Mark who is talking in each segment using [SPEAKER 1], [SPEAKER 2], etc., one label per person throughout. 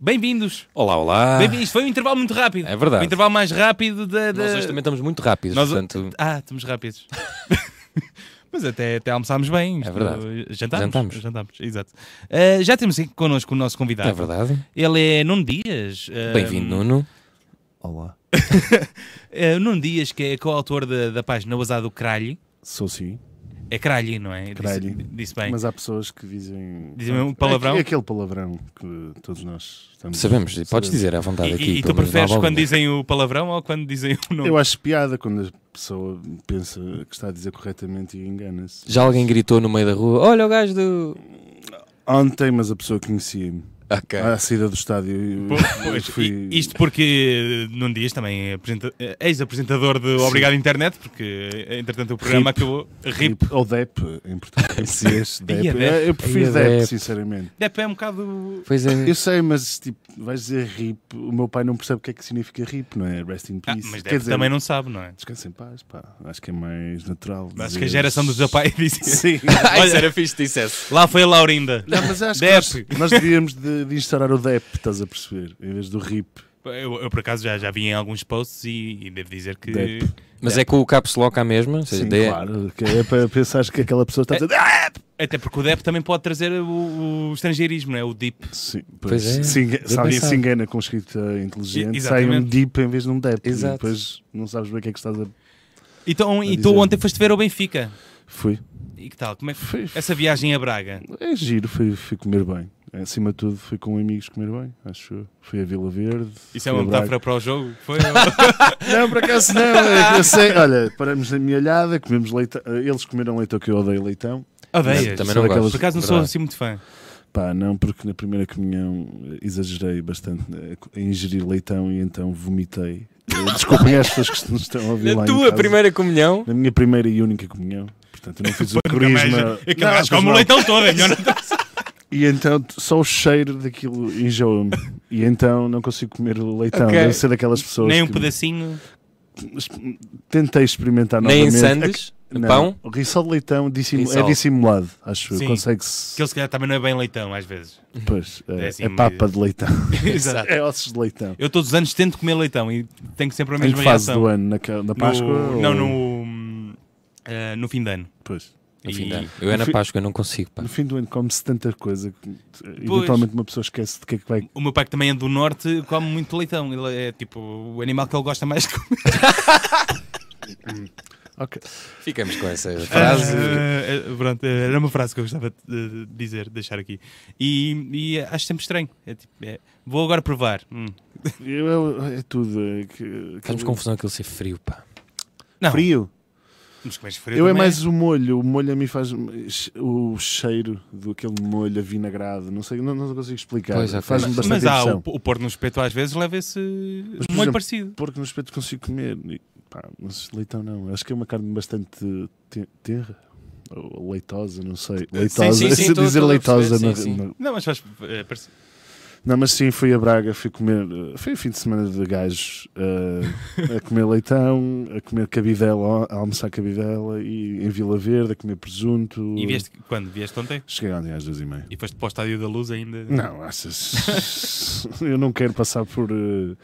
[SPEAKER 1] Bem-vindos.
[SPEAKER 2] Olá, olá.
[SPEAKER 1] Bem-vindos. Isto foi um intervalo muito rápido.
[SPEAKER 2] Ah. É
[SPEAKER 1] O
[SPEAKER 2] verdade.
[SPEAKER 1] intervalo mais rápido da. da-
[SPEAKER 2] Nós hoje também estamos muito rápidos,
[SPEAKER 1] Nós-
[SPEAKER 2] portanto,
[SPEAKER 1] Ah, estamos rápidos. Mas até, até almoçámos bem.
[SPEAKER 2] É verdade.
[SPEAKER 1] Jantámos.
[SPEAKER 2] Jantámos.
[SPEAKER 1] exato. Ah, já temos aqui connosco o nosso convidado.
[SPEAKER 2] é verdade.
[SPEAKER 1] Ele é Nuno Dias. ah,
[SPEAKER 2] Bem-vindo, Nuno.
[SPEAKER 3] Olá,
[SPEAKER 1] ah, Nuno Dias, que é coautor da, da página Ousado do Cralho.
[SPEAKER 3] sou sim,
[SPEAKER 1] É Cralho, não é?
[SPEAKER 3] Cralho.
[SPEAKER 1] Disse, disse bem.
[SPEAKER 3] mas há pessoas que dizem.
[SPEAKER 1] Dizem um palavrão?
[SPEAKER 3] É aquele palavrão que todos nós estamos.
[SPEAKER 2] Sabemos, podes
[SPEAKER 3] sabemos.
[SPEAKER 2] dizer à vontade
[SPEAKER 1] E-
[SPEAKER 2] aqui.
[SPEAKER 1] e, e tu
[SPEAKER 2] pelo menos na
[SPEAKER 1] preferes quando
[SPEAKER 2] abóbora.
[SPEAKER 1] dizem o palavrão ou quando dizem o nome?
[SPEAKER 3] Eu acho piada quando a pessoa pensa que está a dizer corretamente e engana-se.
[SPEAKER 2] Já alguém gritou no meio da rua: Olha o gajo do.
[SPEAKER 3] Ontem, mas a pessoa conhecia-me.
[SPEAKER 2] Ok.
[SPEAKER 3] À saída do estádio. eu- eu
[SPEAKER 1] Pois,
[SPEAKER 3] fui...
[SPEAKER 1] i- Isto porque eh, Nuno Dias também é apresenta- eh, ex-apresentador de Obrigado Internet, porque eh, entretanto o programa acabou. RIP. é
[SPEAKER 3] Ou DEP, em português. Yes, DEP.
[SPEAKER 1] Ia DEP.
[SPEAKER 3] Eu prefiro
[SPEAKER 2] Ia
[SPEAKER 3] DEP,
[SPEAKER 2] DEP.
[SPEAKER 3] sinceramente.
[SPEAKER 1] Dep é um bocado.
[SPEAKER 2] Pois é.
[SPEAKER 3] Eu sei, mas tipo, vais dizer RIP. O meu pai não percebe o que é que significa RIP, não é? Rest in
[SPEAKER 1] Ah,
[SPEAKER 3] peace.
[SPEAKER 1] mas
[SPEAKER 3] Quer
[SPEAKER 1] Dep
[SPEAKER 3] dizer,
[SPEAKER 1] também não sabe, não é?
[SPEAKER 3] Descansa em paz, pá. Acho que é mais natural.
[SPEAKER 1] Acho
[SPEAKER 3] dizer-
[SPEAKER 1] que a geração dos apai disse.
[SPEAKER 3] Sim.
[SPEAKER 2] Ai,
[SPEAKER 1] Olha-
[SPEAKER 2] isso era fixe que dissesse.
[SPEAKER 1] Lá foi a Laurinda.
[SPEAKER 3] Não, mas acho
[SPEAKER 1] Dep.
[SPEAKER 3] que nós, nós devíamos de, de instaurar o DEP, estás a perceber? Em vez do RIP.
[SPEAKER 1] Eu, eu, por acaso já, já vi em alguns posts e, e devo dizer que.
[SPEAKER 3] Dep.
[SPEAKER 2] Mas é com o caps lock à mesma? ou seja,
[SPEAKER 3] Sim,
[SPEAKER 2] de-
[SPEAKER 3] claro. Que é para pensares que aquela pessoa está a dizer. "Ah!"
[SPEAKER 1] Até porque o Dep também pode trazer o, o estrangeirismo, não é? O Deep.
[SPEAKER 3] Sim,
[SPEAKER 2] Pois é,
[SPEAKER 3] Se, enga-
[SPEAKER 2] bem
[SPEAKER 3] se alguém
[SPEAKER 2] pensado.
[SPEAKER 3] se engana com escrita inteligente,
[SPEAKER 1] E-
[SPEAKER 3] sai um
[SPEAKER 1] exatamente.
[SPEAKER 3] DIP em vez de um DEP. e
[SPEAKER 2] Exato.
[SPEAKER 3] depois não sabes bem o que é que estás a.
[SPEAKER 1] Então, e tu
[SPEAKER 3] A dizer-
[SPEAKER 1] ontem foste ver o Benfica.
[SPEAKER 3] Fui.
[SPEAKER 1] E que tal? Como é que
[SPEAKER 3] Fui.
[SPEAKER 1] essa viagem a Braga?
[SPEAKER 3] É giro, fui, fui comer bem. Acima de tudo, fui com amigos comer bem, acho eu. Fui a Vila Verde.
[SPEAKER 1] Isso é
[SPEAKER 3] fui
[SPEAKER 1] uma
[SPEAKER 3] a Braga.
[SPEAKER 1] metáfora para o jogo? Foi?
[SPEAKER 3] Não, por acaso não. é que eu sei. Olha, paramos na minha olhada, comemos leitão. Eles comeram leitão que eu odeio leitão.
[SPEAKER 1] Odeias.
[SPEAKER 2] Também
[SPEAKER 3] São
[SPEAKER 2] não
[SPEAKER 3] aquelas-
[SPEAKER 2] gosto.
[SPEAKER 1] Por acaso não sou
[SPEAKER 2] Verdade.
[SPEAKER 1] assim muito fã.
[SPEAKER 3] Pá, não, porque na primeira comunhão eh, exagerei bastante eh, em ingerir leitão e então vomitei. Eh, Desculpem as pessoas que nos estão a ouvir lá
[SPEAKER 2] Na
[SPEAKER 3] em
[SPEAKER 2] tua
[SPEAKER 3] casa.
[SPEAKER 2] primeira comunhão.
[SPEAKER 3] Na minha primeira e única comunhão. Portanto, eu não fiz o crisma.
[SPEAKER 1] É que
[SPEAKER 3] um- Não,
[SPEAKER 1] mais
[SPEAKER 3] fiz
[SPEAKER 1] como o
[SPEAKER 3] mal.
[SPEAKER 1] leitão todo, é melhor não
[SPEAKER 3] E então t- só o cheiro daquilo enjoa-me. E então não consigo comer o leitão.
[SPEAKER 2] Ok.
[SPEAKER 3] Deve ser daquelas pessoas.
[SPEAKER 1] Nem um
[SPEAKER 3] que-
[SPEAKER 1] pedacinho.
[SPEAKER 3] Exp- Tentei experimentar
[SPEAKER 2] Nem em
[SPEAKER 3] novamente.
[SPEAKER 2] Sandes.
[SPEAKER 3] Não,
[SPEAKER 2] Pão.
[SPEAKER 3] o Rissol de leitão dissimu-
[SPEAKER 2] Rissol.
[SPEAKER 3] é dissimulado, acho
[SPEAKER 1] Sim.
[SPEAKER 3] eu. Consegue-se.
[SPEAKER 1] Que ele se calhar também não é bem leitão, às vezes.
[SPEAKER 3] Pois,
[SPEAKER 1] É
[SPEAKER 3] é,
[SPEAKER 1] assim,
[SPEAKER 3] é papa de leitão.
[SPEAKER 1] Exato.
[SPEAKER 3] É ossos de leitão.
[SPEAKER 1] Eu todos os anos tento comer leitão e tenho sempre a
[SPEAKER 3] Em
[SPEAKER 1] mesma
[SPEAKER 3] que fase
[SPEAKER 1] reação.
[SPEAKER 3] do ano? Naquela- Na, Páscoa?
[SPEAKER 1] No,
[SPEAKER 3] ou-
[SPEAKER 1] não, no, hum, ah, no fim de ano.
[SPEAKER 3] Pois.
[SPEAKER 2] No fim
[SPEAKER 1] E-
[SPEAKER 2] de ano. Eu é na
[SPEAKER 3] Fui-
[SPEAKER 2] Páscoa, eu não consigo. Pá.
[SPEAKER 3] No fim do ano come-se tanta coisa que eventualmente uma pessoa esquece de que é que vai.
[SPEAKER 1] O meu pai, que também é do norte, come muito leitão. Ele é tipo o animal que ele gosta mais de comer.
[SPEAKER 3] Ok.
[SPEAKER 2] Ficamos com essa
[SPEAKER 1] Frase.
[SPEAKER 2] frase.
[SPEAKER 1] Ah. Eh, pronto, era uma frase que eu gostava de de dizer, deixar aqui. E, e acho sempre estranho. É tipo, é, vou agora provar. Hum.
[SPEAKER 3] Eu- é tudo. É, que,
[SPEAKER 2] Fazemos confusão aquilo ser frio, pá.
[SPEAKER 1] Não,
[SPEAKER 3] Frio.
[SPEAKER 1] mas comes frio
[SPEAKER 3] Eu é
[SPEAKER 1] também.
[SPEAKER 3] mais o molho. O molho a mim faz o cheiro do aquele molho avinagrado. Não sei, não, não consigo explicar.
[SPEAKER 2] Pois, ok.
[SPEAKER 3] Faz-me
[SPEAKER 1] Mas-
[SPEAKER 3] bastante
[SPEAKER 1] Mas há
[SPEAKER 3] impressão.
[SPEAKER 1] o, o pôr no espeto às vezes leva esse molho
[SPEAKER 3] por exemplo,
[SPEAKER 1] parecido.
[SPEAKER 3] Porco no espeto consigo comer. E, pá, mas leitão não. Acho que é uma carne bastante te- terra. Ou leitosa, não sei. Leitosa.
[SPEAKER 2] sim, sim,
[SPEAKER 3] Se
[SPEAKER 2] tô-
[SPEAKER 3] dizer
[SPEAKER 2] tô a
[SPEAKER 3] leitosa.
[SPEAKER 2] perceber,
[SPEAKER 3] não-
[SPEAKER 2] sim, sim.
[SPEAKER 3] não-
[SPEAKER 1] Não, mas faz. É, parece-
[SPEAKER 3] Não, mas sim, fui a Braga, fui comer. eh, Foi o fim de semana de gajos eh, a comer leitão, a comer cabidela, a almoçar cabidela e em Vila Verde, a comer presunto.
[SPEAKER 1] E vieste quando? Vieste ontem?
[SPEAKER 3] Cheguei ontem às duas e meia.
[SPEAKER 1] E foste para o estádio da luz ainda?
[SPEAKER 3] Não, achas? Eu não quero passar por eh,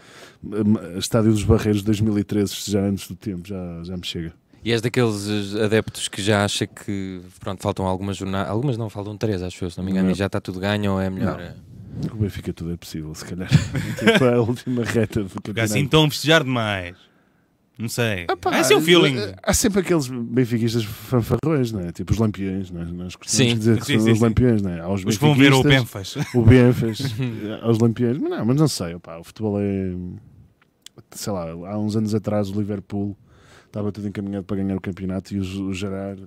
[SPEAKER 3] m- Estádio dos Barreiros de 2013, já antes do tempo, já, já me chega.
[SPEAKER 2] E és daqueles eh, adeptos que já acha que pronto, faltam algumas jornadas. Algumas não, faltam três, acho eu, se não me engano,
[SPEAKER 3] Não.
[SPEAKER 2] e já está tudo ganho ou é melhor.
[SPEAKER 3] Não.
[SPEAKER 2] eh?
[SPEAKER 3] O Benfica tudo é possível, se calhar. tipo, a última reta do
[SPEAKER 1] Porque
[SPEAKER 3] campeonato.
[SPEAKER 1] assim estão a festejar demais. Não sei.
[SPEAKER 3] Ah, pá,
[SPEAKER 1] Ah, esse é o feeling.
[SPEAKER 3] eh, Há sempre aqueles benfiquistas fanfarrões, não é? Tipo os lampiões, não é? Nós costumamos
[SPEAKER 2] Sim.
[SPEAKER 3] dizer que
[SPEAKER 1] Sim,
[SPEAKER 3] são
[SPEAKER 1] sim,
[SPEAKER 3] os
[SPEAKER 1] sim.
[SPEAKER 3] lampiões, não é? Há os
[SPEAKER 1] Os que vão ver o
[SPEAKER 3] benfiquistas,
[SPEAKER 1] Benfas.
[SPEAKER 3] O Benfas, eh, aos lampiões. Mas não, mas não sei, opá, o futebol é... Sei lá, há uns anos atrás o Liverpool estava tudo encaminhado para ganhar o campeonato e o, o Gerard...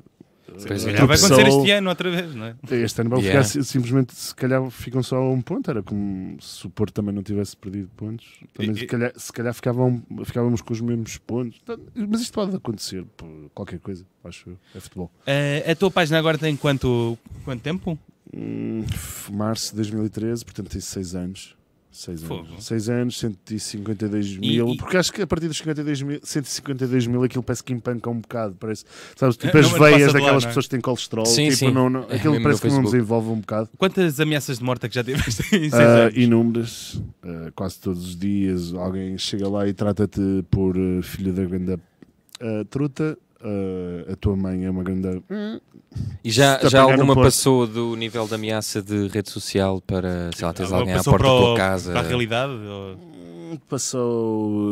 [SPEAKER 2] Pois
[SPEAKER 1] Se
[SPEAKER 2] é.
[SPEAKER 1] calhar vai acontecer
[SPEAKER 3] Só-
[SPEAKER 1] este ano outra vez, não é?
[SPEAKER 3] Então, Este ano vão
[SPEAKER 2] Yeah.
[SPEAKER 3] ficar si- simplesmente, se calhar ficam só a um ponto. Era como se o Porto também não tivesse perdido pontos. Também,
[SPEAKER 1] E-
[SPEAKER 3] se calhar, se calhar ficavam, ficávamos com os mesmos pontos. Tá, Mas isto pode acontecer por qualquer coisa, acho eu. É futebol.
[SPEAKER 1] Ah, a tua página agora tem quanto, quanto tempo?
[SPEAKER 3] Hum, f- março de 2013, portanto tem 6 anos. 6
[SPEAKER 1] Fogo.
[SPEAKER 3] anos. 6 anos, 152
[SPEAKER 1] E-
[SPEAKER 3] mil.
[SPEAKER 1] e-
[SPEAKER 3] Porque acho que a partir dos 52 mil, 152 mil aquilo parece que empanca um bocado. Parece, sabes, tipo
[SPEAKER 1] É,
[SPEAKER 3] as
[SPEAKER 1] não, mas passa
[SPEAKER 3] veias
[SPEAKER 1] de lá,
[SPEAKER 3] daquelas
[SPEAKER 1] não é?
[SPEAKER 3] pessoas que têm colesterol.
[SPEAKER 2] Sim,
[SPEAKER 3] tipo,
[SPEAKER 2] sim.
[SPEAKER 3] Não, não-
[SPEAKER 2] É
[SPEAKER 3] aquilo
[SPEAKER 2] mesmo
[SPEAKER 3] parece
[SPEAKER 2] no
[SPEAKER 3] que não nos
[SPEAKER 2] Facebook.
[SPEAKER 3] envolve um bocado.
[SPEAKER 1] Quantas ameaças de morte é que já tiveste
[SPEAKER 2] Eh,
[SPEAKER 1] em 6
[SPEAKER 3] Ah,
[SPEAKER 1] anos?
[SPEAKER 3] inúmeras, ah, quase todos os dias. Alguém chega lá e trata-te por ah, filho da grande ah, truta. ah, a tua mãe é uma grande.
[SPEAKER 2] E já,
[SPEAKER 3] Se te
[SPEAKER 2] já
[SPEAKER 3] apanhar
[SPEAKER 2] alguma
[SPEAKER 3] no Porto.
[SPEAKER 2] passou do nível de ameaça de rede social para, sei lá, tens
[SPEAKER 1] Ou
[SPEAKER 2] alguém à
[SPEAKER 1] passou
[SPEAKER 2] porta
[SPEAKER 1] para
[SPEAKER 2] da
[SPEAKER 1] o-
[SPEAKER 2] tua casa?
[SPEAKER 1] Para a realidade? ou-
[SPEAKER 3] Passou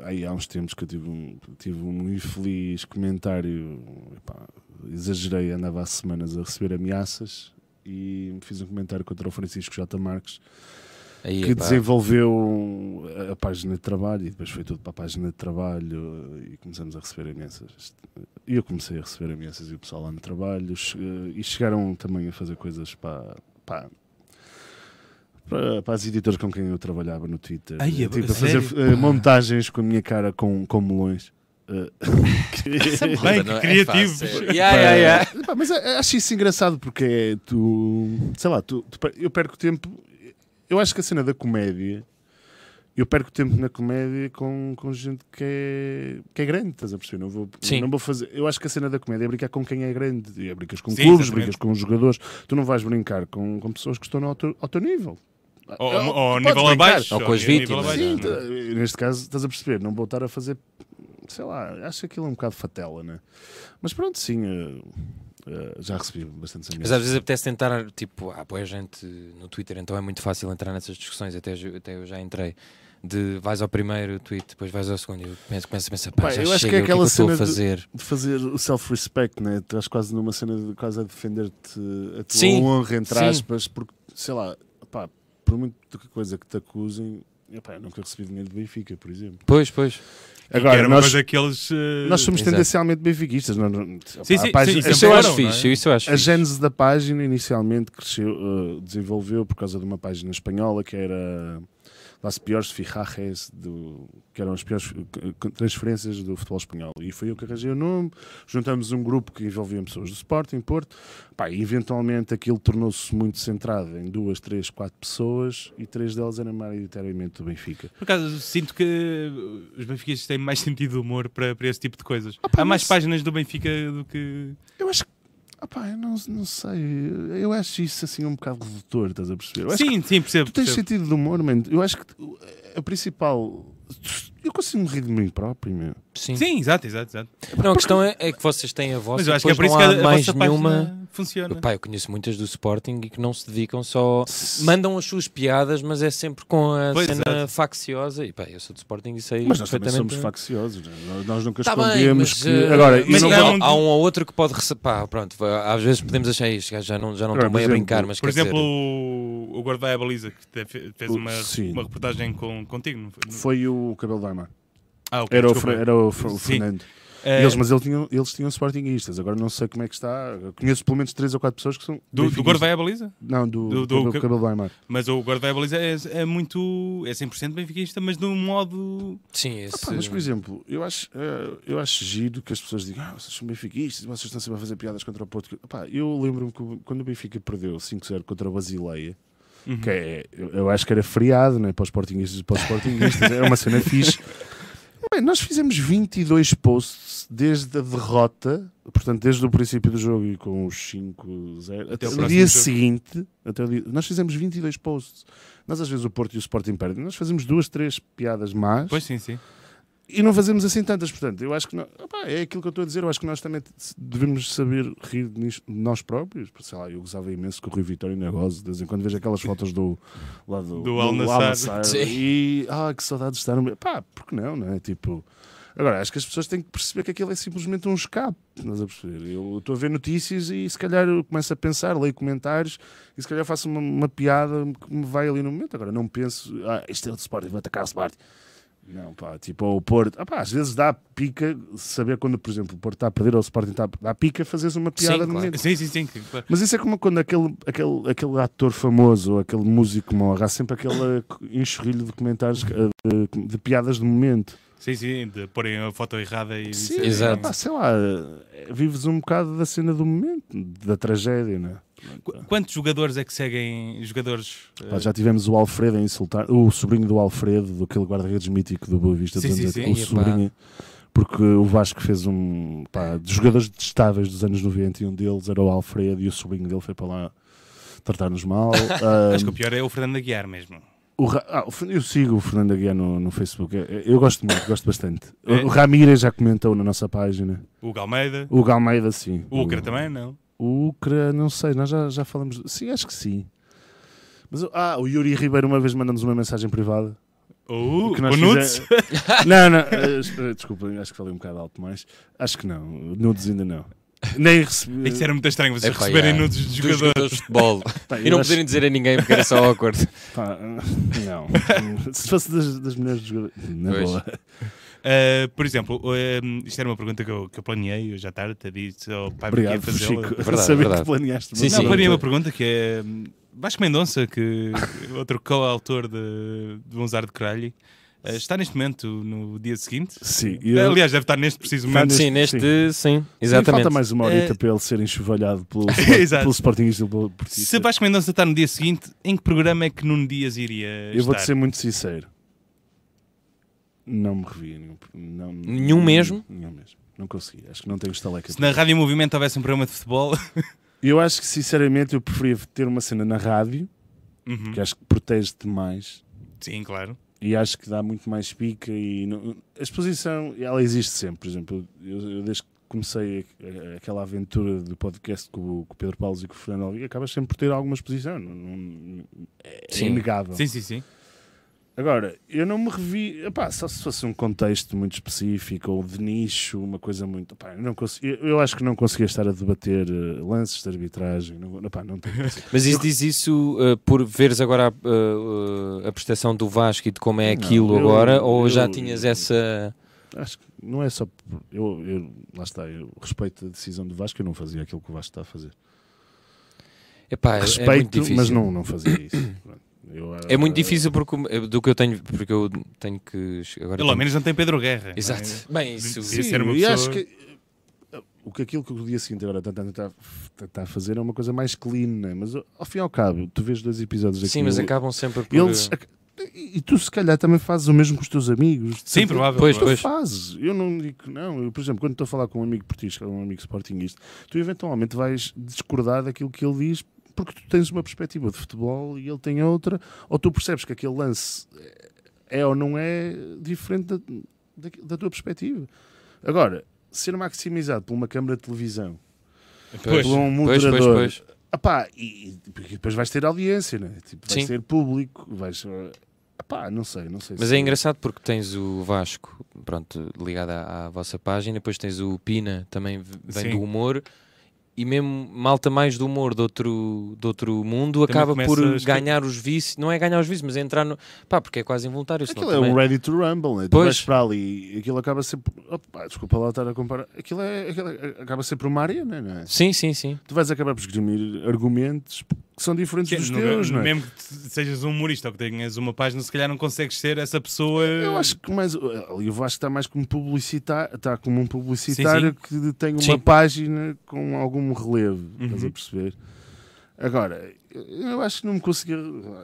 [SPEAKER 3] eh, aí há uns tempos que eu tive um, tive um infeliz comentário. epá, exagerei, andava há semanas a receber ameaças e fiz um comentário contra o Francisco J. Marques
[SPEAKER 2] Aí,
[SPEAKER 3] que
[SPEAKER 2] epá,
[SPEAKER 3] desenvolveu um, a- a página de trabalho e depois foi tudo para a página de trabalho eh, e começamos a receber ameaças. E eu comecei a receber ameaças e o pessoal lá no trabalho che- e chegaram também a fazer coisas para. para para, para as editoras com quem eu trabalhava no Twitter,
[SPEAKER 1] Ai,
[SPEAKER 3] Eh,
[SPEAKER 1] é-
[SPEAKER 3] tipo, a fazer
[SPEAKER 1] sério?
[SPEAKER 3] eh, montagens com a minha cara com, com melões. Eh, que-
[SPEAKER 2] puta,
[SPEAKER 1] Bem,
[SPEAKER 2] não
[SPEAKER 1] que
[SPEAKER 2] é
[SPEAKER 1] criativos.
[SPEAKER 2] fácil. Yeah, yeah, yeah.
[SPEAKER 3] Pá, mas a- acho isso engraçado porque é tu. Sei lá, tu, tu per- eu perco tempo. Eu acho que a cena da comédia. Eu perco tempo na comédia com, com gente que é, que é grande, estás a perceber? Não vou,
[SPEAKER 2] Sim.
[SPEAKER 3] não vou fazer. Eu acho que a cena da comédia é brincar com quem é grande. E é brincas com
[SPEAKER 1] Sim,
[SPEAKER 3] clubes,
[SPEAKER 1] exatamente.
[SPEAKER 3] brincas com os jogadores. Tu não vais brincar com, com pessoas que estão no teu, ao teu nível.
[SPEAKER 1] Ou,
[SPEAKER 3] Ah,
[SPEAKER 1] ou, ou
[SPEAKER 3] podes
[SPEAKER 1] nível
[SPEAKER 3] brincar.
[SPEAKER 1] abaixo.
[SPEAKER 2] Ou com as
[SPEAKER 1] nível
[SPEAKER 2] vítimas,
[SPEAKER 1] abaixo.
[SPEAKER 3] Sim,
[SPEAKER 2] não é?
[SPEAKER 3] t- neste caso, estás a perceber, não vou estar a fazer, sei lá, acho aquilo é um bocado fatela, né? Mas pronto, sim, eh, eh, já recebi bastante
[SPEAKER 2] Mas
[SPEAKER 3] ameaças.
[SPEAKER 2] às vezes apetece tentar, tipo, ah, boa gente no Twitter, então é muito fácil entrar nessas discussões, até, ju- até eu já entrei. De vais ao primeiro tweet, depois vais ao segundo, e eu penso, começo a pensar, pá,
[SPEAKER 3] Pá,
[SPEAKER 2] já
[SPEAKER 3] eu acho
[SPEAKER 2] chega, o que
[SPEAKER 3] que é
[SPEAKER 2] é que
[SPEAKER 3] aquela
[SPEAKER 2] eu estou a
[SPEAKER 3] cena de-
[SPEAKER 2] fazer?
[SPEAKER 3] De fazer o self-respect, né? Estás quase numa cena de quase a defender-te a tua
[SPEAKER 2] Sim,
[SPEAKER 3] honra, entre
[SPEAKER 2] sim.
[SPEAKER 3] aspas, porque, sei lá, pá, por muito que coisa que te acusem, epá, eu nunca recebi dinheiro do Benfica, por exemplo.
[SPEAKER 2] Pois, pois.
[SPEAKER 1] Que
[SPEAKER 3] Agora,
[SPEAKER 1] era uma
[SPEAKER 3] nós,
[SPEAKER 1] coisa que eles. eh,
[SPEAKER 3] nós somos
[SPEAKER 2] Exato.
[SPEAKER 3] tendencialmente benfiquistas, não, não,
[SPEAKER 1] Sim,
[SPEAKER 3] a
[SPEAKER 1] sim,
[SPEAKER 3] página-
[SPEAKER 1] sim,
[SPEAKER 2] Isso eu
[SPEAKER 1] foram,
[SPEAKER 2] acho
[SPEAKER 1] não é?
[SPEAKER 2] fixe, isso eu acho
[SPEAKER 3] A
[SPEAKER 2] fixe.
[SPEAKER 3] gênese da página inicialmente cresceu, eh, desenvolveu por causa de uma página espanhola que era Las Piores Fijajes, do, que eram as piores eh, transferências do futebol espanhol. E foi eu que arranjei o nome, juntamos um grupo que envolvia pessoas do Sporting, Porto, Pá, e eventualmente aquilo tornou-se muito centrado em duas, três, quatro pessoas e três delas eram maioritariamente do Benfica.
[SPEAKER 1] Por acaso, sinto que uh, os benfiquistas têm mais sentido de humor para, para esse tipo de coisas. Há mais
[SPEAKER 3] mas-
[SPEAKER 1] páginas do Benfica do que.
[SPEAKER 3] Eu acho que. ah pá, eu não, não sei, eu acho isso assim um bocado redutor, estás a perceber? Eu acho
[SPEAKER 1] Sim, sim, percebo.
[SPEAKER 3] Tu tens
[SPEAKER 1] percebo.
[SPEAKER 3] sentido de humor, mano. Eu acho que tu- a principal. Eu consigo me rir de mim próprio, meu.
[SPEAKER 2] Sim.
[SPEAKER 1] Sim, exato, exato, exato.
[SPEAKER 2] Não, a questão é, é que vocês têm a vossa,
[SPEAKER 1] Mas eu acho que é por
[SPEAKER 2] depois
[SPEAKER 1] isso
[SPEAKER 2] não
[SPEAKER 1] que
[SPEAKER 2] há
[SPEAKER 1] a, a
[SPEAKER 2] mais
[SPEAKER 1] vossa
[SPEAKER 2] nenhuma.
[SPEAKER 1] página é funciona.
[SPEAKER 2] Pá, eu conheço muitas do Sporting e que não se dedicam só. Mandam as suas piadas, mas é sempre com a
[SPEAKER 1] Pois,
[SPEAKER 2] cena
[SPEAKER 1] exato.
[SPEAKER 2] facciosa. E pá, eu sou de Sporting e sei
[SPEAKER 3] Mas nós também
[SPEAKER 2] perfeitamente.
[SPEAKER 3] somos facciosos. né? Nós, nós nunca
[SPEAKER 2] Tá
[SPEAKER 3] escondemos
[SPEAKER 2] bem, mas,
[SPEAKER 3] que.
[SPEAKER 2] eh,
[SPEAKER 3] Agora, eu
[SPEAKER 2] mas
[SPEAKER 3] não
[SPEAKER 1] não-
[SPEAKER 2] há-
[SPEAKER 3] vou-
[SPEAKER 2] há, um ou outro que pode receber. Pá, pronto, vá, às vezes podemos achar isto, já- já não, já não
[SPEAKER 3] Agora,
[SPEAKER 2] estão bem
[SPEAKER 3] por
[SPEAKER 2] a
[SPEAKER 3] exemplo,
[SPEAKER 2] brincar, mas
[SPEAKER 1] Por
[SPEAKER 2] quer
[SPEAKER 1] exemplo,
[SPEAKER 2] dizer,
[SPEAKER 1] o, o Gordo vai à baliza, que te fe- fez
[SPEAKER 3] O-
[SPEAKER 1] uma,
[SPEAKER 3] sim.
[SPEAKER 1] uma reportagem com, contigo. não foi?
[SPEAKER 3] Foi o Cabelo do Aymar.
[SPEAKER 1] Ah, ok,
[SPEAKER 3] Era, o,
[SPEAKER 1] desculpa.
[SPEAKER 3] Fer- era o, Fer-
[SPEAKER 1] Sim.
[SPEAKER 3] o Fernando.
[SPEAKER 1] Eh,
[SPEAKER 3] Eles, mas eles tinham, eles tinham Sportingistas. Agora não sei como é que está. Eu conheço pelo menos três ou quatro pessoas que são.
[SPEAKER 1] do, do
[SPEAKER 3] benfiquistas.
[SPEAKER 1] Gordo vai à baliza?
[SPEAKER 3] Não,
[SPEAKER 1] do-
[SPEAKER 3] do, do,
[SPEAKER 1] do
[SPEAKER 3] Cabelo-
[SPEAKER 1] Cab-
[SPEAKER 3] Cabelo do Aymar.
[SPEAKER 1] Mas o Gordo vai à baliza é, é muito. é 100% benfiquista, mas de um modo.
[SPEAKER 2] sim, esse.
[SPEAKER 3] Ah, Pá, mas, por exemplo, eu acho, eh, eu acho giro que as pessoas digam ah, vocês são benfiquistas, vocês estão sempre a fazer piadas contra o Porto. Pá, eu lembro-me que o- quando o Benfica perdeu 5-0 contra a Basileia,
[SPEAKER 1] Uhum.
[SPEAKER 3] que é, eu- eu acho que era feriado né, para os portinguistas e para os sportinguistas, era uma cena fixe. Bem, nós fizemos 22 posts desde a derrota, portanto, desde o princípio do jogo e com os 5-0
[SPEAKER 1] Até
[SPEAKER 3] até,
[SPEAKER 1] o
[SPEAKER 3] o
[SPEAKER 1] próximo
[SPEAKER 3] dia
[SPEAKER 1] jogo.
[SPEAKER 3] seguinte. Até o dia- nós fizemos 22 posts. Nós, às vezes, o Porto e o Sporting perdem. Nós fazemos duas, três piadas más
[SPEAKER 1] Pois sim, sim.
[SPEAKER 3] e não fazemos assim tantas, portanto, eu acho que não- opá, é aquilo que eu estou a dizer, eu acho que nós também devemos saber rir de nis- de nós próprios, porque, sei lá, eu gozava imenso com o Rui Vitória Negócio, de vez em quando vejo aquelas fotos do lá do,
[SPEAKER 1] Do Al Nassr.
[SPEAKER 3] Nassr
[SPEAKER 2] Sim.
[SPEAKER 3] e ah, que saudades de estar no meio. Pá, porque não, não é? Tipo, agora acho que as pessoas têm que perceber que aquilo é simplesmente um escape, estás a perceber? Eu estou a ver notícias e se calhar eu começo a pensar, leio comentários e se calhar faço uma, uma piada que me vai ali no momento. Agora não penso, ah, isto é o Sporting, vai atacar o Sporting. Não, pá, tipo, ou o Porto. Ah, pá, às vezes dá pica saber quando, por exemplo, o Porto está a perder ou o Sporting está a dá pica fazeres uma piada
[SPEAKER 2] Sim,
[SPEAKER 3] no
[SPEAKER 2] claro.
[SPEAKER 3] momento.
[SPEAKER 1] Sim, sim, sim. sim, claro.
[SPEAKER 3] Mas isso é como quando aquele, aquele, aquele ator famoso ou aquele músico morre, há sempre aquele eh, enxurrilho de comentários eh, de, de piadas de momento.
[SPEAKER 1] Sim, sim, de porem a foto errada e
[SPEAKER 3] Sim,
[SPEAKER 1] dizerem-
[SPEAKER 2] Exato.
[SPEAKER 3] pá, sei lá, eh, vives um bocado da cena do momento, da tragédia, né?
[SPEAKER 1] Qu- Quantos jogadores é que seguem jogadores?
[SPEAKER 3] Pá,
[SPEAKER 1] eh,
[SPEAKER 3] já tivemos o Alfredo a insultar, o sobrinho do Alfredo, do aquele guarda-redes mítico do Boa Vista, dos
[SPEAKER 1] Sim, sim,
[SPEAKER 3] anos
[SPEAKER 1] sim,
[SPEAKER 3] 80,
[SPEAKER 2] e
[SPEAKER 3] o
[SPEAKER 2] pá.
[SPEAKER 3] sobrinho, porque o Vasco fez um pá, dos jogadores detestáveis dos anos 90 e um deles era o Alfredo e o sobrinho dele foi para lá tratar-nos mal. Ah,
[SPEAKER 1] Acho que o pior é o Fernando Aguiar mesmo.
[SPEAKER 3] o Ra- ah, o Fer- eu sigo o Fernando Aguiar no, no Facebook, eu, eu gosto muito, gosto bastante. O,
[SPEAKER 1] É.
[SPEAKER 3] o Ramírez já comentou na nossa página,
[SPEAKER 1] O Galmeida,
[SPEAKER 3] o Galmeida sim.
[SPEAKER 1] o Ucra também, não?
[SPEAKER 3] O Ucra, não sei, nós já, já falamos. Sim, acho que sim. Mas, o- ah, o Yuri Ribeiro uma vez mandou-nos uma mensagem privada.
[SPEAKER 1] O,
[SPEAKER 3] que
[SPEAKER 1] o
[SPEAKER 3] nós
[SPEAKER 1] Nunes?
[SPEAKER 3] não, não, eh, eh, desculpa, acho que falei um bocado alto mais. Acho que não, nudes ainda não. Nem recebi.
[SPEAKER 1] Isso é era muito estranho, vocês
[SPEAKER 2] Epá,
[SPEAKER 1] receberem
[SPEAKER 2] yeah.
[SPEAKER 1] nudes de
[SPEAKER 2] Dos
[SPEAKER 1] jogadores.
[SPEAKER 2] de futebol.
[SPEAKER 3] Pá,
[SPEAKER 2] e
[SPEAKER 3] eu
[SPEAKER 2] não
[SPEAKER 3] acho-
[SPEAKER 2] poderem dizer a ninguém porque era só awkward.
[SPEAKER 3] pá, eh, não. Se fosse das, das mulheres dos jogadores. Na
[SPEAKER 2] Pois.
[SPEAKER 3] boa.
[SPEAKER 1] Uh, por exemplo, um, isto era uma pergunta que eu, que eu planeei hoje à tarde, até disse ao pai
[SPEAKER 3] Obrigado,
[SPEAKER 1] que ia fazê-la.
[SPEAKER 3] Chico.
[SPEAKER 2] Verdade,
[SPEAKER 3] Saber
[SPEAKER 2] verdade.
[SPEAKER 3] que planeaste. uma
[SPEAKER 2] Sim,
[SPEAKER 1] Não,
[SPEAKER 2] sim.
[SPEAKER 1] planeei
[SPEAKER 3] pergunta.
[SPEAKER 1] uma pergunta que é um, Vasco Mendonça, que outro co-autor de, de Bonzar de Caralho, uh, está neste momento no dia seguinte.
[SPEAKER 3] Sim, eu-
[SPEAKER 1] Aliás, deve estar neste preciso
[SPEAKER 3] Está
[SPEAKER 1] momento.
[SPEAKER 2] sim,
[SPEAKER 3] neste-
[SPEAKER 2] neste, sim,
[SPEAKER 3] E
[SPEAKER 2] exatamente.
[SPEAKER 3] falta mais uma horita
[SPEAKER 1] Eh,
[SPEAKER 3] para ele ser enxovalhado pelo,
[SPEAKER 1] Exato.
[SPEAKER 3] pelo Sportingista. pelo
[SPEAKER 1] Se
[SPEAKER 3] Portista.
[SPEAKER 1] Vasco Mendonça está no dia seguinte, em que programa é que Nuno Dias iria
[SPEAKER 3] Eu
[SPEAKER 1] estar?
[SPEAKER 3] vou-te ser muito sincero. Não me revi. em Nenhum, não,
[SPEAKER 2] Nenhum mesmo?
[SPEAKER 3] Nenhum mesmo. Não consegui. Acho que não tenho estaleca.
[SPEAKER 1] Se na Rádio Movimento houvesse um programa de futebol,
[SPEAKER 3] Eu acho que, sinceramente, eu preferia ter uma cena na rádio,
[SPEAKER 1] Uhum.
[SPEAKER 3] que acho que protege-te mais.
[SPEAKER 1] sim, claro.
[SPEAKER 3] E acho que dá muito mais pica. E não- A exposição, ela existe sempre. Por exemplo, eu, eu desde que comecei a- a- aquela aventura do podcast com, o- com o Pedro Paulo e com o Fernando Alvim, acabas sempre por ter alguma exposição. Não- não- é
[SPEAKER 2] Sim.
[SPEAKER 3] inegável.
[SPEAKER 1] Sim, sim, sim.
[SPEAKER 3] Agora, eu não me revi, epá, só se fosse um contexto muito específico ou de nicho, uma coisa muito. epá, eu, não consegui- eu, eu acho que não conseguia estar a debater eh, lances de arbitragem. Não, epá, não tenho-
[SPEAKER 2] Mas isso diz isso uh, por veres agora uh, uh, a prestação do Vasco e de como é
[SPEAKER 3] Não,
[SPEAKER 2] aquilo
[SPEAKER 3] eu-
[SPEAKER 2] agora, ou
[SPEAKER 3] eu-
[SPEAKER 2] já tinhas essa.
[SPEAKER 3] acho que não é só. por- Eu, eu- lá está, eu respeito a decisão do Vasco, eu não fazia aquilo que o Vasco está a fazer.
[SPEAKER 2] Epá, é- é muito
[SPEAKER 3] Respeito,
[SPEAKER 2] difícil.
[SPEAKER 3] mas não, não fazia isso. Pronto. Eu,
[SPEAKER 2] É muito
[SPEAKER 3] eh,
[SPEAKER 2] difícil porque, eh, do que eu tenho, porque eu tenho que. Agora
[SPEAKER 1] Pelo
[SPEAKER 2] tenho-
[SPEAKER 1] menos não tem Pedro Guerra. não é?
[SPEAKER 2] Exato. Bem, isso.
[SPEAKER 1] Sim. Podia
[SPEAKER 3] Sim,
[SPEAKER 1] ser uma
[SPEAKER 3] e
[SPEAKER 1] pessoa-
[SPEAKER 3] acho que eh, o que aquilo que o dia seguinte agora está- está está- está a fazer é uma coisa mais clean, né? mas ao ao fim e ao cabo, tu vês dois episódios aqui.
[SPEAKER 2] Sim, mas acabam sempre por.
[SPEAKER 3] eles ac- e e tu se calhar também fazes o mesmo com os teus amigos.
[SPEAKER 1] Sim,
[SPEAKER 3] Tu-
[SPEAKER 1] provável.
[SPEAKER 2] Pois,
[SPEAKER 3] Tu
[SPEAKER 1] provável.
[SPEAKER 2] pois.
[SPEAKER 3] Então fazes, eu não digo que não. Eu, por exemplo, quando estou a falar com um amigo portista, um amigo sportinguista, tu eventualmente vais discordar daquilo que ele diz porque tu tens uma perspectiva de futebol e ele tem outra, ou tu percebes que aquele lance é ou não é diferente da, da, da tua perspectiva. Agora, ser maximizado por uma câmara de televisão,
[SPEAKER 1] Pois.
[SPEAKER 3] por um
[SPEAKER 2] Pois,
[SPEAKER 3] moderador,
[SPEAKER 2] pois, pois.
[SPEAKER 3] ah pá, e, e depois vais ter audiência, né? Tipo, vais
[SPEAKER 2] Sim.
[SPEAKER 3] ter público, vais. eh, Ah pá, não sei, não sei.
[SPEAKER 2] Mas
[SPEAKER 3] se-
[SPEAKER 2] é engraçado porque tens o Vasco, pronto, ligado à, à vossa página, depois tens o Pina, também v- vem
[SPEAKER 1] Sim.
[SPEAKER 2] do humor, e mesmo malta mais do humor de outro, de outro mundo
[SPEAKER 1] Também
[SPEAKER 2] acaba
[SPEAKER 1] começa
[SPEAKER 2] por
[SPEAKER 1] a escre-
[SPEAKER 2] ganhar os vícios, não é ganhar os vícios, mas é entrar no. pá, porque é quase involuntário. senão
[SPEAKER 3] Aquilo é
[SPEAKER 2] também-
[SPEAKER 3] um ready to rumble, né? Tu
[SPEAKER 2] Pois.
[SPEAKER 3] vais para ali e aquilo acaba sempre. Opa, desculpa lá estar a comparar. Aquilo, é, aquilo é- acaba sempre uma arena, não é?
[SPEAKER 2] Sim, sim, sim.
[SPEAKER 3] Tu vais acabar por esgrimir argumentos que são diferentes
[SPEAKER 1] Sim,
[SPEAKER 3] dos
[SPEAKER 1] no-
[SPEAKER 3] teus, não é?
[SPEAKER 1] Mesmo que te- sejas um humorista ou que tenhas uma página, se calhar não consegues ser essa pessoa.
[SPEAKER 3] Eu acho que mais. Ali eu acho que está mais como publicitário. Está como um publicitário que tem uma
[SPEAKER 2] Sim.
[SPEAKER 3] página com algum relevo. Estás a
[SPEAKER 1] Uhum.
[SPEAKER 3] perceber? Agora, eu acho que não me consegui.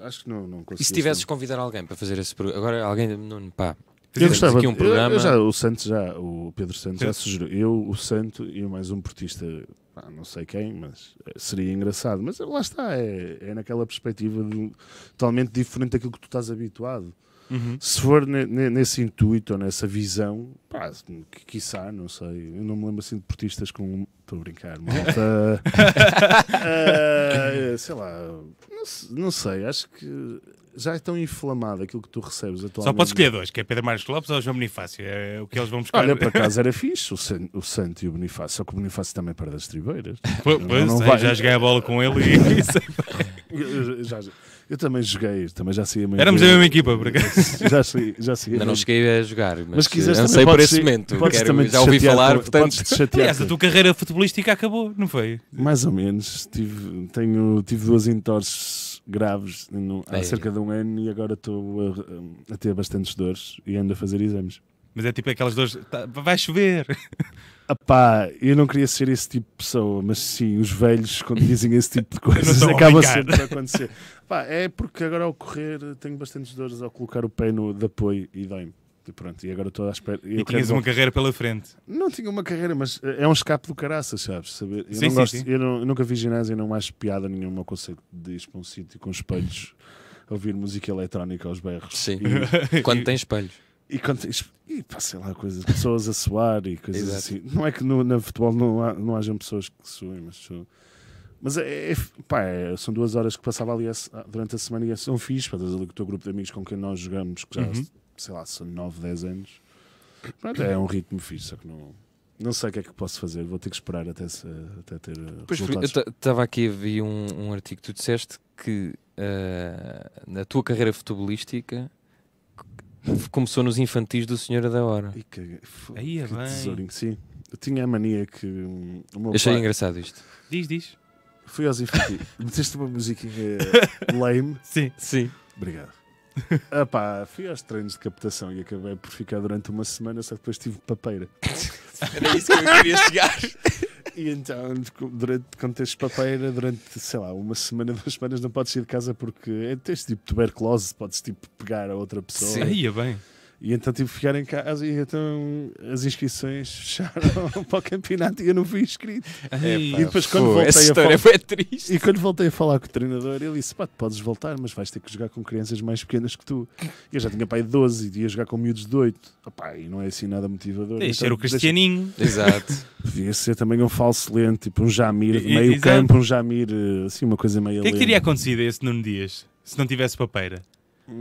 [SPEAKER 3] Acho que não, não consegui.
[SPEAKER 2] E se tivesses convidar alguém para fazer esse programa? Agora alguém, não, pá,
[SPEAKER 3] Eu
[SPEAKER 2] Fizemos
[SPEAKER 3] gostava.
[SPEAKER 2] aqui um
[SPEAKER 3] eu-
[SPEAKER 2] programa.
[SPEAKER 3] eu já- o Santos já, o Pedro Santos já
[SPEAKER 1] Sim.
[SPEAKER 3] sugeriu. Eu, o Santo e mais um portista, pá, não sei quem, mas eh, seria engraçado. Mas eh, lá está, é, é naquela perspectiva de- um, totalmente diferente daquilo que tu estás habituado.
[SPEAKER 1] Uhum.
[SPEAKER 3] Se for ne- ne- nesse intuito ou nessa visão, pá, qui- quiçá, não sei. Eu não me lembro assim de portistas com. Estou a brincar, malta. Eh, sei lá, não, se- não sei, acho que já é tão inflamado aquilo que tu recebes atualmente.
[SPEAKER 1] Só podes escolher dois, que é Pedro Marcos Lopes ou João Bonifácio. É o que eles vão buscar.
[SPEAKER 3] Olha, por acaso era fixe o, San- o Santo e o Bonifácio, só que o Bonifácio também perde as tribeiras.
[SPEAKER 1] Pois,
[SPEAKER 3] Não, não
[SPEAKER 1] sei,
[SPEAKER 3] vai.
[SPEAKER 1] já joguei a bola com ele e isso.
[SPEAKER 3] Eu, eu- já- eu também joguei, também já saí a meio.
[SPEAKER 1] Éramos da mesma equipa, por acaso.
[SPEAKER 3] Já saí, já saí a
[SPEAKER 2] ainda não
[SPEAKER 3] meio-
[SPEAKER 2] cheguei a jogar, mas,
[SPEAKER 3] Mas se quiseres
[SPEAKER 2] eu não
[SPEAKER 3] também
[SPEAKER 2] sei por
[SPEAKER 3] podes
[SPEAKER 2] esse
[SPEAKER 3] ir-
[SPEAKER 2] momento.
[SPEAKER 3] podes
[SPEAKER 2] quero-
[SPEAKER 3] também te
[SPEAKER 2] já ouvi
[SPEAKER 3] chatear
[SPEAKER 2] falar,
[SPEAKER 3] com-
[SPEAKER 2] portanto.
[SPEAKER 3] podes te chatear
[SPEAKER 1] Aliás, a
[SPEAKER 3] com-
[SPEAKER 1] tua carreira futebolística acabou, não foi?
[SPEAKER 3] Mais ou menos. Tive, tenho, tive duas entorses graves no- há
[SPEAKER 2] Ei.
[SPEAKER 3] cerca de um ano e agora estou a, a ter bastantes dores e ando a fazer exames.
[SPEAKER 1] Mas é tipo aquelas duas. "Tá, vai chover!
[SPEAKER 3] Epá, eu não queria ser esse tipo de pessoa, mas sim, os velhos, quando dizem esse tipo de coisas,
[SPEAKER 1] estou a
[SPEAKER 3] acaba
[SPEAKER 1] brincar.
[SPEAKER 3] sempre a acontecer. Epá, é porque agora ao correr tenho bastantes dores ao colocar o pé no de apoio e dói-me. E pronto, e agora estou à espera. eu
[SPEAKER 1] E
[SPEAKER 3] quero
[SPEAKER 1] tinhas uma carreira pela frente.
[SPEAKER 3] Não tinha uma carreira, mas eh, é um escape do caraças, sabes? Saber, eu,
[SPEAKER 1] Sim,
[SPEAKER 3] não
[SPEAKER 1] sim,
[SPEAKER 3] gosto,
[SPEAKER 1] sim.
[SPEAKER 3] Eu, não- eu nunca vi ginásio e não acho piada nenhuma ao conceito de ir para um sítio com espelhos a ouvir música eletrónica aos berros.
[SPEAKER 2] Sim.
[SPEAKER 3] E,
[SPEAKER 2] Quando tem espelhos.
[SPEAKER 3] e, quando tens- e pá, sei lá, coisas, pessoas a suar e coisas
[SPEAKER 2] Exato.
[SPEAKER 3] assim. Não é que no, na futebol não, há, não hajam pessoas que suem, mas sou- Mas é, é- pá, é- são duas horas que passava ali a- durante a semana e são fixe. pá, Estás ali com o teu grupo de amigos com quem nós jogamos, que já,
[SPEAKER 1] Uhum.
[SPEAKER 3] sei lá, são 9, 10 anos. Pronto, é um ritmo fixe, só que não, não sei o que é que posso fazer. Vou ter que esperar até, se- até ter eh,
[SPEAKER 2] Pois, Filipe,
[SPEAKER 3] resultados.
[SPEAKER 2] eu estava aqui a ver um, um artigo que tu disseste que ah, na tua carreira futebolística c- começou nos infantis do Senhora da Hora.
[SPEAKER 3] Ih, caguei. Fo-
[SPEAKER 1] Aí é
[SPEAKER 3] que
[SPEAKER 1] bem.
[SPEAKER 3] tesourinho, sim. Eu tinha a mania que hum, o meu
[SPEAKER 2] Achei
[SPEAKER 3] pai-
[SPEAKER 2] engraçado isto.
[SPEAKER 1] Diz, diz.
[SPEAKER 3] Fui aos infantis. Meteste uma musiquinha lame.
[SPEAKER 1] Sim.
[SPEAKER 2] Sim.
[SPEAKER 3] Obrigado. Ah pá, fui aos treinos de captação e acabei por ficar durante uma semana, só que depois tive papeira.
[SPEAKER 2] Era isso que eu queria chegar.
[SPEAKER 3] E então, durante, quando tens papeira, durante, sei lá, uma semana, duas semanas, não podes sair de casa porque é, tens tipo tuberculose, podes tipo pegar a outra pessoa.
[SPEAKER 2] Sim.
[SPEAKER 1] Aí é bem.
[SPEAKER 3] E então tive que ficar em casa e então as inscrições fecharam para o campeonato e eu não fui inscrito.
[SPEAKER 1] Ai,
[SPEAKER 3] e depois quando voltei
[SPEAKER 2] Essa
[SPEAKER 3] a
[SPEAKER 2] história
[SPEAKER 3] falar-
[SPEAKER 2] foi triste.
[SPEAKER 3] E quando voltei a falar com o treinador, ele disse: pá, tu podes voltar, mas vais ter que jogar com crianças mais pequenas que tu. Eu já tinha pai de 12 e ia jogar com miúdos de 8. Opá, e não é assim nada motivador.
[SPEAKER 1] Deixa
[SPEAKER 3] Então,
[SPEAKER 1] ser o Cristianinho.
[SPEAKER 2] Exato.
[SPEAKER 3] deixa- devia ser também um falso lento, tipo um Jamir de
[SPEAKER 1] E-
[SPEAKER 3] meio
[SPEAKER 1] exato.
[SPEAKER 3] campo, um Jamir, eh, assim, uma coisa meio
[SPEAKER 1] O que é que
[SPEAKER 3] lenta.
[SPEAKER 1] teria acontecido a esse Nuno Dias se não tivesse papeira?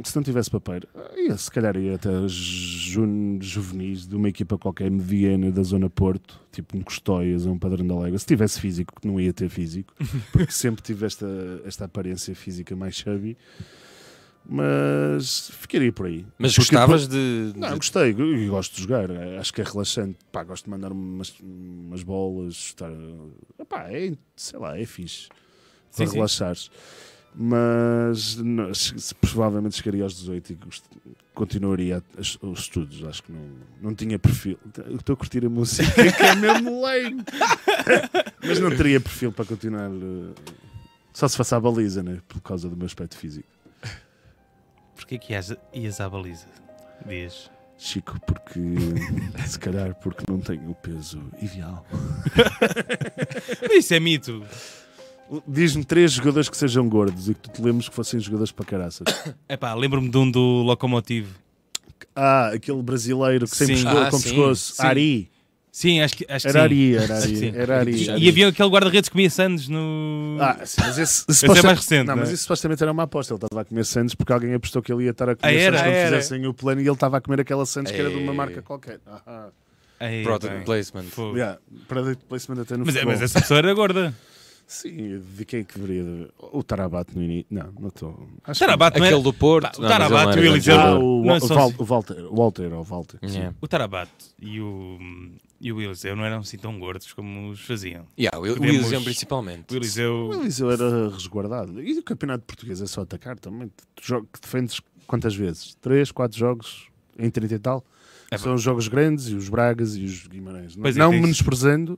[SPEAKER 3] Se não tivesse papeiro, ia, se calhar ia até jun... juvenis de uma equipa qualquer mediana da Zona Porto, tipo um Custóias ou um Padrão da Légua. Se tivesse físico, que não ia ter físico, porque sempre tive esta, esta aparência física mais chubby, mas ficaria por aí.
[SPEAKER 2] Mas
[SPEAKER 3] Porque
[SPEAKER 2] gostavas de.
[SPEAKER 3] Não,
[SPEAKER 2] de-
[SPEAKER 3] gostei, eu eu gosto de jogar, eh, acho que é relaxante. Pá, gosto de mandar umas, umas bolas, chutar. eh, Pá, é, sei lá, é fixe
[SPEAKER 1] Sim,
[SPEAKER 3] para
[SPEAKER 1] sim.
[SPEAKER 3] relaxares. Mas não, se- se- provavelmente chegaria aos 18 e gost- continuaria a- as- os estudos. Acho que não, não tinha perfil. Eu Estou a curtir a música, que é mesmo lame. Mas não teria perfil para continuar. eh, Só se faça a baliza, né? Por causa do meu aspecto físico.
[SPEAKER 1] Porquê que ias, ias à baliza? Dias.
[SPEAKER 3] Chico, porque se calhar porque não tenho o peso ideal.
[SPEAKER 1] Mas isso é mito.
[SPEAKER 3] Diz-me três jogadores que sejam gordos e que tu te lembres que fossem jogadores para caraças.
[SPEAKER 1] Epá, lembro-me de um do Locomotive.
[SPEAKER 3] Ah, aquele brasileiro que sempre
[SPEAKER 1] Sim.
[SPEAKER 3] jogou
[SPEAKER 2] Ah,
[SPEAKER 3] com
[SPEAKER 2] sim,
[SPEAKER 3] pescoço.
[SPEAKER 1] sim.
[SPEAKER 3] Ari.
[SPEAKER 1] Sim, acho que, acho que
[SPEAKER 3] Era
[SPEAKER 1] sim.
[SPEAKER 3] Ari, era
[SPEAKER 1] Acho que sim.
[SPEAKER 3] Ari. Era Ari.
[SPEAKER 2] Já
[SPEAKER 1] E havia aquele guarda-redes que comia sandes no...
[SPEAKER 3] Ah, sim, mas esse,
[SPEAKER 1] é mais recente,
[SPEAKER 3] Não,
[SPEAKER 1] não é?
[SPEAKER 3] mas isso supostamente era uma aposta. Ele estava a comer Santos porque alguém apostou que ele ia estar a comer
[SPEAKER 1] Ah, era,
[SPEAKER 3] Santos quando
[SPEAKER 1] ah, era. É.
[SPEAKER 3] fizessem o plano e ele estava a comer aquela Santos que era de uma
[SPEAKER 2] Ei.
[SPEAKER 3] marca qualquer. Ah, ah.
[SPEAKER 1] Ai,
[SPEAKER 2] Product
[SPEAKER 1] é bem.
[SPEAKER 2] placement.
[SPEAKER 1] Fogo.
[SPEAKER 3] Yeah, product placement até no
[SPEAKER 1] Mas, é-
[SPEAKER 3] futebol.
[SPEAKER 1] mas essa pessoa era gorda.
[SPEAKER 3] Sim, de quem é que deveria? O Tarabato no início. Não, não estou. Acho
[SPEAKER 1] Tarabato não era...
[SPEAKER 2] Aquele do
[SPEAKER 1] Pá,
[SPEAKER 2] Porto.
[SPEAKER 1] o
[SPEAKER 2] Não, mas ele não
[SPEAKER 1] Tarabato
[SPEAKER 2] era
[SPEAKER 1] e o
[SPEAKER 2] grande
[SPEAKER 3] que...
[SPEAKER 1] Eliseu.
[SPEAKER 2] jogador.
[SPEAKER 3] Ah, o,
[SPEAKER 1] Não,
[SPEAKER 3] o,
[SPEAKER 1] só-
[SPEAKER 3] Val- o Walter. O Walter, o Walter. sim.
[SPEAKER 2] Yeah.
[SPEAKER 1] O Tarabato e o, e o Eliseu não eram assim tão gordos como os faziam.
[SPEAKER 2] Yeah, o o
[SPEAKER 1] Podemos-
[SPEAKER 2] Eliseu principalmente.
[SPEAKER 1] O
[SPEAKER 3] O
[SPEAKER 1] Eliseu...
[SPEAKER 3] Eliseu tá era resguardado. E o campeonato português é só atacar também. Tu jo- que defendes quantas vezes? Três, quatro jogos em 30 e tal?
[SPEAKER 1] É
[SPEAKER 3] São os jogos grandes e os Bragas e os Guimarães. Não,
[SPEAKER 1] Pois é,
[SPEAKER 3] não
[SPEAKER 1] tem isso.
[SPEAKER 3] menosprezando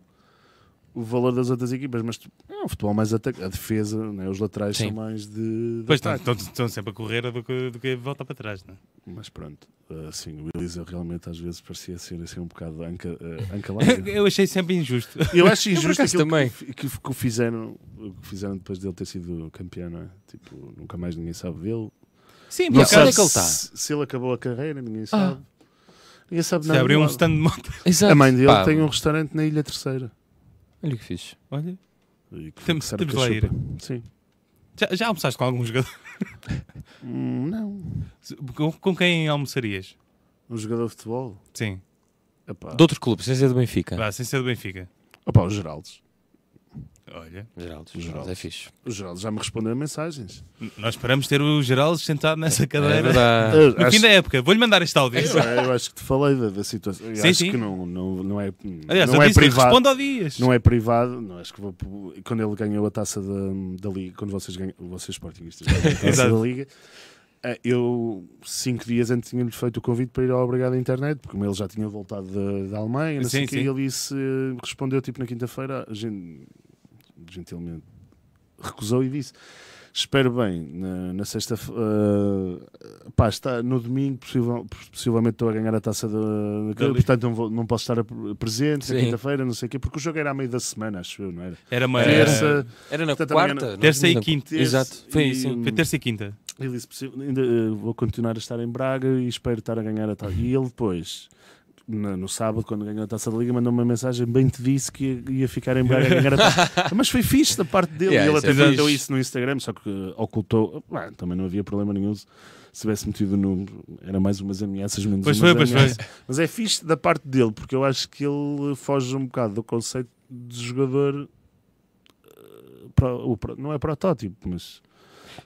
[SPEAKER 3] o valor das outras equipas, mas tu- é um futebol mais ataque. A defesa, né? os laterais
[SPEAKER 2] Sim.
[SPEAKER 3] são mais de, de
[SPEAKER 1] Pois tá. estão,
[SPEAKER 3] ataque.
[SPEAKER 1] estão, estão sempre a correr do que, do que volta para trás, não é?
[SPEAKER 3] Mas pronto, assim, o Eliseu realmente às vezes parecia ser assim um bocado anca, eh, anca
[SPEAKER 1] Eu-
[SPEAKER 3] larga.
[SPEAKER 1] Eu achei sempre injusto.
[SPEAKER 3] Eu acho
[SPEAKER 2] por
[SPEAKER 3] injusto
[SPEAKER 2] acaso
[SPEAKER 3] aquilo
[SPEAKER 2] também.
[SPEAKER 3] Que, que, que o fizeram, o que fizeram depois dele ter sido campeão, não é? Tipo, nunca mais ninguém sabe dele.
[SPEAKER 1] Sim,
[SPEAKER 2] Não
[SPEAKER 1] por acaso...
[SPEAKER 2] é que ele Ah. tá?
[SPEAKER 3] se, se ele acabou a carreira, ninguém sabe. Ninguém sabe
[SPEAKER 1] Se
[SPEAKER 3] nada.
[SPEAKER 1] abriu um
[SPEAKER 3] Lá-
[SPEAKER 1] stand de moto.
[SPEAKER 2] Exato.
[SPEAKER 3] A mãe dele
[SPEAKER 2] Pá,
[SPEAKER 3] tem um restaurante na Ilha Terceira.
[SPEAKER 2] Olha que fixe.
[SPEAKER 1] Olha,
[SPEAKER 3] E que-
[SPEAKER 1] Temos-
[SPEAKER 3] que serve
[SPEAKER 1] temos lá ir.
[SPEAKER 3] cachupa. Sim.
[SPEAKER 1] já, já almoçaste com algum jogador?
[SPEAKER 3] Hum, não.
[SPEAKER 1] Com, com quem almoçarias?
[SPEAKER 3] Um jogador de futebol.
[SPEAKER 1] Sim,
[SPEAKER 3] Epá.
[SPEAKER 2] De outro clube, sem ser do Benfica.
[SPEAKER 1] vá, sem ser do Benfica.
[SPEAKER 3] Opa, o Geraldes.
[SPEAKER 1] Olha,
[SPEAKER 2] Geraldo.
[SPEAKER 3] Geraldo.
[SPEAKER 2] Geraldo é fixe.
[SPEAKER 3] O Geraldes já me respondeu mensagens.
[SPEAKER 1] n- nós esperamos ter o Geraldo sentado nessa
[SPEAKER 2] É
[SPEAKER 1] cadeira
[SPEAKER 2] verdade.
[SPEAKER 3] Eu
[SPEAKER 1] Ah. no
[SPEAKER 3] acho- É.
[SPEAKER 1] fim da época. Vou-lhe mandar este áudio.
[SPEAKER 3] Eu, eu acho que te falei da, da situação. Eu
[SPEAKER 1] Sim,
[SPEAKER 3] acho
[SPEAKER 1] sim.
[SPEAKER 3] que não, não, não é,
[SPEAKER 1] Aliás,
[SPEAKER 3] não
[SPEAKER 1] eu
[SPEAKER 3] é
[SPEAKER 1] disse,
[SPEAKER 3] privado.
[SPEAKER 1] responde ao Dias.
[SPEAKER 3] Não é privado, não, acho que vou, pu- quando ele ganhou a taça da, da Liga, quando vocês ganham, vocês Sportingistas ganham a taça
[SPEAKER 1] Exato.
[SPEAKER 3] da Liga, Ah, Eu, cinco dias antes, tinha-lhe feito o convite para ir ao Obrigado à Internet, porque como ele já tinha voltado da, da Alemanha, não sei
[SPEAKER 1] Sim,
[SPEAKER 3] o quê,
[SPEAKER 1] sim.
[SPEAKER 3] e ele disse, respondeu tipo na quinta-feira, gen- gentilmente recusou e disse: Espero bem, na, na sexta. ah, pá, está no domingo, possivel- possivelmente estou a ganhar a taça da.
[SPEAKER 1] Da Liga.
[SPEAKER 3] Portanto, não, vou- não posso estar a- presente na
[SPEAKER 2] Sim.
[SPEAKER 3] quinta-feira, não sei o quê, porque o jogo era à meia da semana, acho eu, não era?
[SPEAKER 1] Era uma.
[SPEAKER 3] Terça,
[SPEAKER 2] Era na
[SPEAKER 3] Portanto, amanhã
[SPEAKER 2] quarta.
[SPEAKER 3] não-
[SPEAKER 1] Terça e
[SPEAKER 2] não- é?
[SPEAKER 1] quinta.
[SPEAKER 2] Exato. Foi
[SPEAKER 3] E-
[SPEAKER 2] isso. sim.
[SPEAKER 1] Foi terça e quinta.
[SPEAKER 3] Ele disse, "Possi- ainda, eh, vou continuar a estar em Braga e espero estar a ganhar a taça. E ele depois, na- no sábado, quando ganhou a taça da Liga, mandou uma mensagem, bem te disse que ia, ia ficar em Braga a ganhar a taça. Mas foi fixe da parte dele.
[SPEAKER 2] Yeah,
[SPEAKER 3] e ele
[SPEAKER 2] isso
[SPEAKER 3] até
[SPEAKER 2] é fixe.
[SPEAKER 3] mandou isso no Instagram, só que eh, ocultou. Bah, também não havia problema nenhum se se tivesse metido o número. Era mais umas ameaças, menos
[SPEAKER 1] Pois
[SPEAKER 3] umas
[SPEAKER 1] foi, pois foi.
[SPEAKER 3] ameaças. Mas é fixe da parte dele, porque eu acho que ele foge um bocado do conceito de jogador... eh, pro- o pro- não é protótipo, mas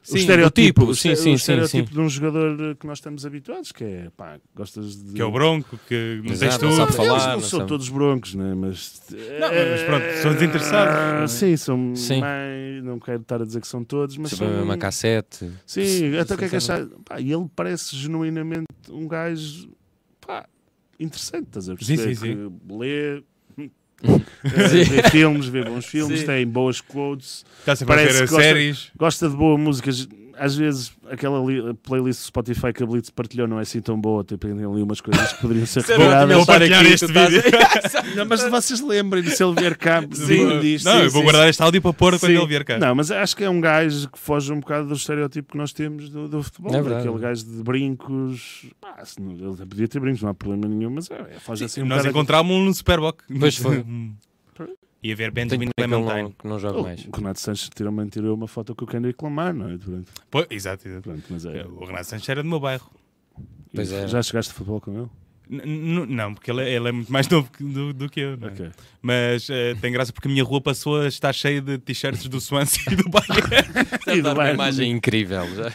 [SPEAKER 2] Sim,
[SPEAKER 3] o estereotipo,
[SPEAKER 2] do
[SPEAKER 3] o
[SPEAKER 2] tipo, sim,
[SPEAKER 3] estere-
[SPEAKER 2] sim,
[SPEAKER 3] o
[SPEAKER 2] sim,
[SPEAKER 3] estereotipo
[SPEAKER 2] sim.
[SPEAKER 3] de um jogador que nós estamos habituados, que é pá, gostas de.
[SPEAKER 1] Que é o bronco, que não tens
[SPEAKER 2] Exato,
[SPEAKER 1] tu.
[SPEAKER 2] não sabe
[SPEAKER 3] Eles
[SPEAKER 2] falar,
[SPEAKER 3] não
[SPEAKER 2] não
[SPEAKER 3] são
[SPEAKER 2] sabe.
[SPEAKER 3] todos broncos, né? mas.
[SPEAKER 1] Não, mas pronto, são desinteressados,
[SPEAKER 3] Ah,
[SPEAKER 1] não é?
[SPEAKER 3] Sim, são.
[SPEAKER 2] Sim. é
[SPEAKER 3] mais- não quero estar a dizer que são todos, mas.
[SPEAKER 2] Sempre
[SPEAKER 3] São...
[SPEAKER 2] a mesma cassete.
[SPEAKER 3] Sim, até o que é que achar. Pá, e ele parece genuinamente um gajo. pá, interessante, estás a
[SPEAKER 1] Sim,
[SPEAKER 3] perceber?
[SPEAKER 1] sim,
[SPEAKER 3] Que lê. eh,
[SPEAKER 2] Sim.
[SPEAKER 3] vê filmes, vê bons filmes,
[SPEAKER 2] Sim.
[SPEAKER 3] tem boas quotes,
[SPEAKER 1] Está sempre a
[SPEAKER 3] Parece
[SPEAKER 1] ver
[SPEAKER 3] que gosta-
[SPEAKER 1] séries.
[SPEAKER 3] gosta de boa música. Às vezes aquela li- playlist do Spotify que a Blitz partilhou não é assim tão boa, tipo, tem ali umas coisas que poderiam ser
[SPEAKER 1] Vou
[SPEAKER 3] reparadas.
[SPEAKER 1] tinha partilhar este vídeo.
[SPEAKER 3] Não, é mas vocês lembrem-me se ele vier cá.
[SPEAKER 1] Sim.
[SPEAKER 3] diz,
[SPEAKER 1] não,
[SPEAKER 3] sim,
[SPEAKER 1] eu vou
[SPEAKER 3] sim,
[SPEAKER 1] guardar este áudio para pôr
[SPEAKER 3] sim.
[SPEAKER 1] quando ele vier cá.
[SPEAKER 3] Não, mas acho que é um gajo que foge um bocado do estereotipo que nós temos do, do futebol.
[SPEAKER 2] É verdade.
[SPEAKER 3] aquele gajo de brincos. Ah, se não- ele podia ter brincos, não há problema nenhum, mas é, foge assim um
[SPEAKER 1] Nós
[SPEAKER 3] bocado.
[SPEAKER 1] encontrámos-lo no Superboc.
[SPEAKER 2] Pois foi.
[SPEAKER 1] Ia ver
[SPEAKER 2] Tenho
[SPEAKER 1] Benjamin
[SPEAKER 2] pena que ele não,
[SPEAKER 1] Clementine.
[SPEAKER 2] que não joga
[SPEAKER 3] Oh,
[SPEAKER 2] mais.
[SPEAKER 3] o Renato Sanches tirou, tirou uma foto que eu quero reclamar, não é? Pronto,
[SPEAKER 1] Pois, exato, exato.
[SPEAKER 3] pronto, mas é,
[SPEAKER 1] O Renato Sanches era do meu bairro.
[SPEAKER 2] Pois é.
[SPEAKER 3] Já chegaste de futebol com ele?
[SPEAKER 1] N- n- Não, porque ele é, ele é muito mais novo que- do, do que eu. não é?
[SPEAKER 3] Ok.
[SPEAKER 1] Mas eh, tem graça porque a minha rua passou a estar cheia de t-shirts do Swansea e do Bayern.
[SPEAKER 3] E do
[SPEAKER 2] Dá uma
[SPEAKER 3] Bayern.
[SPEAKER 2] imagem incrível. já.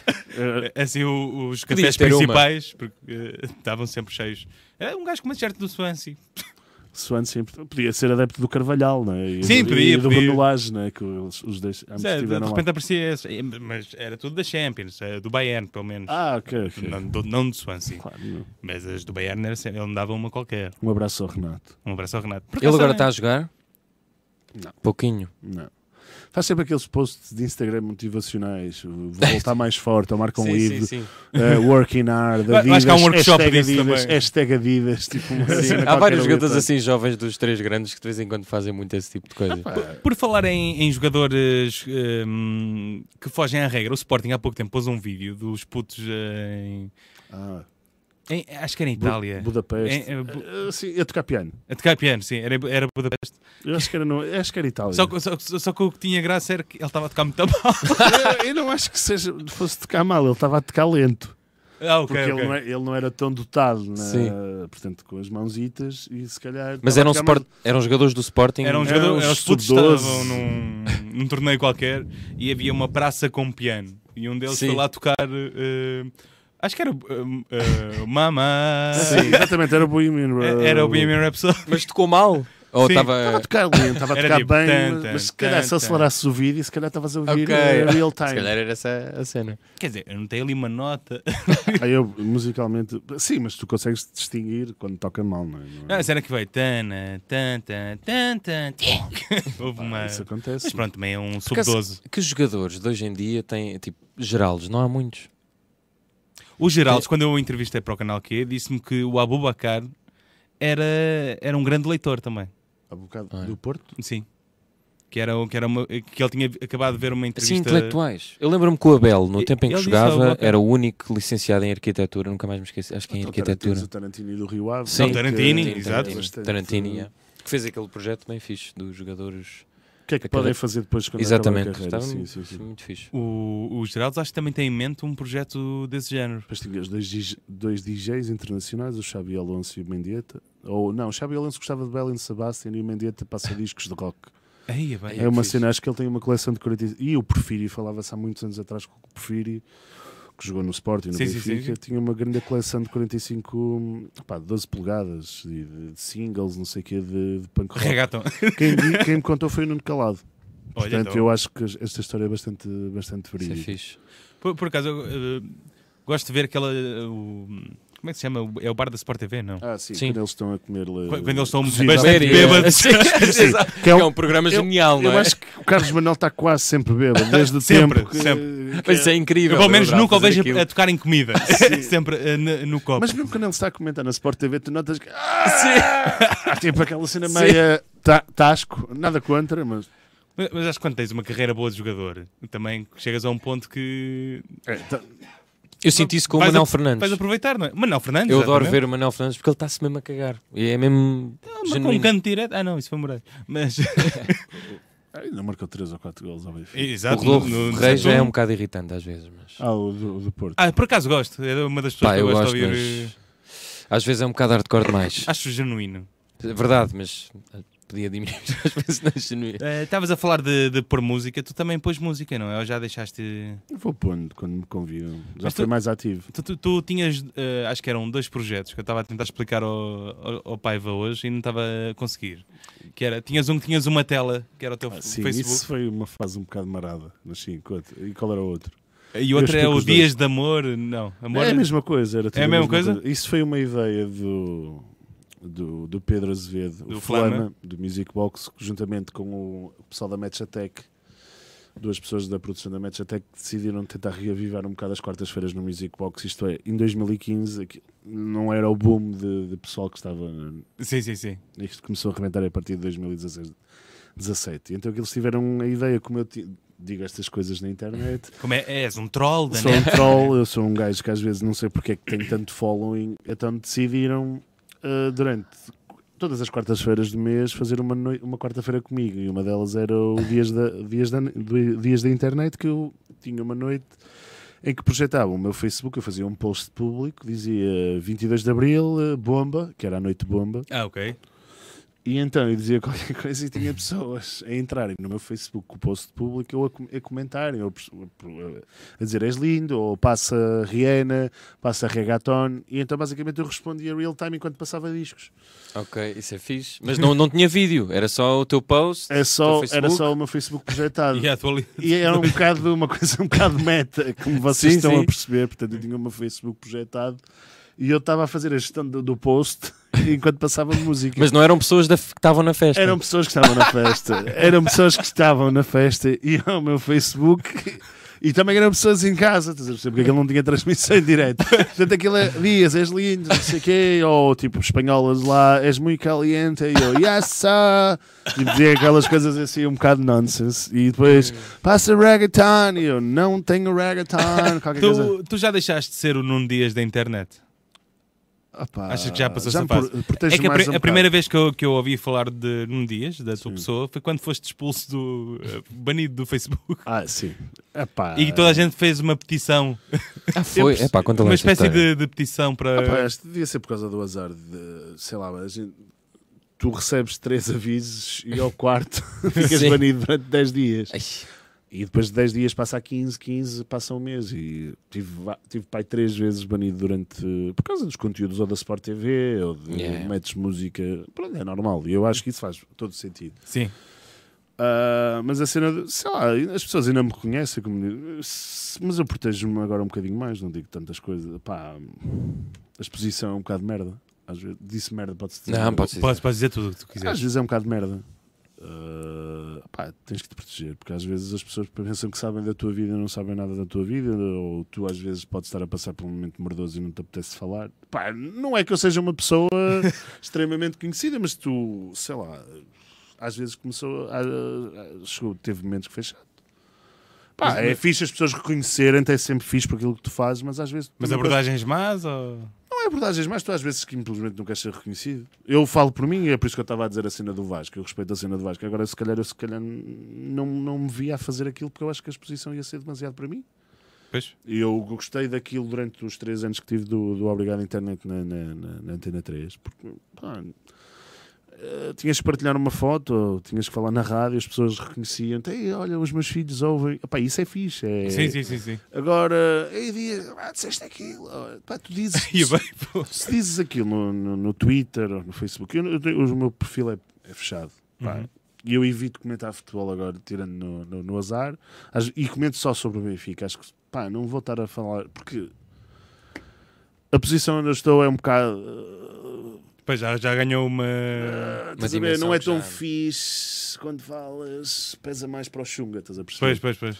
[SPEAKER 3] Eh,
[SPEAKER 1] assim, o- os
[SPEAKER 2] Podias
[SPEAKER 1] cafés
[SPEAKER 2] ter uma.
[SPEAKER 1] principais porque, eh, estavam sempre cheios. Era um gajo com uma t-shirt do Swansea.
[SPEAKER 3] Swan sempre podia ser adepto do Carvalhal, não é? E
[SPEAKER 1] Sim,
[SPEAKER 3] do,
[SPEAKER 1] podia,
[SPEAKER 3] e do
[SPEAKER 1] podia.
[SPEAKER 3] Bandolage, não é? Que os, os dois ambos
[SPEAKER 1] Mas, eh, de, de
[SPEAKER 3] estiveram lá.
[SPEAKER 1] repente aparecia esse. Eh, Mas era tudo da Champions, eh, do Bayern, pelo menos.
[SPEAKER 3] Ah, ok, ok.
[SPEAKER 1] Não, do, não do Swansea.
[SPEAKER 3] Claro, não.
[SPEAKER 1] Mas as do Bayern era sempre, ele me dava uma qualquer.
[SPEAKER 3] Um abraço ao Renato.
[SPEAKER 1] Um abraço ao Renato. Por
[SPEAKER 2] Ele
[SPEAKER 1] acaso
[SPEAKER 2] agora tá- está
[SPEAKER 1] também.
[SPEAKER 2] a jogar?
[SPEAKER 3] Não.
[SPEAKER 2] Pouquinho.
[SPEAKER 3] Não. Faz sempre aqueles posts de Instagram motivacionais. Vou voltar mais forte, eu marco um livro.
[SPEAKER 2] sim.
[SPEAKER 3] eh, working hard,
[SPEAKER 1] Eu acho
[SPEAKER 3] Adidas,
[SPEAKER 1] que há um workshop
[SPEAKER 3] hashtag
[SPEAKER 1] disso
[SPEAKER 3] Adidas,
[SPEAKER 1] também.
[SPEAKER 3] hashtag Adidas, tipo uma cena
[SPEAKER 2] Há
[SPEAKER 3] qualquer
[SPEAKER 2] vários
[SPEAKER 3] ali,
[SPEAKER 2] jogadores
[SPEAKER 3] pá.
[SPEAKER 2] assim jovens dos três grandes que de vez em quando fazem muito esse tipo de coisa.
[SPEAKER 1] Por, por falar em, em jogadores hum, que fogem à regra, o Sporting há pouco tempo pôs um vídeo dos putos eh, em,
[SPEAKER 3] Ah,
[SPEAKER 1] em- Acho que era em
[SPEAKER 3] Bu-
[SPEAKER 1] Itália.
[SPEAKER 3] Budapeste.
[SPEAKER 1] Em- em Bu-
[SPEAKER 3] Eh, sim, eu tocar piano.
[SPEAKER 1] a tocar piano, sim, era, era Budapeste.
[SPEAKER 3] Eu acho que era, no, acho que era Itália.
[SPEAKER 1] Só, que- só, que- só que o que tinha graça era que ele estava a tocar muito mal.
[SPEAKER 3] eu, eu não acho que seja, fosse tocar mal, ele estava a tocar lento.
[SPEAKER 1] Ah, ok,
[SPEAKER 3] Porque ele,
[SPEAKER 1] ok.
[SPEAKER 3] não é- ele não era tão dotado, na-
[SPEAKER 2] Sim.
[SPEAKER 3] portanto, com as mãozitas e se calhar.
[SPEAKER 2] Mas
[SPEAKER 3] estava
[SPEAKER 1] um
[SPEAKER 2] eram,
[SPEAKER 3] a ficar
[SPEAKER 2] sport... eram jogadores do Sporting.
[SPEAKER 1] Era um
[SPEAKER 3] Era
[SPEAKER 1] jogador,
[SPEAKER 3] uns
[SPEAKER 1] eram os putos que
[SPEAKER 3] sub-doze.
[SPEAKER 1] estavam num, num torneio qualquer e havia uma praça com piano. E um deles
[SPEAKER 2] Sim.
[SPEAKER 1] foi lá tocar. eh, acho que era eh, eh, Mama.
[SPEAKER 3] mais- Sim, exatamente, era o Bohemian Rhapsody.
[SPEAKER 1] É, Era o Bohemian Rhapsody.
[SPEAKER 2] Mas tocou mal? Ou
[SPEAKER 1] Sim.
[SPEAKER 3] Estava a
[SPEAKER 2] estava.
[SPEAKER 3] tocar lento, estava a
[SPEAKER 1] Era
[SPEAKER 3] tocar
[SPEAKER 1] tipo,
[SPEAKER 3] bem,
[SPEAKER 1] tan,
[SPEAKER 3] mas-
[SPEAKER 1] tan,
[SPEAKER 3] mas se calhar
[SPEAKER 1] tan,
[SPEAKER 3] se acelerasse o vídeo, se calhar estavas a ouvir
[SPEAKER 2] Ok.
[SPEAKER 3] eh, real
[SPEAKER 2] Se
[SPEAKER 3] time.
[SPEAKER 2] calhar era essa a cena.
[SPEAKER 1] Quer dizer, eu não tenho ali uma nota.
[SPEAKER 3] Aí eu, musicalmente, sim, mas tu consegues distinguir quando toca mal, não é? Não
[SPEAKER 1] Não,
[SPEAKER 3] é?
[SPEAKER 1] Ah, será que vai? Tana, tan, tan, tan, tan, tan. Houve uma.
[SPEAKER 3] Isso
[SPEAKER 1] Mas
[SPEAKER 3] acontece.
[SPEAKER 1] pronto, também é um
[SPEAKER 2] acaso-
[SPEAKER 1] sub-12.
[SPEAKER 2] Que jogadores de hoje em dia têm, tipo, Geraldos? Não há muitos.
[SPEAKER 1] O Geraldo, quando eu o entrevistei para o canal Q, disse-me que o Abubacar era, era um grande leitor também.
[SPEAKER 3] Há bocado
[SPEAKER 2] Ah, é.
[SPEAKER 3] do Porto.
[SPEAKER 1] Sim. Que, era, um- que, era uma- que ele tinha acabado de ver uma
[SPEAKER 2] Assim,
[SPEAKER 1] entrevista.
[SPEAKER 2] intelectuais. Eu lembro-me que o Abel, no
[SPEAKER 1] E-
[SPEAKER 2] tempo em que
[SPEAKER 1] ele disse ao
[SPEAKER 2] jogava,
[SPEAKER 1] Boca-
[SPEAKER 2] era o único licenciado em arquitetura. Nunca mais me esqueci. Acho que em
[SPEAKER 3] Então, tens
[SPEAKER 2] arquitetura.
[SPEAKER 3] o Tarantini do Rio Ave.
[SPEAKER 2] Sim.
[SPEAKER 3] que-
[SPEAKER 1] Tarantini,
[SPEAKER 2] Tarantino,
[SPEAKER 1] exato.
[SPEAKER 2] Tarantino,
[SPEAKER 3] Bastante-
[SPEAKER 2] Tarantino, é. yeah. Que fez aquele projeto bem fixe dos jogadores.
[SPEAKER 3] O que é que
[SPEAKER 2] Aquela-
[SPEAKER 3] podem fazer depois quando
[SPEAKER 2] Exatamente. então,
[SPEAKER 3] acabar a carreira?
[SPEAKER 2] Estava
[SPEAKER 3] Sim,
[SPEAKER 2] muito,
[SPEAKER 3] sim, sim.
[SPEAKER 2] muito fixe.
[SPEAKER 1] O, o Geraldo acho que também tem em mente um projeto desse género.
[SPEAKER 3] Depois tinha os dois, DJ dois DJs internacionais, o Xabi Alonso e o Mendieta. Ou não, o Xabi Alonso gostava de Belen Sebastian e o Mendieta passa discos de rock.
[SPEAKER 1] Aí, é bem.
[SPEAKER 3] é uma
[SPEAKER 1] fixe.
[SPEAKER 3] cena, acho que ele tem uma coleção de 40. E o Porfírio, falava-se há muitos anos atrás que o Porfírio, que jogou no Sporting, no
[SPEAKER 1] Sim, sim,
[SPEAKER 3] Benfica,
[SPEAKER 1] sim, sim.
[SPEAKER 3] tinha uma grande coleção de 45, pá, 12 polegadas, de, de- de singles, não sei o quê, de, de punk rock.
[SPEAKER 1] Regatão.
[SPEAKER 3] Quem, di- quem me contou foi o Nuno Calado.
[SPEAKER 1] Olha,
[SPEAKER 3] Portanto,
[SPEAKER 1] então.
[SPEAKER 3] eu acho que esta história é bastante, bastante
[SPEAKER 2] Isso é
[SPEAKER 3] verídica.
[SPEAKER 2] fixe.
[SPEAKER 1] Por, por acaso, eu, eh, Gosto de ver aquela. eh, o- como é que se chama? É o bar da Sport TV, não?
[SPEAKER 3] Ah, sim,
[SPEAKER 2] Sim.
[SPEAKER 3] quando eles estão a comer. le-
[SPEAKER 1] Quando eles estão
[SPEAKER 3] cozido.
[SPEAKER 1] bastante
[SPEAKER 2] Maria.
[SPEAKER 1] bêbados.
[SPEAKER 2] Sim,
[SPEAKER 3] Sim,
[SPEAKER 2] exato.
[SPEAKER 3] que é um-
[SPEAKER 2] É um programa genial,
[SPEAKER 3] Eu
[SPEAKER 2] não é?
[SPEAKER 3] acho que o Carlos Manuel está quase sempre bêbado, desde o
[SPEAKER 1] Sempre,
[SPEAKER 3] tempo. que-
[SPEAKER 1] sempre.
[SPEAKER 3] que-
[SPEAKER 2] Mas isso é incrível.
[SPEAKER 1] Eu, pelo menos,
[SPEAKER 2] adorava
[SPEAKER 1] nunca o
[SPEAKER 2] fazer
[SPEAKER 1] vejo
[SPEAKER 2] aquilo.
[SPEAKER 1] a tocar em comida. Sempre eh, no, no copo.
[SPEAKER 3] Mas mesmo quando ele está a comentar na Sport TV, tu notas que. Ah,
[SPEAKER 2] Sim.
[SPEAKER 3] tipo aquela cena
[SPEAKER 2] Sim.
[SPEAKER 3] meia ta- tasco, nada contra, mas.
[SPEAKER 1] Mas, mas acho que quando tens uma carreira boa de jogador, também chegas a um ponto que.
[SPEAKER 3] É, tá-
[SPEAKER 2] Eu senti isso com o
[SPEAKER 1] vais
[SPEAKER 2] Manuel
[SPEAKER 1] a- Vais
[SPEAKER 2] Fernandes.
[SPEAKER 1] aproveitar, não é? Manuel Fernandes.
[SPEAKER 2] Eu adoro
[SPEAKER 1] exatamente.
[SPEAKER 2] ver o Manuel Fernandes porque ele está-se mesmo a cagar. E é mesmo.
[SPEAKER 1] Mas com um
[SPEAKER 2] genuíno.
[SPEAKER 1] canto direto. Ah, não, isso foi Moreira. Mas.
[SPEAKER 3] Ainda marcou 3 ou 4 gols ao Benfica.
[SPEAKER 2] O
[SPEAKER 1] Exato.
[SPEAKER 2] Rodolfo
[SPEAKER 1] no- no-
[SPEAKER 2] Rei já é
[SPEAKER 1] Setúbal.
[SPEAKER 2] um bocado irritante às vezes, mas.
[SPEAKER 3] Ah, o do, do Porto.
[SPEAKER 1] Ah, por acaso gosto. É uma das pessoas
[SPEAKER 2] Pá,
[SPEAKER 1] que eu
[SPEAKER 2] eu
[SPEAKER 1] gosto de
[SPEAKER 2] gosto,
[SPEAKER 1] ouvir.
[SPEAKER 2] mas. Às vezes é um bocado hardcore demais.
[SPEAKER 1] eh, Acho genuíno.
[SPEAKER 2] É verdade, mas eh, podia diminuir às vezes na genuína.
[SPEAKER 1] Eh, Estavas a falar de, de pôr música, tu também pôs música, não é? Ou já deixaste.
[SPEAKER 3] Eu vou pondo quando me convidam. Já
[SPEAKER 1] Mas
[SPEAKER 3] foi
[SPEAKER 1] tu-
[SPEAKER 3] mais ativo.
[SPEAKER 1] Tu, tu- tu tinhas, eh, acho que eram dois projetos que eu estava a tentar explicar ao, ao, ao Paiva hoje e não estava a conseguir. Que era, tinhas um que tinhas uma tela, que era o teu
[SPEAKER 3] Ah,
[SPEAKER 1] f-
[SPEAKER 3] sim,
[SPEAKER 1] Facebook,
[SPEAKER 3] isso foi uma fase um bocado marada. Mas sim, conta. E qual era o outro?
[SPEAKER 1] e o outro é
[SPEAKER 3] explico
[SPEAKER 1] o
[SPEAKER 3] os dois.
[SPEAKER 1] Dias de Amor, não, Amor
[SPEAKER 3] É a mesma coisa. Era tudo
[SPEAKER 1] É a mesma coisa?
[SPEAKER 3] Isso foi uma ideia do, do, do Pedro Azevedo,
[SPEAKER 1] Do
[SPEAKER 3] o Flama,
[SPEAKER 1] Flama.
[SPEAKER 3] do Music Box, juntamente com o pessoal da Match Attack. Duas pessoas da produção da Match Attack decidiram tentar reavivar um bocado as quartas-feiras no Music Box. Isto é, em 2015 aquilo não era o boom de, de pessoal que estava. na-
[SPEAKER 1] Sim, sim, sim.
[SPEAKER 3] Isto começou a reventar a partir de 2016, 17. Então eles tiveram a ideia, como eu ti- digo estas coisas na internet,
[SPEAKER 1] Como é, és um troll da
[SPEAKER 3] sou um
[SPEAKER 1] net.
[SPEAKER 3] troll, eu sou um gajo que às vezes não sei porque é que tem tanto following, então decidiram ah, durante todas as quartas-feiras do mês fazer uma, noi- uma quarta-feira comigo e uma delas era o dias da, dias, da, do- dias da Internet que eu tinha uma noite em que projetava o meu Facebook, eu fazia um post público, dizia 22 de Abril, ah, bomba, que era a noite bomba,
[SPEAKER 1] Ah, ok.
[SPEAKER 3] e então eu dizia qualquer coisa e tinha pessoas a entrarem no meu Facebook com o post público ou a, com- a comentarem, ou a- a dizer és lindo, ou passa Rihanna, passa reggaeton. E então basicamente eu respondia real time enquanto passava discos.
[SPEAKER 2] Ok, isso é fixe. Mas não, não tinha vídeo, era só o teu post.
[SPEAKER 3] É só,
[SPEAKER 2] Do Facebook?
[SPEAKER 3] era só o meu Facebook projetado.
[SPEAKER 1] E é a atuali-
[SPEAKER 3] E era um bocado uma coisa um bocado meta, como vocês
[SPEAKER 2] Sim,
[SPEAKER 3] estão
[SPEAKER 2] sim.
[SPEAKER 3] a perceber. Portanto, eu tinha o meu Facebook projetado e eu estava a fazer a gestão do, do post enquanto passava música.
[SPEAKER 2] Mas não eram pessoas da f- que estavam na festa.
[SPEAKER 3] Eram pessoas que estavam na festa. Eram pessoas que estavam na festa e ao meu Facebook. E também eram pessoas em casa, estás a perceber? Porque aquilo não tinha transmissão em direto. Portanto, aquilo é Dias, és lindo, não sei o quê, ou tipo espanholas lá, és muito caliente, e eu, yassa! E dizia aquelas coisas assim, um bocado nonsense. E depois, passa reggaeton, e eu, não tenho reggaeton, qualquer coisa.
[SPEAKER 1] Tu, tu já deixaste de ser o Nuno Dias da internet?
[SPEAKER 3] Opa,
[SPEAKER 1] achas que já passou essa
[SPEAKER 3] me
[SPEAKER 1] fase?
[SPEAKER 3] pro- protejo
[SPEAKER 1] é que a,
[SPEAKER 3] mais
[SPEAKER 1] pri-
[SPEAKER 3] um
[SPEAKER 1] a primeira
[SPEAKER 3] bocado.
[SPEAKER 1] vez que eu, que eu ouvi falar de Nuno Dias, da tua
[SPEAKER 3] Sim.
[SPEAKER 1] pessoa, foi quando foste expulso do. eh, banido do Facebook.
[SPEAKER 3] Ah, sim. Epá.
[SPEAKER 1] E toda a gente fez uma petição,
[SPEAKER 2] Ah, foi.
[SPEAKER 3] percebi.
[SPEAKER 2] É pá, conta lá
[SPEAKER 1] uma
[SPEAKER 2] essa
[SPEAKER 1] espécie de,
[SPEAKER 2] história.
[SPEAKER 1] de petição para.
[SPEAKER 3] Ah,
[SPEAKER 2] É.
[SPEAKER 3] pá, acho que devia ser por causa do azar de, sei lá, mas a gente- tu recebes três avisos e ao quarto ficas
[SPEAKER 2] Sim.
[SPEAKER 3] banido durante 10 dias.
[SPEAKER 2] Ai,
[SPEAKER 3] E depois de 10 dias passa a 15, 15, passa um mês. E tive, va- tive pai três vezes banido durante. por causa dos conteúdos ou da Sport TV ou de
[SPEAKER 2] Yeah.
[SPEAKER 3] metes música. Pronto, é normal. E eu acho que isso faz todo sentido.
[SPEAKER 1] Sim.
[SPEAKER 3] Ah, mas a cena, de, sei lá, as pessoas ainda me reconhecem, como- se- mas eu protejo-me agora um bocadinho mais, não digo tantas coisas. Pá, a exposição é um bocado de merda. Às vezes, disse merda, pode-se dizer.
[SPEAKER 2] Não, pode ser.
[SPEAKER 1] Podes, podes dizer tudo o que tu
[SPEAKER 3] Às
[SPEAKER 1] quiseres.
[SPEAKER 3] vezes é um bocado de merda. Ah, pá, tens que te proteger, porque às vezes as pessoas pensam que sabem da tua vida e não sabem nada da tua vida, ou tu às vezes podes estar a passar por um momento mordoso e não te apetece falar. Pá, não é que eu seja uma pessoa extremamente conhecida, mas tu, sei lá, às vezes começou a, a- chegou, teve momentos que foi chato. Pá,
[SPEAKER 1] Mas-
[SPEAKER 3] é fixe as pessoas reconhecerem, é sempre fixe por aquilo que tu fazes, mas às vezes
[SPEAKER 1] Mas
[SPEAKER 3] também
[SPEAKER 1] abordagens más ou.
[SPEAKER 3] não é abordagens mais, tu às vezes que simplesmente não queres ser reconhecido. Eu falo por mim, e é por isso que eu estava a dizer a cena do Vasco, eu respeito a cena do Vasco. Agora, se calhar, eu se calhar não, não me via a fazer aquilo porque eu acho que a exposição ia ser demasiado para mim.
[SPEAKER 1] Pois?
[SPEAKER 3] E eu gostei daquilo durante os três anos que tive do, do Obrigado Internet na, na, na- na Antena 3, porque pá, eh, tinhas que partilhar uma foto, ou tinhas que falar na rádio, as pessoas reconheciam, Então, Ei, olha, os meus filhos ouvem. Epá, isso é fixe. É...
[SPEAKER 1] Sim, sim, sim, sim.
[SPEAKER 3] Agora, ei, dias, ah, disseste aquilo, Pá, tu dizes.
[SPEAKER 1] E bem, pô.
[SPEAKER 3] Se dizes aquilo no, no- no Twitter ou no Facebook, eu, eu tenho- o meu perfil é, é fechado. pá.
[SPEAKER 1] Uhum.
[SPEAKER 3] E eu evito comentar futebol agora, tirando no, no- no azar. Às- e comento só sobre o Benfica. Acho que pá, não vou estar a falar. Porque a posição onde eu estou é um bocado.
[SPEAKER 1] Pois já, já ganhou É, uma.
[SPEAKER 3] ah, estás
[SPEAKER 2] Mas
[SPEAKER 3] a ver,
[SPEAKER 2] dimensão
[SPEAKER 3] não é
[SPEAKER 2] que
[SPEAKER 3] tão
[SPEAKER 2] já-
[SPEAKER 3] fixe quando falas, pesa mais para o Xunga, estás a perceber?
[SPEAKER 1] Pois, pois, pois.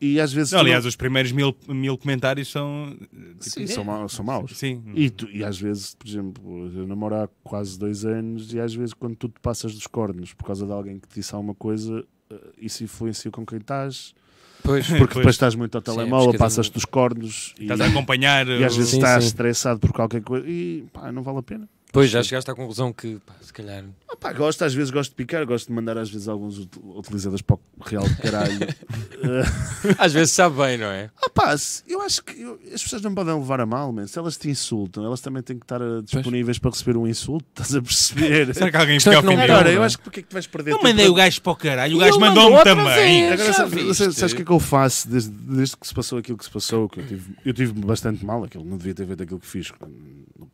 [SPEAKER 3] E às vezes.
[SPEAKER 1] Não,
[SPEAKER 3] tu
[SPEAKER 1] aliás,
[SPEAKER 3] não-
[SPEAKER 1] os primeiros mil, mil comentários são. tipo,
[SPEAKER 3] Sim, são, ma- são maus.
[SPEAKER 1] Sim.
[SPEAKER 3] E, tu- e às vezes, por exemplo, eu namoro há quase dois anos e às vezes quando tu te passas dos cornos por causa de alguém que te disse alguma coisa, eh, isso influencia com quem estás.
[SPEAKER 2] Pois,
[SPEAKER 1] Pois.
[SPEAKER 3] Porque depois estás muito ao
[SPEAKER 2] Sim, é
[SPEAKER 3] telemóvel,
[SPEAKER 2] pesquisa
[SPEAKER 3] passas
[SPEAKER 2] muito.
[SPEAKER 3] dos cornos e,
[SPEAKER 1] Estás a acompanhar.
[SPEAKER 3] e às
[SPEAKER 1] o-
[SPEAKER 3] vezes
[SPEAKER 2] Sim,
[SPEAKER 3] estás
[SPEAKER 2] sim.
[SPEAKER 3] estressado por qualquer coisa e pá, não vale a pena.
[SPEAKER 2] pois já chegaste à conclusão que, pá, se calhar.
[SPEAKER 3] Ah, pá, gosto, às vezes gosto de picar, gosto de mandar às vezes alguns ut- utilizadores para o real de caralho. Eh,
[SPEAKER 2] Às vezes sabe bem, não é?
[SPEAKER 3] ah, pá, se- eu acho que eu- as pessoas não podem levar a mal, man. se elas te insultam, elas também têm que estar eh, disponíveis para receber um insulto, estás a perceber?
[SPEAKER 1] Será que alguém
[SPEAKER 2] Questão
[SPEAKER 1] fica
[SPEAKER 2] é que não
[SPEAKER 1] ofendido?
[SPEAKER 2] dá,
[SPEAKER 3] Agora,
[SPEAKER 2] não
[SPEAKER 3] eu
[SPEAKER 2] é?
[SPEAKER 3] acho que porque é que tu vais perder
[SPEAKER 1] Eu
[SPEAKER 3] tempo
[SPEAKER 1] mandei
[SPEAKER 3] a-
[SPEAKER 1] o gajo para o caralho, o gajo
[SPEAKER 2] Ele
[SPEAKER 1] mandou-me
[SPEAKER 2] mandou outra
[SPEAKER 1] também.
[SPEAKER 2] vez.
[SPEAKER 3] Agora,
[SPEAKER 2] Já
[SPEAKER 3] sabe-
[SPEAKER 2] viste?
[SPEAKER 3] sabe- sabes o que é que eu faço desde, desde que se passou aquilo que se passou? Que eu, tive, eu tive bastante mal, aquilo, não devia ter feito aquilo que fiz com-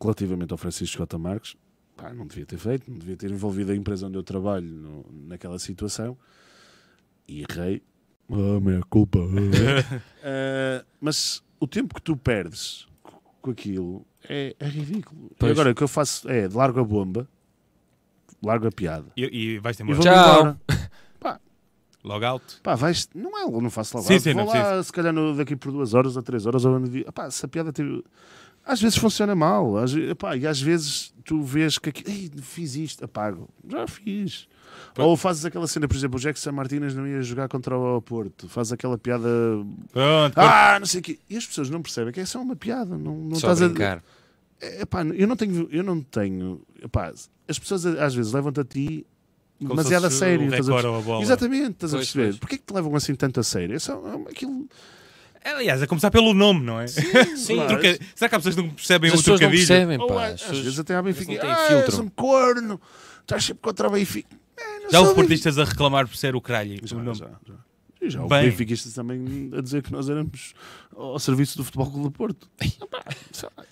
[SPEAKER 3] relativamente ao Francisco J. Marques. Pá, não devia ter feito, não devia ter envolvido a empresa onde eu trabalho no- naquela situação. E errei. Ah, minha culpa. Ah, mas o tempo que tu perdes co- com aquilo é, é ridículo. E
[SPEAKER 2] Pois.
[SPEAKER 3] agora o que eu faço é largo a bomba, largo a piada.
[SPEAKER 1] E, e vais-te
[SPEAKER 3] E
[SPEAKER 1] embora.
[SPEAKER 3] vou-me
[SPEAKER 2] Tchau.
[SPEAKER 3] embora.
[SPEAKER 1] Logo alto.
[SPEAKER 3] Pá, vais. Não é, eu não faço lavado.
[SPEAKER 1] Sim, sim,
[SPEAKER 3] Vou
[SPEAKER 1] não
[SPEAKER 3] lá, se calhar, no- daqui por duas horas ou três horas, ou no dia. Pá, se a piada teve. Às vezes funciona mal. Às, ve- pá, e às vezes tu vês que aqui. Ei, fiz isto, apago. Já fiz.
[SPEAKER 1] Pá.
[SPEAKER 3] Ou fazes aquela cena, por exemplo, o Jackson Martínez não ia jogar contra o Porto. Faz aquela piada.
[SPEAKER 1] Pronto,
[SPEAKER 3] Ah, não sei o quê. E as pessoas não percebem que é só uma piada. Não, não
[SPEAKER 2] Só
[SPEAKER 3] estás a.
[SPEAKER 2] brincar.
[SPEAKER 3] É, pá, eu não tenho. Eu não tenho epá, as pessoas às vezes levam-te a ti
[SPEAKER 1] como
[SPEAKER 3] demasiado
[SPEAKER 1] se
[SPEAKER 3] a
[SPEAKER 1] fosse
[SPEAKER 3] sério.
[SPEAKER 1] o
[SPEAKER 3] estás a
[SPEAKER 1] recorde ou a bola.
[SPEAKER 3] Exatamente,
[SPEAKER 2] Pois,
[SPEAKER 3] estás a perceber?
[SPEAKER 2] pois.
[SPEAKER 3] Porquê que te levam assim tanto a sério? É só é aquilo.
[SPEAKER 1] É, Aliás, a começar pelo nome, não é?
[SPEAKER 2] Sim,
[SPEAKER 3] claro.
[SPEAKER 1] Troca- Será que há pessoas que não percebem o
[SPEAKER 2] Mas as pessoas não
[SPEAKER 1] trocadilho?
[SPEAKER 2] percebem,
[SPEAKER 3] Ou, é,
[SPEAKER 2] pá.
[SPEAKER 3] às,
[SPEAKER 2] As pessoas-
[SPEAKER 3] vezes até há Benfica.
[SPEAKER 2] não têm
[SPEAKER 3] Ah,
[SPEAKER 2] filtro."
[SPEAKER 3] és um corno, estás sempre contra Benfica. É, não
[SPEAKER 1] Já
[SPEAKER 3] sou
[SPEAKER 1] houve portistas a reclamar por ser o cralho.
[SPEAKER 3] Benfica.
[SPEAKER 1] o nome.
[SPEAKER 3] Já, já, já. E já houve
[SPEAKER 1] Bem.
[SPEAKER 3] benfiquistas também a dizer que nós éramos ao serviço do Futebol Clube do Porto. Epá, sei lá.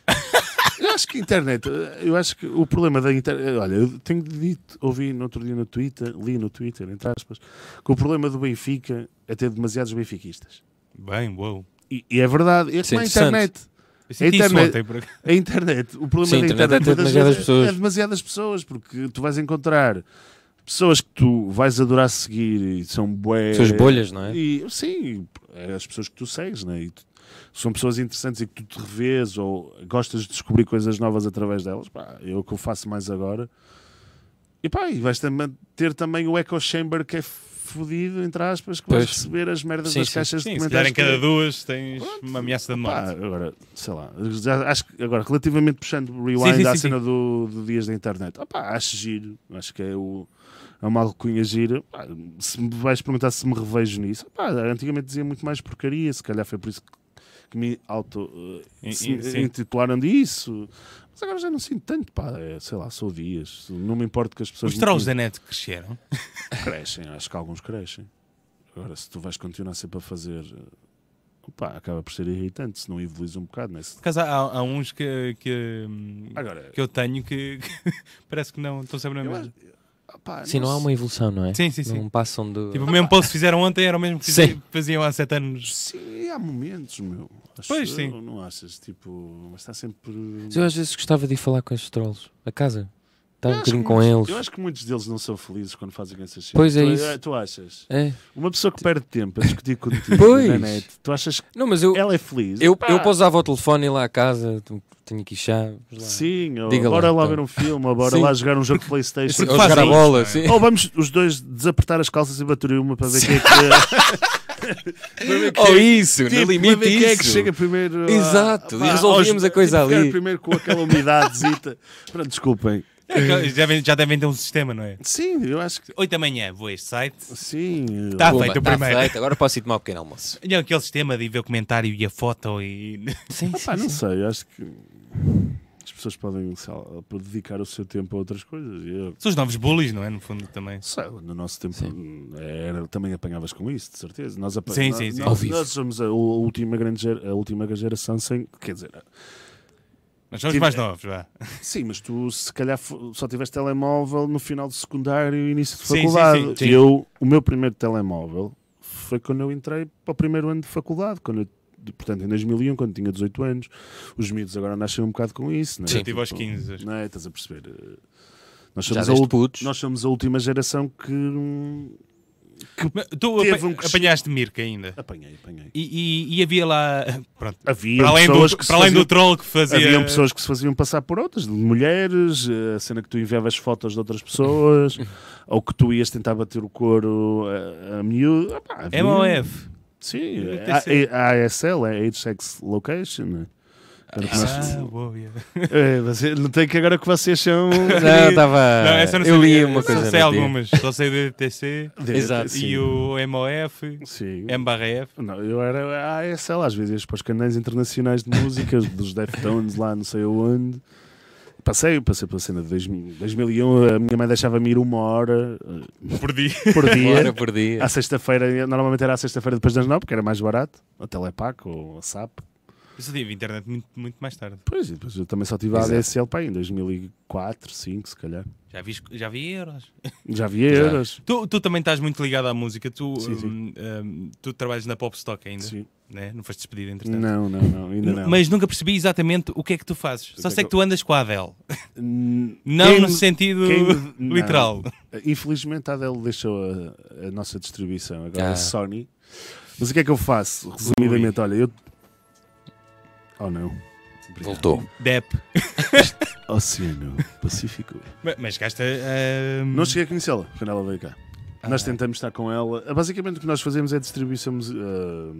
[SPEAKER 3] Eu acho que a internet, eu acho que o problema da internet, olha, eu tenho dito, ouvi no outro dia no Twitter, li no Twitter, entre aspas, que o problema do Benfica é ter demasiados benfiquistas.
[SPEAKER 1] Bem, uau.
[SPEAKER 3] E, e é verdade, é
[SPEAKER 2] Isso é
[SPEAKER 3] como a
[SPEAKER 2] interessante.
[SPEAKER 3] internet.
[SPEAKER 1] Eu senti
[SPEAKER 2] Então,
[SPEAKER 1] isso
[SPEAKER 3] internet.
[SPEAKER 1] ontem, por acaso.
[SPEAKER 3] A internet, o problema
[SPEAKER 2] Sim, a
[SPEAKER 3] da
[SPEAKER 2] internet
[SPEAKER 3] internet,
[SPEAKER 2] é ter
[SPEAKER 3] muitas
[SPEAKER 2] demasiadas
[SPEAKER 3] vezes
[SPEAKER 2] pessoas.
[SPEAKER 3] é demasiadas pessoas, porque tu vais encontrar pessoas que tu vais adorar seguir e são bué.
[SPEAKER 2] Suas bolhas, não é?
[SPEAKER 3] E, sim, é as pessoas que tu segues, né? E tu- são pessoas interessantes e que tu te revês ou gostas de descobrir coisas novas através delas. Pá, é o que eu faço mais agora. E pá, e vais também ter também o Echo Chamber que é fodido, entre aspas, que vais
[SPEAKER 2] Pois.
[SPEAKER 3] receber as merdas
[SPEAKER 2] Sim,
[SPEAKER 3] das
[SPEAKER 2] sim.
[SPEAKER 3] caixas de
[SPEAKER 1] Sim, se calhar
[SPEAKER 3] comentários.
[SPEAKER 1] em
[SPEAKER 3] que- é
[SPEAKER 1] cada duas tens uma ameaça de
[SPEAKER 3] Pá,
[SPEAKER 1] morte.
[SPEAKER 3] agora, sei lá, já acho que agora, relativamente puxando o rewind
[SPEAKER 1] Sim, sim,
[SPEAKER 3] à
[SPEAKER 1] sim,
[SPEAKER 3] cena Do, do Dias da Internet, opá, acho giro, acho que é, o, é uma alcunha gira. Pá, se me vais perguntar se me revejo nisso, opá, antigamente dizia muito mais porcaria, se calhar foi por isso que, que me auto eh,
[SPEAKER 1] E-
[SPEAKER 3] se-
[SPEAKER 1] e- sim.
[SPEAKER 3] intitularam disso, mas agora já não sinto tanto, pá, é, sei lá, sou Dias, não me importo que as pessoas
[SPEAKER 1] Os
[SPEAKER 3] me
[SPEAKER 1] trolls né? da net cresceram.
[SPEAKER 3] crescem, acho que alguns crescem. Agora, se tu vais continuar sempre a fazer. Opa, acaba por ser irritante se não evoluís um bocado, né? Se-
[SPEAKER 1] Por acaso há, há uns que, que, hum,
[SPEAKER 3] Agora,
[SPEAKER 1] que eu tenho que, que parece que não estão sempre na
[SPEAKER 3] eu
[SPEAKER 1] mesma.
[SPEAKER 3] acho- eh, opá,
[SPEAKER 2] Sim, não há
[SPEAKER 3] sei.
[SPEAKER 2] uma evolução, não é?
[SPEAKER 1] Sim, sim, sim.
[SPEAKER 2] Não passam do.
[SPEAKER 1] Tipo, o mesmo post que fizeram ontem era o mesmo que
[SPEAKER 2] Sim.
[SPEAKER 1] fizi- faziam há sete anos.
[SPEAKER 3] Sim, há momentos, meu. Acho
[SPEAKER 1] Pois,
[SPEAKER 3] eu,
[SPEAKER 1] sim.
[SPEAKER 3] Não achas? Tipo, mas está sempre.
[SPEAKER 2] Mas eu às vezes gostava de ir falar com esses trolls. A casa. Estar
[SPEAKER 3] Eu
[SPEAKER 2] um
[SPEAKER 3] acho
[SPEAKER 2] bocadinho
[SPEAKER 3] que
[SPEAKER 2] com
[SPEAKER 3] muitos-
[SPEAKER 2] eles.
[SPEAKER 3] Eu acho que muitos deles não são felizes quando fazem essas coisas.
[SPEAKER 2] Pois é
[SPEAKER 3] tu, eh,
[SPEAKER 2] isso.
[SPEAKER 3] Tu achas?
[SPEAKER 2] É.
[SPEAKER 3] Uma pessoa que perde tempo a discutir contigo
[SPEAKER 2] Pois.
[SPEAKER 3] na net, tu achas que
[SPEAKER 2] Não, mas eu,
[SPEAKER 3] ela é feliz?
[SPEAKER 2] eu,
[SPEAKER 3] Pá,
[SPEAKER 2] eu pousava o telefone e lá a casa. tu- Tenho aqui chá. vamos lá.
[SPEAKER 3] Sim, ou
[SPEAKER 2] Diga lá,
[SPEAKER 3] bora lá
[SPEAKER 2] então.
[SPEAKER 3] ver um filme, ou bora
[SPEAKER 2] Sim.
[SPEAKER 3] lá jogar um jogo de Playstation.
[SPEAKER 2] Ou
[SPEAKER 1] Porque faz
[SPEAKER 2] jogar a
[SPEAKER 1] isso, não
[SPEAKER 2] bola,
[SPEAKER 1] é?
[SPEAKER 2] sim.
[SPEAKER 3] Ou vamos os dois desapertar as calças e bater uma para ver quem é que.
[SPEAKER 2] Ou isso,
[SPEAKER 3] Tipo,
[SPEAKER 2] no
[SPEAKER 3] para
[SPEAKER 2] limite
[SPEAKER 3] ver quem é que
[SPEAKER 2] isso.
[SPEAKER 3] chega primeiro. a-
[SPEAKER 2] Exato, e
[SPEAKER 3] pá,
[SPEAKER 2] resolvíamos
[SPEAKER 3] aos-
[SPEAKER 2] a coisa
[SPEAKER 3] ficar
[SPEAKER 2] ali.
[SPEAKER 3] primeiro com aquela umidadezita. Pronto, desculpem.
[SPEAKER 1] É que Já devem, já devem ter um sistema, não é?
[SPEAKER 3] Sim, eu acho que.
[SPEAKER 1] 8 da manhã, vou a este site.
[SPEAKER 3] Sim. eu-
[SPEAKER 1] Tá
[SPEAKER 2] Pumba,
[SPEAKER 1] feito o
[SPEAKER 2] tá
[SPEAKER 1] primeiro.
[SPEAKER 2] feito, Agora posso ir tomar um pequeno almoço.
[SPEAKER 1] Olha aquele sistema de ver o comentário e a foto e.
[SPEAKER 2] Sim,
[SPEAKER 3] Pá, não sei, eu acho que. As pessoas podem sei lá, dedicar o seu tempo a outras coisas. e Eu,
[SPEAKER 1] São os novos bullies, não é? No fundo também.
[SPEAKER 3] sei, lá, no nosso tempo era, também apanhavas com isso, de certeza. Nós, apa-
[SPEAKER 1] Sim,
[SPEAKER 3] nós,
[SPEAKER 1] sim, sim.
[SPEAKER 2] Ao
[SPEAKER 3] Nós,
[SPEAKER 2] vivo.
[SPEAKER 3] nós somos a, u- última grande gera- a última geração sem. Quer dizer,
[SPEAKER 1] Nós somos
[SPEAKER 3] Tive-
[SPEAKER 1] mais novos, vá.
[SPEAKER 3] Sim, mas tu se calhar fo- só tiveste telemóvel no final de secundário e início de
[SPEAKER 1] Sim, sim,
[SPEAKER 3] faculdade.
[SPEAKER 1] sim, sim.
[SPEAKER 3] Eu, o meu primeiro telemóvel foi quando eu entrei para o primeiro ano de faculdade, quando eu de- portanto, em 2001, quando tinha 18 anos, os miúdos agora nascem um bocado com isso, não é?
[SPEAKER 2] Sim.
[SPEAKER 1] Eu tive aos 15. acho.
[SPEAKER 3] Não é? Estás a perceber? Eh, Nós
[SPEAKER 2] Já
[SPEAKER 3] somos, a,
[SPEAKER 2] desde
[SPEAKER 3] ul-
[SPEAKER 2] putos.
[SPEAKER 3] nós somos a última geração que. hum,
[SPEAKER 1] Mas Tu
[SPEAKER 3] Teve
[SPEAKER 1] apa-
[SPEAKER 3] um crescimento.
[SPEAKER 1] apanhaste Mirka ainda.
[SPEAKER 3] Apanhei, apanhei.
[SPEAKER 1] E, e- e havia lá. Pronto.
[SPEAKER 3] Havia
[SPEAKER 1] Para além, do,
[SPEAKER 3] pessoas que se
[SPEAKER 1] para além do
[SPEAKER 3] faziam-
[SPEAKER 1] troll que fazia.
[SPEAKER 3] Haviam pessoas que se faziam passar por outras, de mulheres, eh, a cena que tu enviavas fotos de outras pessoas, ou que tu ias tentar bater o couro a, a miúdo. Ah, pá, havia-
[SPEAKER 1] MOF.
[SPEAKER 3] Sim,
[SPEAKER 1] Não tem
[SPEAKER 3] a,
[SPEAKER 1] sido.
[SPEAKER 3] a ASL é Age Sex Location. né? Portanto, nós-
[SPEAKER 1] Ah, boa, yeah.
[SPEAKER 3] É, você- não tem que agora que vocês são.
[SPEAKER 2] Não, estava.
[SPEAKER 3] Ah,
[SPEAKER 1] Não, essa eu não
[SPEAKER 2] eu li
[SPEAKER 1] sabia.
[SPEAKER 2] uma coisa.
[SPEAKER 1] Só sei
[SPEAKER 2] no dia.
[SPEAKER 1] algumas. Só sei do DTC
[SPEAKER 2] Exato.
[SPEAKER 1] e
[SPEAKER 3] Sim.
[SPEAKER 1] o É. MOF,
[SPEAKER 3] Sim.
[SPEAKER 1] M barra F.
[SPEAKER 3] Não, eu era a ASL, às vezes, para os canais internacionais de músicas, dos Deftones lá, não sei aonde. Passei, passei pela cena de 2000, 2001, a minha mãe deixava-me ir uma hora eh,
[SPEAKER 1] Por dia.
[SPEAKER 3] por
[SPEAKER 2] Uma hora
[SPEAKER 3] dia.
[SPEAKER 2] por dia.
[SPEAKER 3] À sexta-feira, normalmente era à sexta-feira depois das nove, porque era mais barato, a Telepac ou a SAP.
[SPEAKER 1] Eu só tive internet muito, muito mais tarde.
[SPEAKER 3] Pois, e depois eu também só tive a
[SPEAKER 2] Exato.
[SPEAKER 3] ADSL pá, em 2004, 2005, se calhar.
[SPEAKER 1] Já vi, já vi euros.
[SPEAKER 3] Já havia
[SPEAKER 2] Já.
[SPEAKER 3] euros.
[SPEAKER 1] Tu, tu também estás muito ligado à música. Tu,
[SPEAKER 3] Sim, sim.
[SPEAKER 1] hum, hum, tu trabalhas na Popstock ainda,
[SPEAKER 3] Sim.
[SPEAKER 1] né? não foste despedido entretanto.
[SPEAKER 3] Não, não, não, ainda não.
[SPEAKER 1] Mas nunca percebi exatamente o que é que tu fazes. Só
[SPEAKER 3] que
[SPEAKER 1] sei que
[SPEAKER 3] é que
[SPEAKER 1] tu andas com a Adele.
[SPEAKER 3] Hum,
[SPEAKER 1] Não
[SPEAKER 3] quem-
[SPEAKER 1] no sentido
[SPEAKER 3] quem me-
[SPEAKER 1] literal.
[SPEAKER 3] Infelizmente a Adele deixou a, a nossa distribuição, agora
[SPEAKER 2] Ah.
[SPEAKER 3] a Sony. Mas o que é que eu faço? Resumidamente, olha, eu. Oh não.
[SPEAKER 2] Voltou.
[SPEAKER 1] Dep.
[SPEAKER 3] Oceano Pacífico.
[SPEAKER 1] Ma- Mas gasta. hum,
[SPEAKER 3] Não cheguei a conhecê-la quando ela veio cá.
[SPEAKER 1] Ah.
[SPEAKER 3] Nós tentamos estar com ela. Ah, Basicamente o que nós fazemos é distribuição. mus- ah,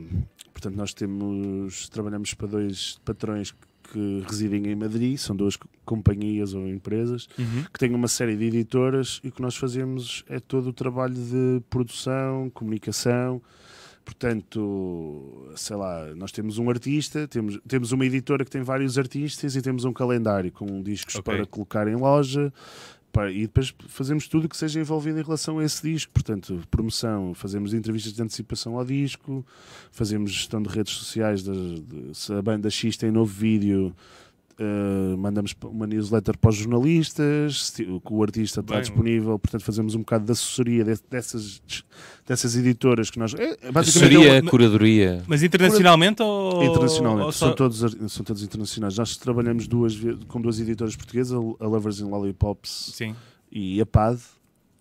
[SPEAKER 3] portanto, nós temos. Trabalhamos para dois patrões que residem em Madrid, são duas co- companhias ou empresas.
[SPEAKER 1] Uhum.
[SPEAKER 3] que tem uma série de editoras e o que nós fazemos é todo o trabalho de produção, comunicação. Portanto, sei lá, nós temos um artista, temos, temos uma editora que tem vários artistas e temos um calendário com discos
[SPEAKER 1] Ok.
[SPEAKER 3] para colocar em loja. pá, E depois fazemos tudo o que seja envolvido em relação a esse disco. Portanto, promoção, fazemos entrevistas de antecipação ao disco, fazemos gestão de redes sociais. das- de- se a banda X tem novo vídeo, Uh, mandamos p- uma newsletter para os jornalistas, se o- que o artista está
[SPEAKER 1] Bem,
[SPEAKER 3] disponível, portanto fazemos um bocado de assessoria de- dessas, dessas editoras que nós. É, é basicamente
[SPEAKER 1] Assessoria,
[SPEAKER 2] Assessoria, curadoria.
[SPEAKER 1] Mas internacionalmente ou.
[SPEAKER 3] internacionalmente,
[SPEAKER 1] ou só-
[SPEAKER 3] né? são, todos, ar- são todos internacionais. Nós trabalhamos duas, ve- com duas editoras portuguesas, a Lovers in Lollipops
[SPEAKER 1] Sim.
[SPEAKER 3] e a PAD.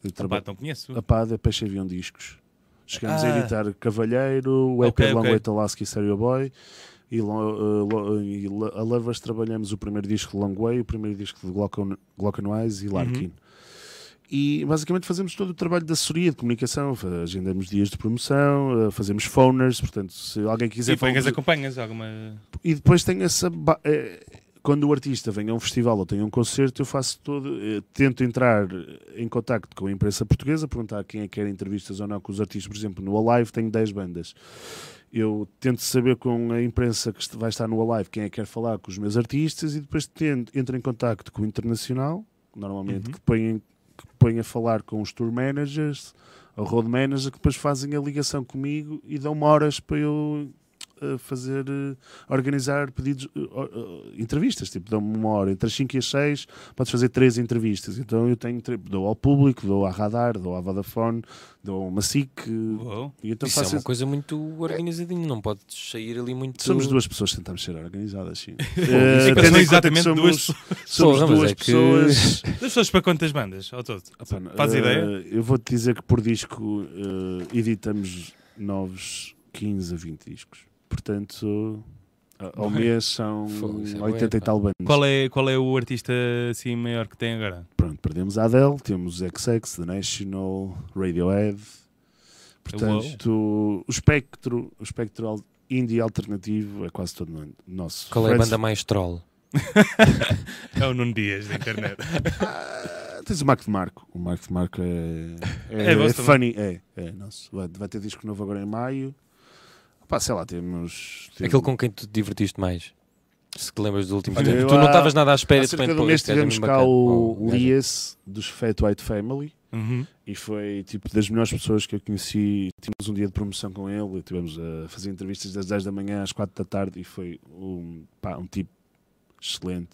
[SPEAKER 3] Eu
[SPEAKER 1] Opa,
[SPEAKER 3] traba-
[SPEAKER 1] não conheço.
[SPEAKER 3] a PAD é Peixe Avião Discos. Chegamos
[SPEAKER 1] Ah.
[SPEAKER 3] a editar Cavalheiro, o EP
[SPEAKER 1] Ok,
[SPEAKER 3] Long
[SPEAKER 1] ok.
[SPEAKER 3] Way to Alaska e Stereo Boy. E, lo- eh, lo- e lo- a Lovers trabalhamos o primeiro disco de Long Way, o primeiro disco de Glocken- Glockenwise
[SPEAKER 1] Uhum.
[SPEAKER 3] e Larkin. E basicamente fazemos todo o trabalho de assessoria, de comunicação, fa- agendamos dias de promoção, eh, fazemos phoners, portanto, se alguém quiser...
[SPEAKER 1] E apanhas,
[SPEAKER 3] falar-
[SPEAKER 1] acompanhas alguma.
[SPEAKER 3] e depois tem essa. ba- eh, Quando o artista vem a um festival ou tem um concerto, eu faço todo. eh, Tento entrar em contacto com a imprensa portuguesa, perguntar quem é que quer entrevistas ou não com os artistas. Por exemplo, no Alive tenho 10 bandas. Eu tento saber com a imprensa que est- vai estar no Alive quem é que quer falar com os meus artistas e depois tento, entro em contacto com o internacional, normalmente,
[SPEAKER 1] Uhum.
[SPEAKER 3] que, põem, que põem a falar com os tour managers ou road managers, que depois fazem a ligação comigo e dão-me horas para eu eh, fazer. eh, organizar pedidos, uh, uh, entrevistas, tipo, dão-me uma hora, entre as 5 e as 6 podes fazer três entrevistas. Então eu tenho, tre- dou ao público, dou à Radar, dou à Vodafone, dou a uma SIC. uh,
[SPEAKER 1] Uou.
[SPEAKER 3] E então
[SPEAKER 2] Isso é
[SPEAKER 3] faço
[SPEAKER 2] uma coisa muito organizadinha. Não pode sair ali muito.
[SPEAKER 3] Somos duas pessoas que tentamos ser organizadas, sim.
[SPEAKER 1] Isso é
[SPEAKER 3] Eh,
[SPEAKER 1] que são
[SPEAKER 3] tendo em conta que
[SPEAKER 1] exatamente
[SPEAKER 3] somos,
[SPEAKER 1] duas
[SPEAKER 3] somos
[SPEAKER 2] Porra, mas
[SPEAKER 3] duas
[SPEAKER 2] é que-
[SPEAKER 3] pessoas.
[SPEAKER 1] Das pessoas para quantas bandas ao todo?
[SPEAKER 3] Opa, não,
[SPEAKER 1] Faz
[SPEAKER 3] eh,
[SPEAKER 1] ideia?
[SPEAKER 3] Eu vou-te dizer que por disco eh, editamos novos 15 a 20 discos. Portanto, a- ao
[SPEAKER 1] Bem.
[SPEAKER 3] mês são
[SPEAKER 2] Fogo, isso é
[SPEAKER 3] 80 e
[SPEAKER 2] bué, pá.
[SPEAKER 3] tal bandas.
[SPEAKER 1] Qual é, qual é o artista assim maior que tem agora?
[SPEAKER 3] Pronto, perdemos a Adele, temos XX, The National, Radiohead. Portanto, o espectro, o espectro al- indie alternativo é quase todo no- nosso.
[SPEAKER 2] Qual é a
[SPEAKER 3] Friends-
[SPEAKER 2] banda mais troll?
[SPEAKER 1] É o Nuno Dias da internet.
[SPEAKER 3] Ah, tens o Marco de Marco. O Marco de Marco é, é,
[SPEAKER 1] É vosso
[SPEAKER 3] é
[SPEAKER 1] também.
[SPEAKER 3] funny. É, é nosso. Vai, vai ter disco novo agora em maio. Pá, sei lá, temos. temos
[SPEAKER 2] Aquele com quem tu te divertiste mais? Se te lembras do último
[SPEAKER 3] Olha,
[SPEAKER 2] tempo.
[SPEAKER 3] eu
[SPEAKER 2] Tu não
[SPEAKER 3] há-
[SPEAKER 2] estavas nada à espera
[SPEAKER 3] Há
[SPEAKER 2] de repente,
[SPEAKER 3] cerca de um
[SPEAKER 2] pô,
[SPEAKER 3] mês
[SPEAKER 2] este gajo é
[SPEAKER 3] tivemos
[SPEAKER 2] mesmo
[SPEAKER 3] cá
[SPEAKER 2] bacana.
[SPEAKER 3] o
[SPEAKER 2] Oh, gajo.
[SPEAKER 3] Lias dos Fat White Family.
[SPEAKER 1] Uhum.
[SPEAKER 3] E foi tipo das melhores pessoas que eu conheci. Tivemos um dia de promoção com ele, tivemos a fazer entrevistas das 10 da manhã às 4 da tarde e foi um, pá, um tipo excelente.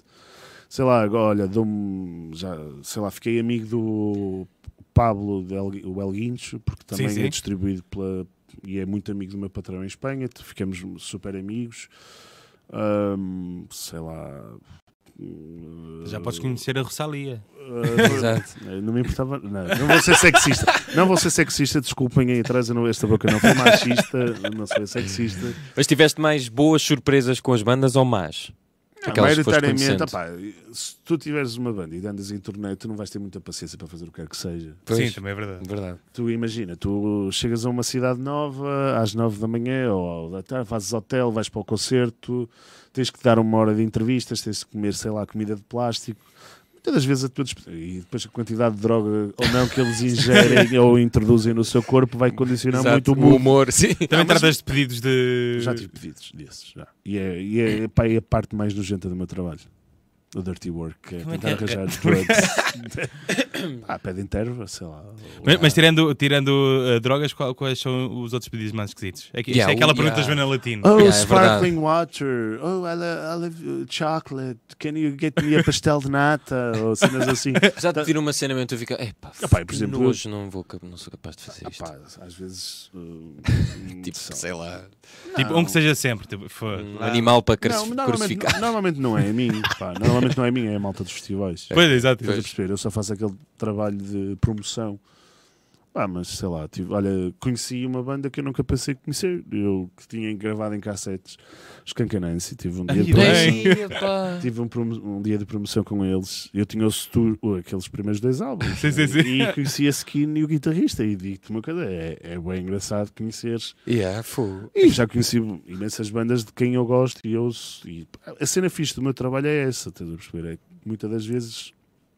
[SPEAKER 3] Sei lá, agora, olha, dou-me já, sei lá, fiquei amigo do Pablo, de El, o El Guincho, porque também
[SPEAKER 1] sim.
[SPEAKER 3] é distribuído pela e é muito amigo do meu patrão em Espanha, t- ficamos super amigos. Ahm, sei lá.
[SPEAKER 1] Hum, Já podes conhecer a Rosalia.
[SPEAKER 3] Ah,
[SPEAKER 2] Exato.
[SPEAKER 3] Eh, Não me importava. Não, não vou ser sexista. Não vou ser sexista, desculpem aí atrás. Eu não, esta boca não foi machista, não sou sexista.
[SPEAKER 2] Mas tiveste mais boas surpresas com as bandas ou más?
[SPEAKER 3] Não,
[SPEAKER 2] Aquelas que foste
[SPEAKER 3] maioritariamente,
[SPEAKER 2] conhecendo.
[SPEAKER 3] opá, se tu tiveres uma banda e andas em torneio, tu não vais ter muita paciência para fazer o que quer que seja.
[SPEAKER 1] Sim, também é verdade.
[SPEAKER 2] Verdade.
[SPEAKER 3] Tu imagina, tu chegas a uma cidade nova às nove da manhã ou da tarde, fazes hotel, vais para o concerto, tens que dar uma hora de entrevistas, tens de comer, sei lá, comida de plástico. Muitas das vezes a tua disp- e depois a quantidade de droga ou não que eles ingerem ou introduzem no seu corpo vai condicionar muito o
[SPEAKER 2] o
[SPEAKER 3] mundo.
[SPEAKER 2] humor, sim.
[SPEAKER 1] Também
[SPEAKER 3] Não, mas-
[SPEAKER 1] tratas de pedidos de.
[SPEAKER 3] Já tive pedidos desses, já. E é, e é, pá, é a parte mais nojenta do meu trabalho. O dirty work, que é
[SPEAKER 2] Como é
[SPEAKER 3] tentar
[SPEAKER 2] que é?
[SPEAKER 3] arranjar drugs. ah, pedem terva, sei lá.
[SPEAKER 1] Mas, mas tirando, tirando uh, drogas, qual- quais são os outros pedidos mais esquisitos? É, que, isto
[SPEAKER 2] Yeah,
[SPEAKER 1] é aquela
[SPEAKER 2] o-
[SPEAKER 1] pergunta da
[SPEAKER 2] yeah.
[SPEAKER 1] Joana Latino.
[SPEAKER 3] Oh,
[SPEAKER 2] Yeah, é
[SPEAKER 3] sparkling water. Oh, I love, I love uh, chocolate. Can you get me a pastel de nata? Ou cenas assim.
[SPEAKER 2] Já te pediram uma cena mesmo, tu fica, epá,
[SPEAKER 3] Ah pá, e por exemplo,
[SPEAKER 2] hoje não, vou, cap- não sou capaz de fazer
[SPEAKER 3] Ah,
[SPEAKER 2] isto.
[SPEAKER 3] pá, às vezes. uh,
[SPEAKER 2] tipo,
[SPEAKER 3] são-
[SPEAKER 2] sei lá,
[SPEAKER 1] Tipo,
[SPEAKER 3] Não.
[SPEAKER 1] um que seja sempre. Tipo, fo-
[SPEAKER 2] um animal para cru-
[SPEAKER 3] Não, normalmente,
[SPEAKER 2] crucificar.
[SPEAKER 3] no- normalmente não é a mim. pá. Normalmente não é a mim, é a malta dos festivais.
[SPEAKER 1] Pois, exato.
[SPEAKER 3] Estás a
[SPEAKER 2] Pois.
[SPEAKER 3] perceber? Eu só faço aquele trabalho de promoção. Ah, mas sei lá, tive, olha, conheci uma banda que eu nunca pensei conhecer. Eu que tinha gravado em cassetes os Cancanense. Tive um dia
[SPEAKER 1] Ai,
[SPEAKER 3] de promoção.
[SPEAKER 1] bem.
[SPEAKER 2] Ei, epá.
[SPEAKER 3] Tive um, promo- um dia de promoção com eles. Eu tinha o Setur, ou aqueles primeiros dois álbuns.
[SPEAKER 1] Sim, sim, sim.
[SPEAKER 3] E conheci a Skin e o guitarrista. E digo-te uma coisa: é, é bem engraçado conheceres.
[SPEAKER 2] Yeah, fogo.
[SPEAKER 3] E já conheci imensas bandas de quem eu gosto. E eu. E a cena fixe do meu trabalho é essa, estás a perceber? É que muitas das vezes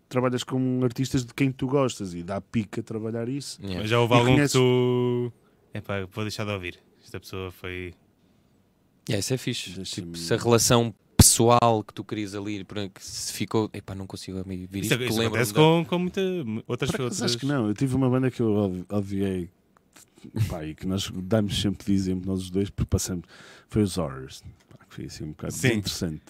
[SPEAKER 3] trabalhas com artistas de quem tu gostas e dá pica trabalhar isso.
[SPEAKER 2] Yeah.
[SPEAKER 1] Mas já houve
[SPEAKER 3] E
[SPEAKER 1] algum
[SPEAKER 3] conheces-
[SPEAKER 1] que tu. É pá, vou deixar de ouvir. Esta pessoa foi.
[SPEAKER 2] Yeah, isso é fixe.
[SPEAKER 3] Deixa-me-
[SPEAKER 2] Tipo, se a relação pessoal que tu querias ali, por exemplo, que se ficou, epá, não consigo ouvir
[SPEAKER 1] Isso, é
[SPEAKER 2] isto, porque
[SPEAKER 1] isso
[SPEAKER 2] lembro-me
[SPEAKER 1] acontece
[SPEAKER 2] da-
[SPEAKER 1] com, com muita, outras
[SPEAKER 3] Por acaso,
[SPEAKER 1] pessoas.
[SPEAKER 3] acho que não. Eu tive uma banda que eu odi- odiei. Pá, e que nós damos sempre de exemplo, nós os dois, porque passamos. Foi os Horrors. Pá, que foi assim um bocado
[SPEAKER 1] Sim.
[SPEAKER 3] interessante.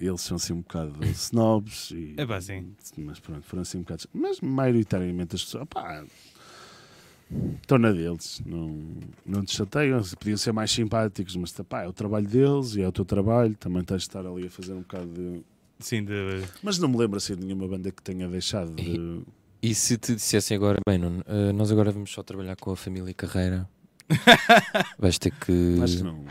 [SPEAKER 3] Eles são assim um bocado snobs. E,
[SPEAKER 1] É pá, sim.
[SPEAKER 3] Mas pronto, foram assim um bocado. Mas maioritariamente as pessoas. Pá, estão na deles. Não, não te chateiam. se Podiam ser mais simpáticos, mas pá, é o trabalho deles e é o teu trabalho. Também tens de estar ali a fazer um bocado de.
[SPEAKER 1] Sim, de.
[SPEAKER 3] Mas não me lembro assim de nenhuma banda que tenha deixado de.
[SPEAKER 2] E se te dissessem agora, bem, Nuno, eh, nós agora vamos só trabalhar com a família e carreira, vais ter que.
[SPEAKER 3] Acho que não.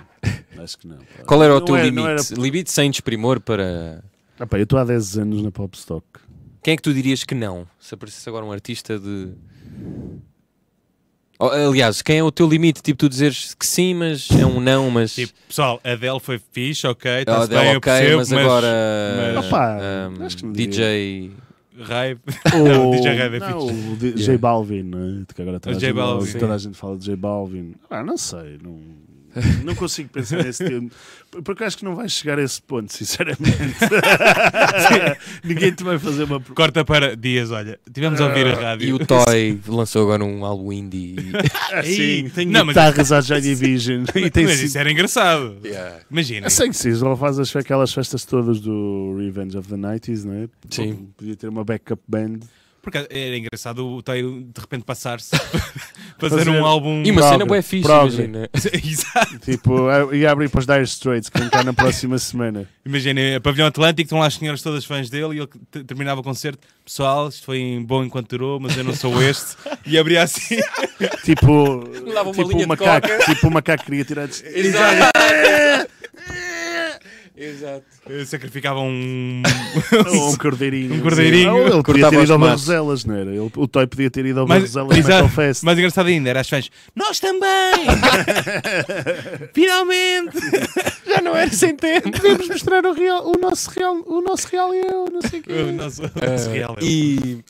[SPEAKER 3] Acho que não. pá.
[SPEAKER 2] Eh, Qual era o
[SPEAKER 3] Não
[SPEAKER 2] teu
[SPEAKER 3] era- não
[SPEAKER 2] limite? Limite sem desprimor para.
[SPEAKER 3] Ah, pá, eu estou há 10 anos na Popstock.
[SPEAKER 2] Quem é que tu dirias que não? Se aparecesse agora um artista de. Oh, aliás, quem é o teu limite? Tipo, tu dizeres que sim, mas é um não, mas.
[SPEAKER 1] Tipo, pessoal, Adele foi fixe, ok.
[SPEAKER 2] Oh,
[SPEAKER 1] Está-se
[SPEAKER 2] Adele,
[SPEAKER 1] bem, eu
[SPEAKER 2] ok,
[SPEAKER 1] percebo,
[SPEAKER 2] mas, agora. ehm,
[SPEAKER 1] mas-
[SPEAKER 3] Opa,
[SPEAKER 2] ahm,
[SPEAKER 3] acho que não
[SPEAKER 2] DJ.
[SPEAKER 1] Raiva. Não,
[SPEAKER 3] Ou-
[SPEAKER 1] DJ Red é
[SPEAKER 3] não, o D-
[SPEAKER 2] Yeah.
[SPEAKER 3] J Balvin, né? que agora toda,
[SPEAKER 1] O
[SPEAKER 3] a
[SPEAKER 1] J
[SPEAKER 3] gente,
[SPEAKER 1] Balvin.
[SPEAKER 3] toda a gente fala de J Balvin. Ah, não sei, não, não consigo pensar nesse tempo. Porque acho que não vais chegar a esse ponto, sinceramente. Ninguém te vai fazer uma. pro-
[SPEAKER 1] Corta para Dias, olha. Tivemos a
[SPEAKER 3] Ah,
[SPEAKER 1] ouvir a rádio.
[SPEAKER 2] E o Toy lançou agora um álbum indie.
[SPEAKER 3] Assim,
[SPEAKER 1] Ei,
[SPEAKER 3] tem
[SPEAKER 1] não, mas-
[SPEAKER 3] guitarras à Joy Division. e tem
[SPEAKER 1] Mas
[SPEAKER 3] sido-
[SPEAKER 1] isso é era engraçado. Imagina.
[SPEAKER 3] Eu sei que sim, ela faz as- aquelas festas todas do Revenge of the 90s, não é?
[SPEAKER 2] Sim.
[SPEAKER 3] Podia ter uma backup band.
[SPEAKER 1] Porque era engraçado o Taio de repente passar-se fazer,
[SPEAKER 3] Fazer-
[SPEAKER 1] um álbum.
[SPEAKER 2] E uma cena
[SPEAKER 3] Prog,
[SPEAKER 2] boa fixe,
[SPEAKER 3] prog.
[SPEAKER 2] imagina.
[SPEAKER 1] Exato.
[SPEAKER 3] Tipo, a- e abrir para os Dire Straits, que vem cá na próxima semana.
[SPEAKER 1] Imagina, a Pavilhão Atlântico, estão lá as senhoras todas fãs dele e ele te- terminava o concerto. Pessoal, isto foi em bom enquanto durou, mas eu não sou este. e abria assim.
[SPEAKER 3] Tipo,
[SPEAKER 2] Dava uma
[SPEAKER 3] tipo
[SPEAKER 2] linha
[SPEAKER 3] o
[SPEAKER 2] de
[SPEAKER 3] macaco, tipo o macaco queria tirar. de-
[SPEAKER 2] Exato.
[SPEAKER 1] Sacrificava um.
[SPEAKER 3] Ou um cordeirinho.
[SPEAKER 1] Um cordeirinho.
[SPEAKER 3] Ou ele podia
[SPEAKER 2] Cortava
[SPEAKER 3] ter
[SPEAKER 2] os
[SPEAKER 3] ido ao
[SPEAKER 2] maços.
[SPEAKER 3] Barroselas, não era? Ele- o Toy podia ter ido ao
[SPEAKER 1] Mas,
[SPEAKER 3] Barroselas Metal Fest.
[SPEAKER 1] mais engraçado ainda, era as fãs. Nós também! Finalmente!
[SPEAKER 3] já não era sem tempo. Podemos mostrar o, real, o nosso real, o nosso real eu, não sei o quê.
[SPEAKER 1] O nosso- o nosso real é-
[SPEAKER 2] E...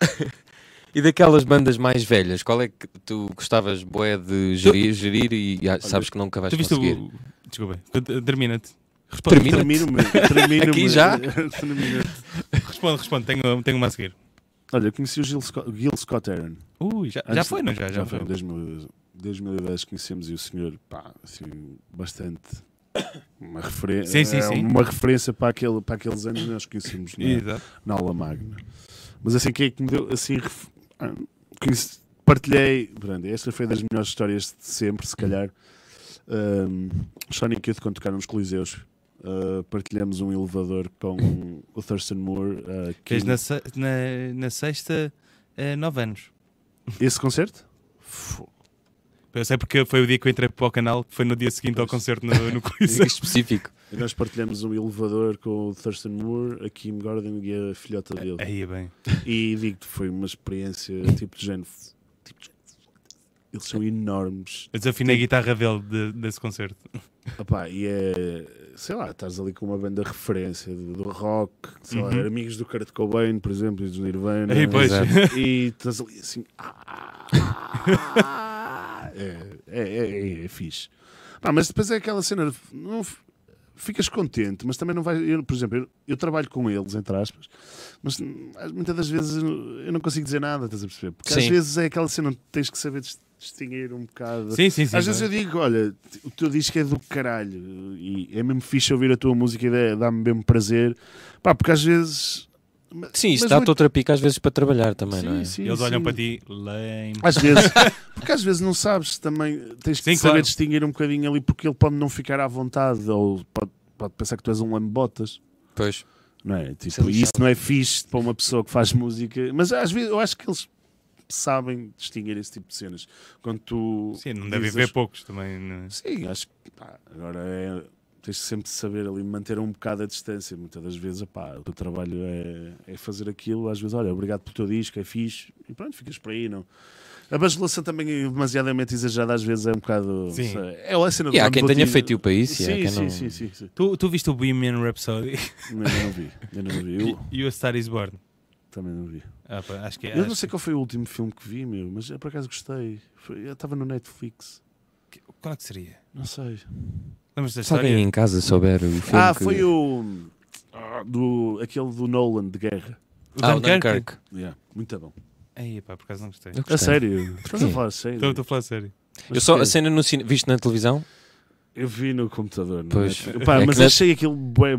[SPEAKER 2] e daquelas bandas mais velhas, qual é que tu gostavas, boé, de gerir, gerir e e sabes que nunca vais
[SPEAKER 1] Tu viste
[SPEAKER 2] conseguir?
[SPEAKER 1] o. Desculpa, termina-te. Responde,
[SPEAKER 2] Termina-te.
[SPEAKER 3] Termino-me. termino-me.
[SPEAKER 2] Aqui já?
[SPEAKER 3] Termino-me.
[SPEAKER 1] responde, responde. Tenho, tenho uma a seguir.
[SPEAKER 3] Olha, conheci o Gil Scott, o Gil Scott Aaron.
[SPEAKER 1] Ui, já, já
[SPEAKER 3] Antes-
[SPEAKER 1] foi, não? é? Já, Ah, já, foi.
[SPEAKER 3] Em 2000 2010 conhecemos e o senhor, pá, assim, bastante. Uma, referen
[SPEAKER 1] Sim, sim,
[SPEAKER 3] é
[SPEAKER 1] sim.
[SPEAKER 3] uma referência para, aquele, para aqueles anos nós conhecemos na,
[SPEAKER 1] Exato.
[SPEAKER 3] é na aula magna. Mas assim, quem é que me deu, assim, ref- ah, conheci- partilhei. Brando, esta foi das melhores histórias de sempre, se calhar. Um, Sonic Youth, quando tocaram nos Coliseus, uh, partilhamos um elevador com o Thurston Moore. uh,
[SPEAKER 1] Fez
[SPEAKER 3] que-
[SPEAKER 1] na, se- na, na sexta,
[SPEAKER 3] eh,
[SPEAKER 1] 9 anos.
[SPEAKER 3] Esse concerto? Fo-
[SPEAKER 1] Eu sei porque foi o dia que eu entrei para o canal, foi no dia seguinte ao concerto no, no Coliseu.
[SPEAKER 2] específico.
[SPEAKER 3] E nós partilhamos um elevador com o Thurston Moore, a Kim Gordon e a filhota dele.
[SPEAKER 1] Aí é bem.
[SPEAKER 3] E digo-te, foi uma experiência tipo de género. tipo de género, Eles são enormes.
[SPEAKER 1] Eu desafinei a guitarra dele de- desse concerto.
[SPEAKER 3] Opá, e é. Sei lá, estás ali com uma banda de referência do, do rock, sei lá,
[SPEAKER 1] Uhum.
[SPEAKER 3] amigos do Kurt Cobain, por exemplo, e dos Nirvana.
[SPEAKER 1] Aí, pois.
[SPEAKER 2] exato.
[SPEAKER 3] E estás ali assim. ah, é, é, é, é fixe. Pá, mas depois é aquela cena. Não, f- ficas contente, mas também não vais. Eu, por exemplo, eu, eu trabalho com eles, entre aspas, mas hum, muitas das vezes eu não- eu não consigo dizer nada, estás a perceber? Porque às
[SPEAKER 2] Sim.
[SPEAKER 3] vezes é aquela cena onde tens que saber dis- distinguir um bocado.
[SPEAKER 1] Sim, sim, é? sim.
[SPEAKER 3] Às
[SPEAKER 2] é?
[SPEAKER 3] vezes eu digo, olha, o teu disco é do caralho e é mesmo fixe ouvir a tua música e dá- dá-me mesmo prazer. Pá, porque às vezes. ma-
[SPEAKER 2] Sim, isto
[SPEAKER 3] mas
[SPEAKER 2] dá-te
[SPEAKER 3] muito-
[SPEAKER 2] outra pica às vezes para trabalhar também, não é?
[SPEAKER 3] sim,
[SPEAKER 1] Eles olham
[SPEAKER 3] sim.
[SPEAKER 1] para ti, lame.
[SPEAKER 3] Às vezes, porque às vezes não sabes também, tens que
[SPEAKER 1] Sim,
[SPEAKER 3] saber
[SPEAKER 1] claro.
[SPEAKER 3] distinguir um bocadinho ali, porque ele pode não ficar à vontade ou pode, pode pensar que tu és um lambotas.
[SPEAKER 2] Pois.
[SPEAKER 3] Não é? Tipo,
[SPEAKER 2] Isso é
[SPEAKER 3] isso não é fixe para uma pessoa que faz música, mas às vezes eu acho que eles sabem distinguir esse tipo de cenas. Quando tu
[SPEAKER 1] Sim, não devem
[SPEAKER 3] dizes-
[SPEAKER 1] ver poucos também. não é?
[SPEAKER 3] Sim, acho que pá, agora é. Tens sempre de saber ali manter um bocado a distância. Muitas das vezes, pá, o teu trabalho é, é fazer aquilo. Às vezes, olha, obrigado pelo teu disco, é fixe. E pronto, ficas por aí, não? A bajulação também é demasiadamente exagerada, às vezes é um bocado.
[SPEAKER 1] Sim.
[SPEAKER 3] sei, É a cena do
[SPEAKER 2] E há
[SPEAKER 3] Mano
[SPEAKER 2] quem tenha
[SPEAKER 3] Bautista.
[SPEAKER 2] feito para isso.
[SPEAKER 3] Sim,
[SPEAKER 2] e há
[SPEAKER 3] sim,
[SPEAKER 2] quem não...
[SPEAKER 3] sim, sim, sim.
[SPEAKER 1] Tu, tu viste o Bohemian Rhapsody
[SPEAKER 3] Não, Eu não vi. Eu não vi. Eu
[SPEAKER 1] e o A Star Is Born?
[SPEAKER 3] também não vi.
[SPEAKER 1] Ah, pá, acho que
[SPEAKER 3] Eu não
[SPEAKER 1] acho
[SPEAKER 3] sei qual foi o último filme que vi, meu, mas eu por acaso gostei. Foi- eu estava no Netflix.
[SPEAKER 1] que- Qual é que seria?
[SPEAKER 3] Não sei.
[SPEAKER 1] Lembras da
[SPEAKER 2] Se alguém
[SPEAKER 1] história?
[SPEAKER 2] em casa souber o filme
[SPEAKER 3] ah,
[SPEAKER 2] que-
[SPEAKER 3] foi o. ah, Do, aquele do Nolan de guerra.
[SPEAKER 2] Ah, o Dunkirk.
[SPEAKER 3] Yeah, muito bom.
[SPEAKER 1] Aí, pá, por acaso não gostei.
[SPEAKER 2] Eu
[SPEAKER 1] Estou
[SPEAKER 3] A
[SPEAKER 2] gostei.
[SPEAKER 3] sério? Estás a falar a sério?
[SPEAKER 1] estou a falar sério.
[SPEAKER 2] Eu só assim-
[SPEAKER 3] Mas
[SPEAKER 2] a
[SPEAKER 3] porquê?
[SPEAKER 2] cena no cinema. Viste na televisão?
[SPEAKER 3] Eu vi no computador, não é?
[SPEAKER 2] Pois.
[SPEAKER 3] Pá,
[SPEAKER 2] É que
[SPEAKER 3] mas
[SPEAKER 2] na-
[SPEAKER 3] achei aquilo. bué-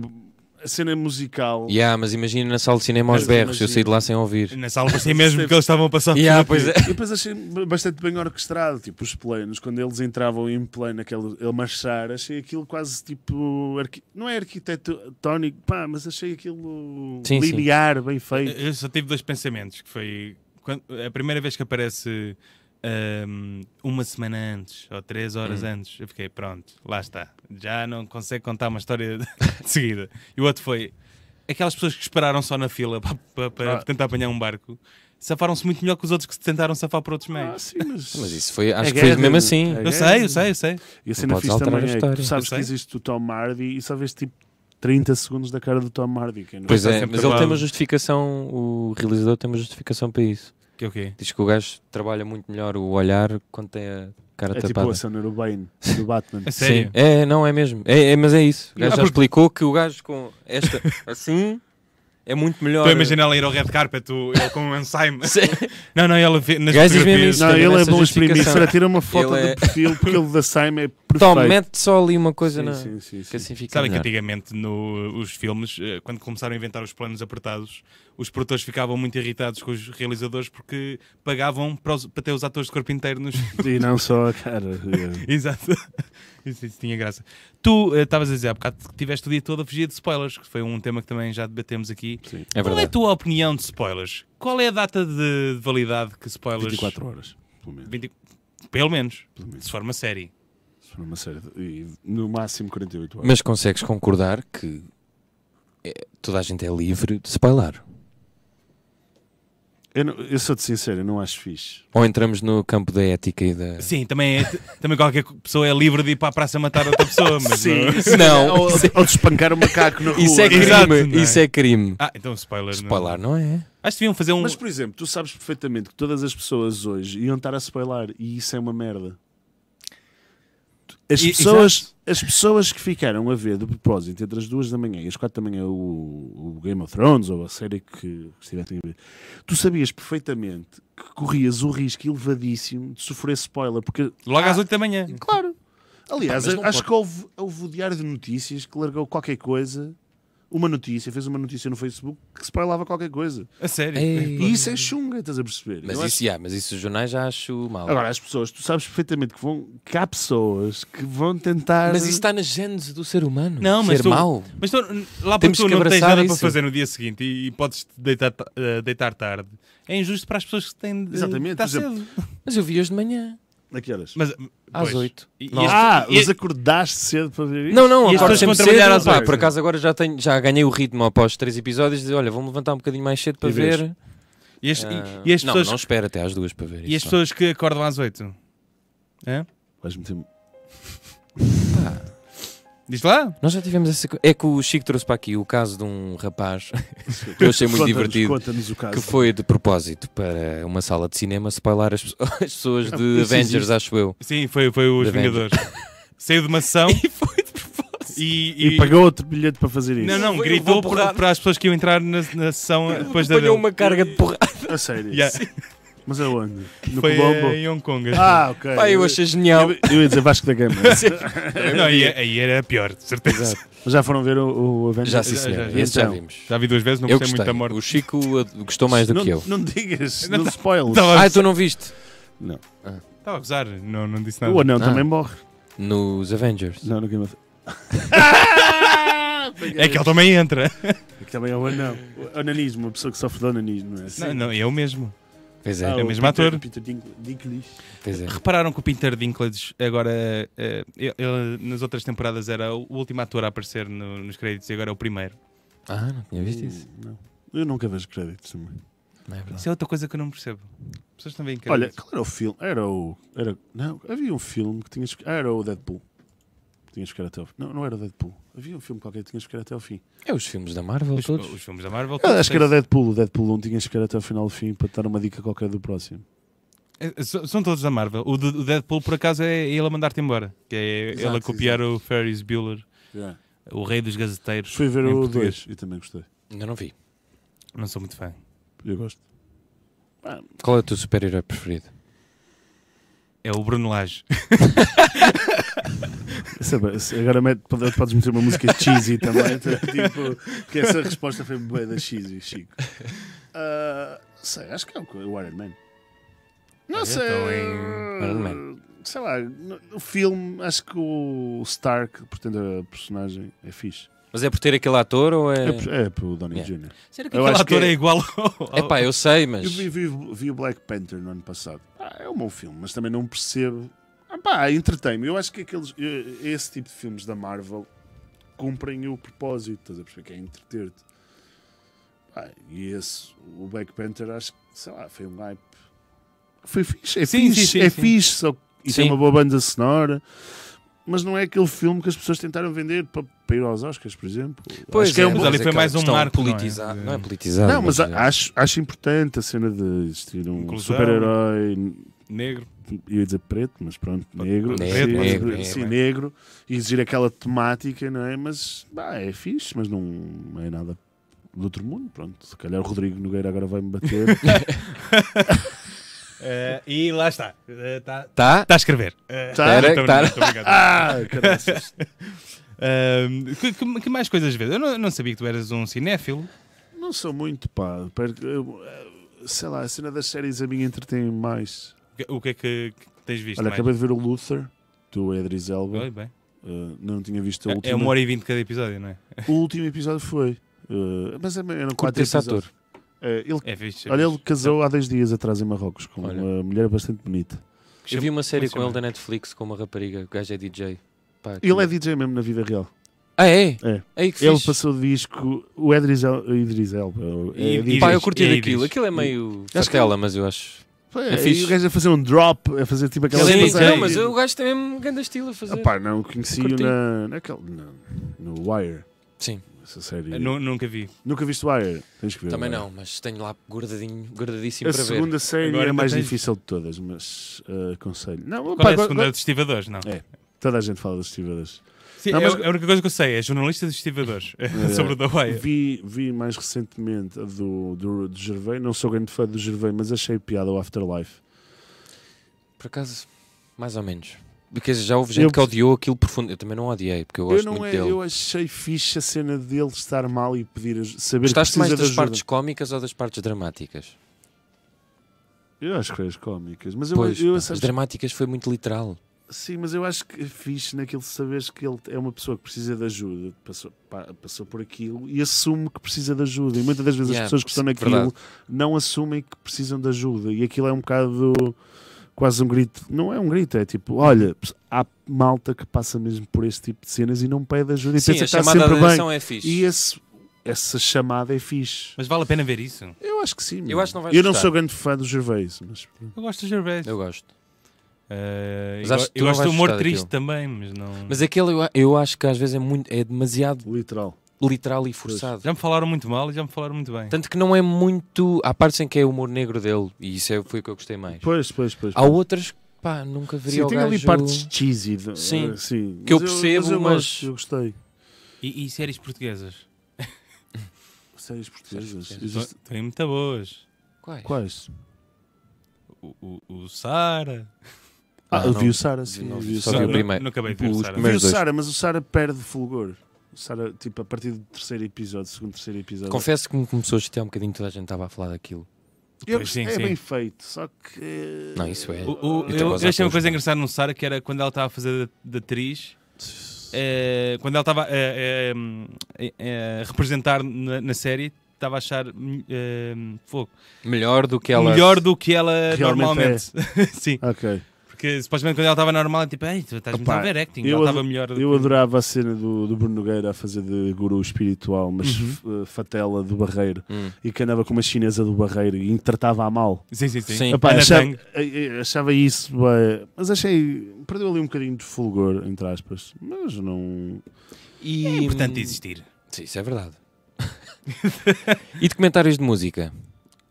[SPEAKER 3] A cena musical.
[SPEAKER 2] Yeah, mas imagina na sala de cinema aos
[SPEAKER 3] Mas
[SPEAKER 2] berros. Eu
[SPEAKER 3] Oh. imagina.
[SPEAKER 2] saí de lá sem ouvir.
[SPEAKER 1] Na sala parecia mesmo que eles estavam a passar.
[SPEAKER 2] Yeah,
[SPEAKER 1] por
[SPEAKER 2] pois é.
[SPEAKER 3] E depois achei bastante bem orquestrado, tipo os planos, quando eles entravam em plano, aquele ele marchar, achei aquilo quase tipo. arqui- Não é arquitetônico, pá, mas achei aquilo
[SPEAKER 2] Sim, sim.
[SPEAKER 3] linear, bem feito.
[SPEAKER 1] Eu só tive dois pensamentos, que foi quando- a primeira vez que aparece ahm, uma semana antes ou três horas
[SPEAKER 2] Hum.
[SPEAKER 1] antes, eu fiquei pronto, lá está, já não consegue contar uma história de seguida. E o outro foi aquelas pessoas que esperaram só na fila para, para- para
[SPEAKER 3] Ah.
[SPEAKER 1] tentar apanhar um barco, safaram-se muito melhor que os outros que se tentaram safar por outros
[SPEAKER 3] Ah,
[SPEAKER 1] meios.
[SPEAKER 3] sim, mas.
[SPEAKER 2] Mas isso foi.
[SPEAKER 3] É
[SPEAKER 2] Acho que foi
[SPEAKER 3] guerra,
[SPEAKER 2] mesmo
[SPEAKER 3] não é?
[SPEAKER 2] assim.
[SPEAKER 3] É
[SPEAKER 1] eu sei, eu sei, eu sei.
[SPEAKER 3] E a cena
[SPEAKER 2] podes
[SPEAKER 3] fixe
[SPEAKER 2] alterar
[SPEAKER 3] também
[SPEAKER 2] a
[SPEAKER 3] é que
[SPEAKER 2] história.
[SPEAKER 3] tu sabes que
[SPEAKER 1] Eu sei.
[SPEAKER 3] existe o Tom Hardy e só vês tipo 30 segundos da cara do Tom Hardy. que não-
[SPEAKER 2] Pois
[SPEAKER 1] Está
[SPEAKER 2] é,
[SPEAKER 1] sempre
[SPEAKER 2] mas ele tem
[SPEAKER 1] tapado.
[SPEAKER 2] uma justificação. O realizador tem uma justificação para isso.
[SPEAKER 1] Que é o quê?
[SPEAKER 2] Diz que o gajo trabalha muito melhor o olhar quando tem a cara
[SPEAKER 3] É tipo
[SPEAKER 2] tapada.
[SPEAKER 3] a cena do Bane, do Batman.
[SPEAKER 1] A sério?
[SPEAKER 2] Sim. É, é, não, é mesmo. É, é, mas é isso. O gajo
[SPEAKER 1] Ah,
[SPEAKER 2] já
[SPEAKER 1] porque-
[SPEAKER 2] explicou que o gajo com esta assim é muito melhor.
[SPEAKER 1] Estou a imaginar ela ir ao red carpet, o- ele com um Alzheimer.
[SPEAKER 2] Sim.
[SPEAKER 1] Não, não, ela vê nas
[SPEAKER 2] Gajo, diz mesmo
[SPEAKER 1] fotografias.
[SPEAKER 2] isso.
[SPEAKER 3] Não,
[SPEAKER 2] tem
[SPEAKER 3] ele é
[SPEAKER 2] essa
[SPEAKER 3] bom a exprimir.
[SPEAKER 2] justificação.
[SPEAKER 3] Será tira uma foto
[SPEAKER 2] Ele
[SPEAKER 3] de
[SPEAKER 2] é-
[SPEAKER 3] perfil porque ele da Saima é perfeito.
[SPEAKER 2] Tom, mete só ali uma coisa
[SPEAKER 3] Sim,
[SPEAKER 2] na.
[SPEAKER 3] sim, sim,
[SPEAKER 2] Que
[SPEAKER 3] sim.
[SPEAKER 2] assim fica
[SPEAKER 1] Sabem que
[SPEAKER 2] melhor.
[SPEAKER 1] antigamente no, os filmes, eh, quando começaram a inventar os planos apertados, os produtores ficavam muito irritados com os realizadores porque pagavam para, os- para ter os atores de corpo inteiro nos.
[SPEAKER 3] E não só a cara. é.
[SPEAKER 1] Exato. Isso, isso tinha graça. Tu eh, estavas a dizer há bocado que tiveste o dia todo a fugir de spoilers, que foi um tema que também já debatemos aqui.
[SPEAKER 2] É
[SPEAKER 1] Qual é a
[SPEAKER 2] verdade.
[SPEAKER 1] tua opinião de spoilers? Qual é a data de de validade que spoilers.
[SPEAKER 3] 24 horas, pelo menos.
[SPEAKER 1] 20 Pelo menos,
[SPEAKER 3] Pelo menos.
[SPEAKER 1] se for uma série.
[SPEAKER 3] Se for uma série de- e no máximo 48 horas.
[SPEAKER 2] Mas consegues concordar que é- toda a gente é livre de spoiler?
[SPEAKER 3] Eu, não- eu sou-te sincero, eu não acho fixe.
[SPEAKER 2] Ou entramos no campo da ética e da.
[SPEAKER 1] Sim, também, é- também qualquer pessoa é livre de ir para a praça matar outra pessoa, mas. não-
[SPEAKER 2] Não,
[SPEAKER 3] ou,
[SPEAKER 2] isso é-
[SPEAKER 3] ou de espancar um macaco na rua.
[SPEAKER 2] Isso é
[SPEAKER 3] não
[SPEAKER 2] crime!
[SPEAKER 1] Exato, não é?
[SPEAKER 2] Isso é crime.
[SPEAKER 1] Ah, então spoiler. não.
[SPEAKER 2] Spoiler, não é?
[SPEAKER 1] Acho que deviam fazer um.
[SPEAKER 3] Mas, por exemplo, tu sabes perfeitamente que todas as pessoas hoje iam estar a spoiler e isso é uma merda. As
[SPEAKER 1] E-
[SPEAKER 3] pessoas, as pessoas que ficaram a ver de propósito entre as duas da manhã e as quatro da manhã o, o Game of Thrones ou a série que estivessem a ver, tu sabias perfeitamente que corrias o risco elevadíssimo de sofrer spoiler, porque
[SPEAKER 1] Logo
[SPEAKER 2] Ah,
[SPEAKER 1] às 8 da manhã.
[SPEAKER 3] Claro. Aliás,
[SPEAKER 2] Pá, mas não
[SPEAKER 3] acho que houve, houve o Diário de Notícias que largou qualquer coisa. uma notícia, fez uma notícia no Facebook que spoilava qualquer coisa.
[SPEAKER 1] A sério.
[SPEAKER 2] Ei.
[SPEAKER 1] Pô,
[SPEAKER 3] E isso é chunga, estás a perceber?
[SPEAKER 2] Mas
[SPEAKER 3] Eu
[SPEAKER 2] isso, yeah, mas isso os jornais já acho mal.
[SPEAKER 3] Agora, as pessoas, tu sabes perfeitamente que, vão, que há pessoas que vão tentar.
[SPEAKER 2] mas isso tá- está na gênese do ser humano.
[SPEAKER 1] Não, mas
[SPEAKER 2] ser
[SPEAKER 1] tu-
[SPEAKER 2] mau.
[SPEAKER 1] Mas tu, lá porque
[SPEAKER 2] Temos
[SPEAKER 1] tu
[SPEAKER 2] que
[SPEAKER 1] não tens
[SPEAKER 2] abraçar
[SPEAKER 1] nada para
[SPEAKER 2] isso.
[SPEAKER 1] fazer no dia seguinte e, e podes te deitar, ta- eh, deitar tarde. É injusto para as pessoas que têm de
[SPEAKER 3] Exatamente,
[SPEAKER 1] tá
[SPEAKER 3] por exemplo,
[SPEAKER 1] cedo.
[SPEAKER 2] Mas eu vi hoje de manhã,
[SPEAKER 3] A que horas?
[SPEAKER 1] Mas, eh,
[SPEAKER 2] às
[SPEAKER 1] pois.
[SPEAKER 2] oito.
[SPEAKER 1] E- e
[SPEAKER 2] Não.
[SPEAKER 1] este-
[SPEAKER 3] Ah,
[SPEAKER 1] e-
[SPEAKER 3] mas acordaste cedo para ver isso?
[SPEAKER 2] Não, não,
[SPEAKER 1] E as
[SPEAKER 2] acordo
[SPEAKER 1] pessoas vão
[SPEAKER 2] sempre
[SPEAKER 1] trabalhar
[SPEAKER 2] cedo.
[SPEAKER 1] às
[SPEAKER 2] Pá,
[SPEAKER 1] oito.
[SPEAKER 2] por acaso agora já, tenho, já ganhei o ritmo após três episódios. De, olha, vou-me levantar um bocadinho mais cedo para
[SPEAKER 3] E vês.
[SPEAKER 2] ver.
[SPEAKER 1] e as-
[SPEAKER 2] Ah,
[SPEAKER 1] e- e as
[SPEAKER 2] não,
[SPEAKER 1] pessoas-
[SPEAKER 2] não espera até às duas para ver
[SPEAKER 1] E as
[SPEAKER 2] isso.
[SPEAKER 1] pessoas que acordam às oito? Hã?
[SPEAKER 3] Vais meter-
[SPEAKER 1] Diz lá?
[SPEAKER 2] Nós já tivemos essa. co- É que o Chico trouxe para aqui o caso de um rapaz que eu achei muito
[SPEAKER 3] Conta-nos-
[SPEAKER 2] divertido.
[SPEAKER 3] Conta-nos o caso.
[SPEAKER 2] Que foi de propósito para uma sala de cinema spoiler as, pessoas- as pessoas
[SPEAKER 3] Ah,
[SPEAKER 2] de
[SPEAKER 3] isso
[SPEAKER 2] Avengers,
[SPEAKER 3] existe.
[SPEAKER 2] acho eu.
[SPEAKER 1] Sim, foi, foi os
[SPEAKER 2] Da Avenger.
[SPEAKER 1] Vingadores. Saiu de uma sessão
[SPEAKER 2] E foi de propósito.
[SPEAKER 1] e.
[SPEAKER 3] E pagou outro bilhete para fazer isso.
[SPEAKER 1] Não, não,
[SPEAKER 2] Eu vou
[SPEAKER 1] gritou por-
[SPEAKER 2] borrar.
[SPEAKER 1] para as pessoas que iam entrar na, na sessão depois da
[SPEAKER 2] Apanhou
[SPEAKER 1] dele.
[SPEAKER 2] uma carga de porrada.
[SPEAKER 3] A sério.
[SPEAKER 1] Yeah.
[SPEAKER 3] Mas aonde? No
[SPEAKER 1] Foi eh,
[SPEAKER 3] Colombo?
[SPEAKER 1] em Hong Kong.
[SPEAKER 3] Ah, ok.
[SPEAKER 2] Pá, eu achei genial.
[SPEAKER 3] Eu- eu ia dizer Vasco da Gama. mas
[SPEAKER 1] não, aí, aí era pior, de certeza.
[SPEAKER 3] já foram ver o, o Avengers?
[SPEAKER 2] Já sim,
[SPEAKER 1] Já-
[SPEAKER 2] senhor.
[SPEAKER 1] já-
[SPEAKER 2] Esse já
[SPEAKER 3] então.
[SPEAKER 2] vimos.
[SPEAKER 1] Já vi duas vezes, não
[SPEAKER 2] eu
[SPEAKER 1] gostei
[SPEAKER 2] gostei.
[SPEAKER 1] muito da morte.
[SPEAKER 2] O Chico uh, gostou mais do
[SPEAKER 3] não,
[SPEAKER 2] que eu.
[SPEAKER 3] Não digas,
[SPEAKER 1] Não
[SPEAKER 3] não spoilers.
[SPEAKER 1] Tava-
[SPEAKER 2] Ah, tu não viste?
[SPEAKER 3] Não.
[SPEAKER 1] Estava a gozar, não, não disse nada.
[SPEAKER 3] O anão
[SPEAKER 2] Ah.
[SPEAKER 3] também morre.
[SPEAKER 2] Nos Avengers.
[SPEAKER 3] Não, no Game of
[SPEAKER 1] É que ele também entra.
[SPEAKER 3] Que também é o anão. O Ananismo, uma pessoa que sofre de ananismo, não é?
[SPEAKER 1] Não, não, é o mesmo.
[SPEAKER 2] Pois é,
[SPEAKER 3] Ah,
[SPEAKER 1] é o mesmo
[SPEAKER 3] Peter-
[SPEAKER 1] ator.
[SPEAKER 3] Peter Dink- Dinklage.
[SPEAKER 2] pois é.
[SPEAKER 1] Repararam que o Peter Dinklage agora, eh, ele- ele nas outras temporadas era o último ator a aparecer no- nos créditos e agora é o primeiro.
[SPEAKER 2] Ah, não tinha visto isso.
[SPEAKER 3] Hum, Não. Eu nunca vejo créditos também.
[SPEAKER 2] Não é verdade.
[SPEAKER 1] Isso é outra coisa que eu não percebo. As pessoas também querem.
[SPEAKER 3] Olha, qual era o filme? Era o. Era, não, havia um filme que tinhas que. Ah, era o Deadpool. Que tinhas que ficar até ao fim. Não, não era o Deadpool. Havia um filme qualquer que tinhas que ficar até ao fim.
[SPEAKER 2] É os filmes da Marvel
[SPEAKER 1] os,
[SPEAKER 2] todos.
[SPEAKER 1] os filmes da Marvel.
[SPEAKER 3] Eu
[SPEAKER 1] todos
[SPEAKER 3] acho que era o
[SPEAKER 1] têm-
[SPEAKER 3] Deadpool. O Deadpool 1 tinhas que ficar até ao final do fim para te dar uma dica qualquer do próximo.
[SPEAKER 1] eh, São são todos da Marvel. O, de- o Deadpool, por acaso, é ele a mandar-te embora. Que é ele a
[SPEAKER 3] Exato,
[SPEAKER 1] copiar o Ferris Bueller, o rei dos gazeteiros.
[SPEAKER 3] Fui ver
[SPEAKER 1] em
[SPEAKER 3] o
[SPEAKER 1] português.
[SPEAKER 3] 2 e também gostei.
[SPEAKER 2] Ainda não vi.
[SPEAKER 1] Não sou muito fã.
[SPEAKER 3] Eu gosto.
[SPEAKER 2] Qual é o teu super-herói preferido?
[SPEAKER 1] É o Bruno Lage.
[SPEAKER 3] Sabe, se agora mete, pode- podes meter uma música cheesy também. tá? Tipo, que essa resposta foi bem da cheesy, Chico. Ah, sei, acho que é o, o Iron Man. Não
[SPEAKER 1] Eu
[SPEAKER 3] sei.
[SPEAKER 1] tô em
[SPEAKER 2] Iron
[SPEAKER 3] Sei lá, no, no filme, acho que o Stark, portanto, a personagem é fixe.
[SPEAKER 2] Mas é por ter aquele ator ou é.
[SPEAKER 3] É, por- é pro Donnie
[SPEAKER 2] Yeah.
[SPEAKER 3] Jr.
[SPEAKER 1] Será que
[SPEAKER 3] Eu
[SPEAKER 1] aquele
[SPEAKER 3] acho que
[SPEAKER 1] ator é...
[SPEAKER 3] é-
[SPEAKER 1] igual ao.
[SPEAKER 2] É pá, eu sei, mas.
[SPEAKER 3] Eu vi, vi- vi o Black Panther no ano passado. Ah, é um bom filme, mas também não percebo. Ah, pá, entretei-me. Eu acho que aqueles, eh, esse tipo de filmes da Marvel cumprem o propósito, estás a perceber? Que é entreter-te. Pá, e esse, o Black Panther, acho que, sei lá, foi um hype. Foi fixe, é
[SPEAKER 1] Sim,
[SPEAKER 3] fixe,
[SPEAKER 1] sim, sim,
[SPEAKER 3] é
[SPEAKER 1] sim.
[SPEAKER 3] fixe, só que e tem
[SPEAKER 2] Sim.
[SPEAKER 3] uma boa banda sonora. Mas não é aquele filme que as pessoas tentaram vender para, para ir aos Oscars, por exemplo. Acho que é um
[SPEAKER 1] mas
[SPEAKER 3] bom-
[SPEAKER 1] ali foi
[SPEAKER 2] aquela
[SPEAKER 1] mais um
[SPEAKER 2] questão
[SPEAKER 1] marco, não é?
[SPEAKER 2] politizado.
[SPEAKER 1] De-
[SPEAKER 2] Não é politizado.
[SPEAKER 3] Não, mas
[SPEAKER 2] é-
[SPEAKER 3] a- acho, acho importante a cena de existir um
[SPEAKER 1] Inclusão.
[SPEAKER 3] super-herói
[SPEAKER 1] Negro.
[SPEAKER 3] eu ia dizer preto, mas pronto,
[SPEAKER 1] Pode-
[SPEAKER 3] negro,
[SPEAKER 1] pode-
[SPEAKER 3] sim,
[SPEAKER 1] negro,
[SPEAKER 2] negro,
[SPEAKER 3] negro, sim,
[SPEAKER 1] é,
[SPEAKER 2] negro.
[SPEAKER 3] negro, e exigir aquela temática, não é? Mas bah, é fixe, mas não é nada do outro mundo, pronto. Se calhar o Rodrigo Nogueira agora vai-me bater.
[SPEAKER 1] Eh, e lá está. Está
[SPEAKER 2] Tá?
[SPEAKER 1] a escrever. Eh,
[SPEAKER 3] Tá.
[SPEAKER 1] não, tô
[SPEAKER 2] Tá.
[SPEAKER 1] brincando, tô brincando.
[SPEAKER 3] ah, caraças.
[SPEAKER 1] Ahm, Ehm, que, que- que mais coisas vês? Eu não, não sabia que tu eras um cinéfilo.
[SPEAKER 3] Não sou muito, pá. perco- eu, eh, Sei lá, a cena das séries a mim entretém mais.
[SPEAKER 1] O que- O que é que, que tens visto?
[SPEAKER 3] Olha,
[SPEAKER 1] mais?
[SPEAKER 3] acabei de ver o Luther, do Edris Elba.
[SPEAKER 1] Oi, bem.
[SPEAKER 3] Eh, não tinha visto
[SPEAKER 1] É-
[SPEAKER 3] a
[SPEAKER 1] É
[SPEAKER 3] última.
[SPEAKER 1] uma hora e vinte cada episódio, não é?
[SPEAKER 3] O último episódio foi. eh, mas é- eram
[SPEAKER 2] Curto
[SPEAKER 3] quatro
[SPEAKER 2] esse
[SPEAKER 3] episódios.
[SPEAKER 2] ator.
[SPEAKER 3] Eh, ele
[SPEAKER 1] É fixe.
[SPEAKER 3] Olha, ele casou há dois dias atrás em Marrocos com
[SPEAKER 2] Olha.
[SPEAKER 3] uma mulher bastante bonita.
[SPEAKER 2] Eu vi uma
[SPEAKER 3] é
[SPEAKER 2] série
[SPEAKER 1] Como se
[SPEAKER 2] com ele
[SPEAKER 1] chama?
[SPEAKER 2] da Netflix com uma rapariga, o gajo é DJ. Pá, que-
[SPEAKER 3] Ele é DJ mesmo na vida real.
[SPEAKER 2] Ah, é?
[SPEAKER 3] É.
[SPEAKER 2] Aí que
[SPEAKER 3] Ele
[SPEAKER 2] fixe.
[SPEAKER 3] passou de disco. O Edris, El, o Idris Elba. o-
[SPEAKER 1] E-
[SPEAKER 3] é
[SPEAKER 1] e-
[SPEAKER 3] DJ.
[SPEAKER 2] Pá, eu
[SPEAKER 1] diz,
[SPEAKER 2] curti
[SPEAKER 1] e aí
[SPEAKER 2] daquilo.
[SPEAKER 1] diz.
[SPEAKER 2] Aquilo é meio
[SPEAKER 3] Acho que
[SPEAKER 2] castela, mas eu acho.
[SPEAKER 3] É,
[SPEAKER 2] é fixe.
[SPEAKER 3] E o gajo a fazer um drop, a fazer tipo aquela
[SPEAKER 1] Sim,
[SPEAKER 2] Sim,
[SPEAKER 1] passagens-
[SPEAKER 2] não, mas o gajo tem mesmo um grande estilo a fazer.
[SPEAKER 3] Pá, não, conheci-o
[SPEAKER 2] Curti.
[SPEAKER 3] na, naquele, na- no Wire.
[SPEAKER 2] Sim,
[SPEAKER 3] Essa série.
[SPEAKER 1] Eu nu- Nunca vi.
[SPEAKER 3] Nunca viste Wire? Tens que ver.
[SPEAKER 2] É, também
[SPEAKER 3] Wire.
[SPEAKER 2] não, mas tenho lá guardadinho, guardadíssimo
[SPEAKER 3] A
[SPEAKER 2] para
[SPEAKER 3] segunda série
[SPEAKER 1] Agora
[SPEAKER 3] é a
[SPEAKER 1] ainda
[SPEAKER 3] mais
[SPEAKER 1] tens-
[SPEAKER 3] difícil de todas, mas eh, aconselho. Não,
[SPEAKER 1] Qual
[SPEAKER 3] pá,
[SPEAKER 1] é a
[SPEAKER 3] go-
[SPEAKER 1] segunda?
[SPEAKER 3] go-
[SPEAKER 1] Dos estivadores, não.
[SPEAKER 3] É. toda a gente fala das estivadas.
[SPEAKER 1] Sim,
[SPEAKER 3] Não,
[SPEAKER 1] é-
[SPEAKER 3] mas-
[SPEAKER 1] é a única coisa que eu sei é jornalista dos estivadores. Sobre o da Wire.
[SPEAKER 3] Vi, vi mais recentemente a do, do, do Gervais, não sou grande fã do Gervais, mas achei piada o Afterlife.
[SPEAKER 2] Por acaso, mais ou menos. Porque já houve gente
[SPEAKER 3] Eu-
[SPEAKER 2] que odiou aquilo profundo. Eu também não odiei, porque eu
[SPEAKER 3] Eu,
[SPEAKER 2] gosto
[SPEAKER 3] não
[SPEAKER 2] muito
[SPEAKER 3] é,
[SPEAKER 2] dele.
[SPEAKER 3] eu achei fixe a cena dele estar mal e pedir aj- saber
[SPEAKER 2] Gostaste
[SPEAKER 3] que precisa
[SPEAKER 2] mais
[SPEAKER 3] de
[SPEAKER 2] das
[SPEAKER 3] ajuda.
[SPEAKER 2] partes cómicas ou das partes dramáticas?
[SPEAKER 3] Eu acho que foi as cómicas, mas eu,
[SPEAKER 2] Pois,
[SPEAKER 3] eu,
[SPEAKER 2] pá,
[SPEAKER 3] sabes-
[SPEAKER 2] as dramáticas foi muito literal.
[SPEAKER 3] Sim, mas eu acho que é fixe naquele saberes que ele é uma pessoa que precisa de ajuda, passou, pa- passou por aquilo e assume que precisa de ajuda. E muitas das vezes
[SPEAKER 2] Yeah,
[SPEAKER 3] as pessoas que estão naquilo
[SPEAKER 2] verdade.
[SPEAKER 3] não assumem que precisam de ajuda. E aquilo é um bocado quase um grito. Não é um grito, é tipo, olha, há malta que passa mesmo por este tipo de cenas e não pede ajuda e
[SPEAKER 2] Sim,
[SPEAKER 3] pensa
[SPEAKER 2] a
[SPEAKER 3] que está
[SPEAKER 2] chamada da
[SPEAKER 3] sempre bem.
[SPEAKER 2] atenção é fixe.
[SPEAKER 3] E esse- essa chamada é fixe.
[SPEAKER 1] Mas vale a pena ver isso.
[SPEAKER 3] Eu acho que sim.
[SPEAKER 2] Eu acho que não vais
[SPEAKER 3] eu não
[SPEAKER 2] gostar.
[SPEAKER 3] sou grande fã do Gervais, mas
[SPEAKER 1] Eu gosto de Gervais.
[SPEAKER 2] Eu gosto.
[SPEAKER 1] Eh,
[SPEAKER 2] Mas
[SPEAKER 1] eu
[SPEAKER 2] acho que tu
[SPEAKER 1] eu
[SPEAKER 2] não
[SPEAKER 1] gosto do
[SPEAKER 2] vais
[SPEAKER 1] humor
[SPEAKER 2] gostar
[SPEAKER 1] triste
[SPEAKER 2] daquilo.
[SPEAKER 1] também, mas não.
[SPEAKER 2] Uhum. Mas aquele eu, eu acho que às vezes é, muito, é demasiado
[SPEAKER 3] literal.
[SPEAKER 2] literal e forçado.
[SPEAKER 1] Já me falaram muito mal e já me falaram muito bem.
[SPEAKER 2] Tanto que não é muito. Há partes em que é o humor negro dele, e isso é, foi o que eu gostei mais.
[SPEAKER 3] Pois, pois, pois.
[SPEAKER 2] Há outras que pá, nunca veria
[SPEAKER 3] Sim,
[SPEAKER 2] o
[SPEAKER 3] tem ali
[SPEAKER 2] gajo-
[SPEAKER 3] partes cheesy. de-
[SPEAKER 2] Sim,
[SPEAKER 3] eh, sim.
[SPEAKER 2] que eu
[SPEAKER 3] Mas
[SPEAKER 2] percebo,
[SPEAKER 3] eu
[SPEAKER 2] mas-
[SPEAKER 3] gosto, eu gostei.
[SPEAKER 1] E, e séries portuguesas?
[SPEAKER 3] Séries portuguesas.
[SPEAKER 1] Estão
[SPEAKER 3] Existe...
[SPEAKER 1] estão aí muito boas.
[SPEAKER 2] Quais?
[SPEAKER 3] Quais?
[SPEAKER 1] O, o, o Sara.
[SPEAKER 3] Ah,
[SPEAKER 2] Ah,
[SPEAKER 3] eu
[SPEAKER 2] não.
[SPEAKER 3] vi o Sara, sim.
[SPEAKER 2] Não
[SPEAKER 3] eu
[SPEAKER 2] vi,
[SPEAKER 3] vi o
[SPEAKER 2] só
[SPEAKER 1] Não,
[SPEAKER 2] vi o
[SPEAKER 3] Sara.
[SPEAKER 1] não-
[SPEAKER 2] primeiro.
[SPEAKER 1] não acabei de ver
[SPEAKER 2] Os
[SPEAKER 1] o Sara.
[SPEAKER 3] Vi o
[SPEAKER 2] primeiros dois.
[SPEAKER 3] Sara, mas o Sara perde fulgor. O Sara, tipo, a partir do terceiro episódio, segundo, terceiro episódio.
[SPEAKER 2] Confesso que me começou a chatear um bocadinho toda a gente estava a falar daquilo.
[SPEAKER 3] Eu
[SPEAKER 1] Pois,
[SPEAKER 3] gostei,
[SPEAKER 1] sim,
[SPEAKER 3] é
[SPEAKER 1] sim.
[SPEAKER 3] bem feito, só que.
[SPEAKER 2] Não, isso é.
[SPEAKER 1] O- o-
[SPEAKER 2] E tu
[SPEAKER 1] eu,
[SPEAKER 2] gozas
[SPEAKER 1] eu achei uma
[SPEAKER 2] com os
[SPEAKER 1] coisa
[SPEAKER 2] bons.
[SPEAKER 1] engraçada no Sara que era quando ela estava a fazer de, de atriz. eh, quando ela estava eh, eh, hum, eh, eh, a representar na, na série, estava a achar hum, eh, fogo.
[SPEAKER 2] Melhor do que ela.
[SPEAKER 1] melhor do que ela
[SPEAKER 3] Realmente é.
[SPEAKER 1] normalmente. Sim,
[SPEAKER 3] Ok.
[SPEAKER 1] porque supostamente quando ela estava normal, é tipo, Ei, tu estás muito
[SPEAKER 3] Opa,
[SPEAKER 1] a ver acting.
[SPEAKER 3] eu
[SPEAKER 1] Ela estava
[SPEAKER 3] ado-
[SPEAKER 1] melhor do
[SPEAKER 3] Eu
[SPEAKER 1] que-
[SPEAKER 3] adorava a cena do, do Bruno Nogueira a fazer de guru espiritual, mas
[SPEAKER 2] Uhum.
[SPEAKER 3] eh, fatela do Barreiro.
[SPEAKER 2] Hum.
[SPEAKER 3] E que andava com uma chinesa do Barreiro e tratava a mal.
[SPEAKER 1] Sim, sim, sim.
[SPEAKER 2] Sim.
[SPEAKER 3] Epá,
[SPEAKER 1] Ana
[SPEAKER 3] achava,
[SPEAKER 1] Tang.
[SPEAKER 3] eh, eh, achava isso, bué, mas achei. Perdeu ali um bocadinho de fulgor, entre aspas. Mas não.
[SPEAKER 2] E,
[SPEAKER 1] É importante existir.
[SPEAKER 2] Sim, isso é verdade. e documentários de música?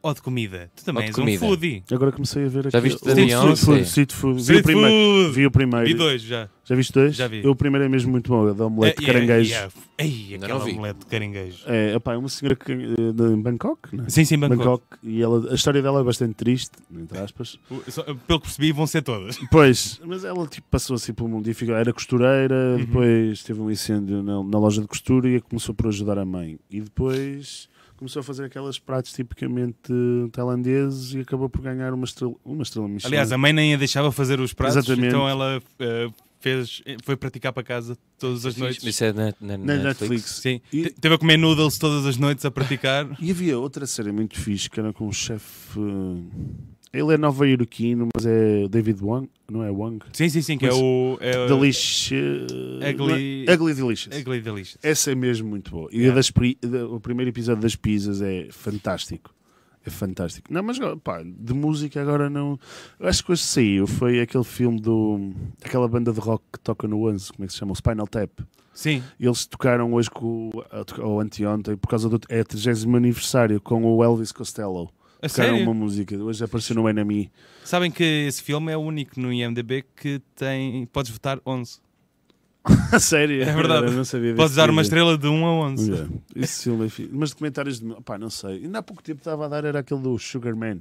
[SPEAKER 1] Ou de comida. Tu também
[SPEAKER 2] Ou de
[SPEAKER 1] és
[SPEAKER 2] comida.
[SPEAKER 1] um foodie.
[SPEAKER 3] Agora comecei a ver aqui.
[SPEAKER 2] Já viste
[SPEAKER 3] o
[SPEAKER 2] a Beyoncé?
[SPEAKER 3] Street Food. Street Food. Vi, o
[SPEAKER 1] Street
[SPEAKER 3] primeiro,
[SPEAKER 1] food.
[SPEAKER 3] vi o primeiro.
[SPEAKER 1] Vi dois já.
[SPEAKER 3] Já viste dois?
[SPEAKER 1] Já vi.
[SPEAKER 3] Eu, o primeiro é mesmo muito bom, é da omelete de
[SPEAKER 1] Eh,
[SPEAKER 3] caranguejo.
[SPEAKER 1] yeah, yeah. Ei,
[SPEAKER 2] Ainda
[SPEAKER 1] aquela
[SPEAKER 2] não vi.
[SPEAKER 1] omelete de caranguejo.
[SPEAKER 3] É, epá, é uma senhora que, eh, de Bangkok, não é?
[SPEAKER 1] Sim, sim, Bangkok.
[SPEAKER 3] e ela, a história dela é bastante triste, entre aspas.
[SPEAKER 1] O- só- Pelo que percebi, vão ser todas.
[SPEAKER 3] Pois, mas ela tipo, passou assim pelo mundo e ficou, era costureira,
[SPEAKER 1] Uhum.
[SPEAKER 3] depois teve um incêndio na, na loja de costura e começou por ajudar a mãe. E depois começou a fazer aqueles pratos tipicamente tailandeses e acabou por ganhar uma estrela, uma estrela Michelin.
[SPEAKER 1] Aliás, a mãe nem a deixava fazer os pratos,
[SPEAKER 3] Exatamente.
[SPEAKER 1] então ela eh, fez, foi praticar para casa todas as noites.
[SPEAKER 2] Isso é na, na-
[SPEAKER 3] na Netflix.
[SPEAKER 2] Netflix.
[SPEAKER 1] Sim,
[SPEAKER 3] E-
[SPEAKER 1] Te- teve a comer noodles todas as noites a praticar.
[SPEAKER 3] E havia outra série muito fixe que era com um chefe... eh, Ele é nova iroquino, mas é David Wang, não é Wang?
[SPEAKER 1] Sim, sim, sim, que é
[SPEAKER 3] Mas-
[SPEAKER 1] o. É, o-
[SPEAKER 3] Delish...
[SPEAKER 1] Ugly-
[SPEAKER 3] Ugly Delicious.
[SPEAKER 1] Ugly Delicious.
[SPEAKER 3] Essa é mesmo muito boa. E
[SPEAKER 1] Yeah.
[SPEAKER 3] a das pri- da- o primeiro episódio das pizzas é fantástico. É fantástico. Não, mas pá, de música agora não. Eu acho que hoje saiu. Foi aquele filme do. aquela banda de rock que toca no 11, como é que se chama? O Spinal Tap.
[SPEAKER 1] Sim,
[SPEAKER 3] Eles tocaram hoje com. o- ou anteontem, por causa do. é 30 aniversário com o Elvis Costello.
[SPEAKER 1] a
[SPEAKER 3] tocaram
[SPEAKER 1] sério.
[SPEAKER 3] uma música. Hoje apareceu no Enemy.
[SPEAKER 1] Sabem que esse filme é o único no IMDb que tem. Podes votar 11.
[SPEAKER 3] a sério?
[SPEAKER 1] É verdade.
[SPEAKER 3] Eu não sabia
[SPEAKER 1] Podes
[SPEAKER 3] disso.
[SPEAKER 1] dar uma estrela de 1 a 11.
[SPEAKER 3] Yeah. Esse filme é fi- Mas documentários de. pá, não sei. Ainda há pouco tempo estava a dar era aquele do Sugar Man.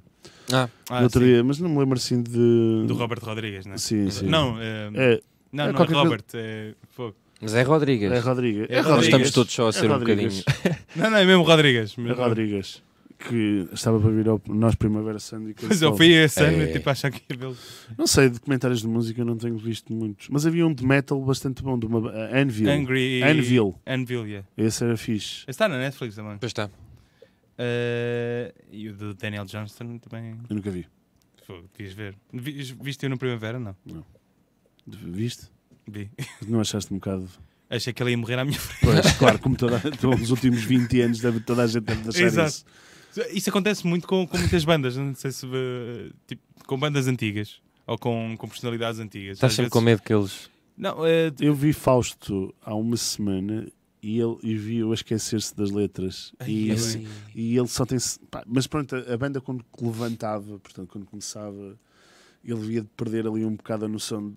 [SPEAKER 2] Ah,
[SPEAKER 1] Ah,
[SPEAKER 3] No outro
[SPEAKER 1] sim,
[SPEAKER 3] dia, mas não me lembro assim de.
[SPEAKER 1] Do Robert Rodrigues, não é?
[SPEAKER 3] Sim, sim.
[SPEAKER 1] Não, eh,
[SPEAKER 3] É,
[SPEAKER 1] não,
[SPEAKER 3] é
[SPEAKER 1] não é
[SPEAKER 3] qualquer coisa-
[SPEAKER 1] Robert. É, fogo.
[SPEAKER 2] mas é Rodrigues.
[SPEAKER 3] é Rodrigues.
[SPEAKER 1] É
[SPEAKER 3] É,
[SPEAKER 2] Nós
[SPEAKER 1] Rodrigues.
[SPEAKER 2] estamos
[SPEAKER 3] Rodrigues.
[SPEAKER 2] todos só a
[SPEAKER 3] É
[SPEAKER 2] ser um
[SPEAKER 3] Rodrigues.
[SPEAKER 2] bocadinho.
[SPEAKER 1] Não, não, é mesmo Rodrigues.
[SPEAKER 3] É Rodrigues. Que estava para vir ao Nós Primavera Sandy. com
[SPEAKER 1] Mas
[SPEAKER 3] esse
[SPEAKER 1] eu
[SPEAKER 3] álbum.
[SPEAKER 1] fui esse ano
[SPEAKER 2] É.
[SPEAKER 1] e tipo, a achar que ia vê-lo.
[SPEAKER 3] Não sei, documentários de música eu não tenho visto muitos. Mas havia um de metal bastante bom, de uma. a Anvil.
[SPEAKER 1] Angry.
[SPEAKER 3] Anvil.
[SPEAKER 1] Anvil, yeah.
[SPEAKER 3] Esse era fixe.
[SPEAKER 1] Está na Netflix também.
[SPEAKER 2] Pois está.
[SPEAKER 1] Eh, e o do Daniel Johnston também.
[SPEAKER 3] Eu nunca vi.
[SPEAKER 1] Fogo, devias ver. Vi- Viste eu no Primavera? Não.
[SPEAKER 3] Viste?
[SPEAKER 1] Vi.
[SPEAKER 3] Não achaste um bocado.
[SPEAKER 1] Achei que ele ia morrer à minha frente.
[SPEAKER 3] Pois, claro, como toda, nos últimos 20 anos deve- toda a gente deve achar
[SPEAKER 1] Exato.
[SPEAKER 3] isso.
[SPEAKER 1] Isso acontece muito com, com muitas bandas. Não sei se. eh, Tipo, com bandas antigas. Ou com, com personalidades antigas.
[SPEAKER 2] Estás
[SPEAKER 1] Às
[SPEAKER 2] sempre
[SPEAKER 1] vezes-
[SPEAKER 2] com medo que eles.
[SPEAKER 1] Não, eh,
[SPEAKER 3] Eu vi Fausto há uma semana e, ele, e vi-o a esquecer-se das letras.
[SPEAKER 1] Ai,
[SPEAKER 3] e
[SPEAKER 1] é
[SPEAKER 3] isso,
[SPEAKER 1] bem.
[SPEAKER 3] E ele só tem. pá, mas pronto, a, a banda quando que levantava, portanto, quando começava, ele devia de perder ali um bocado a noção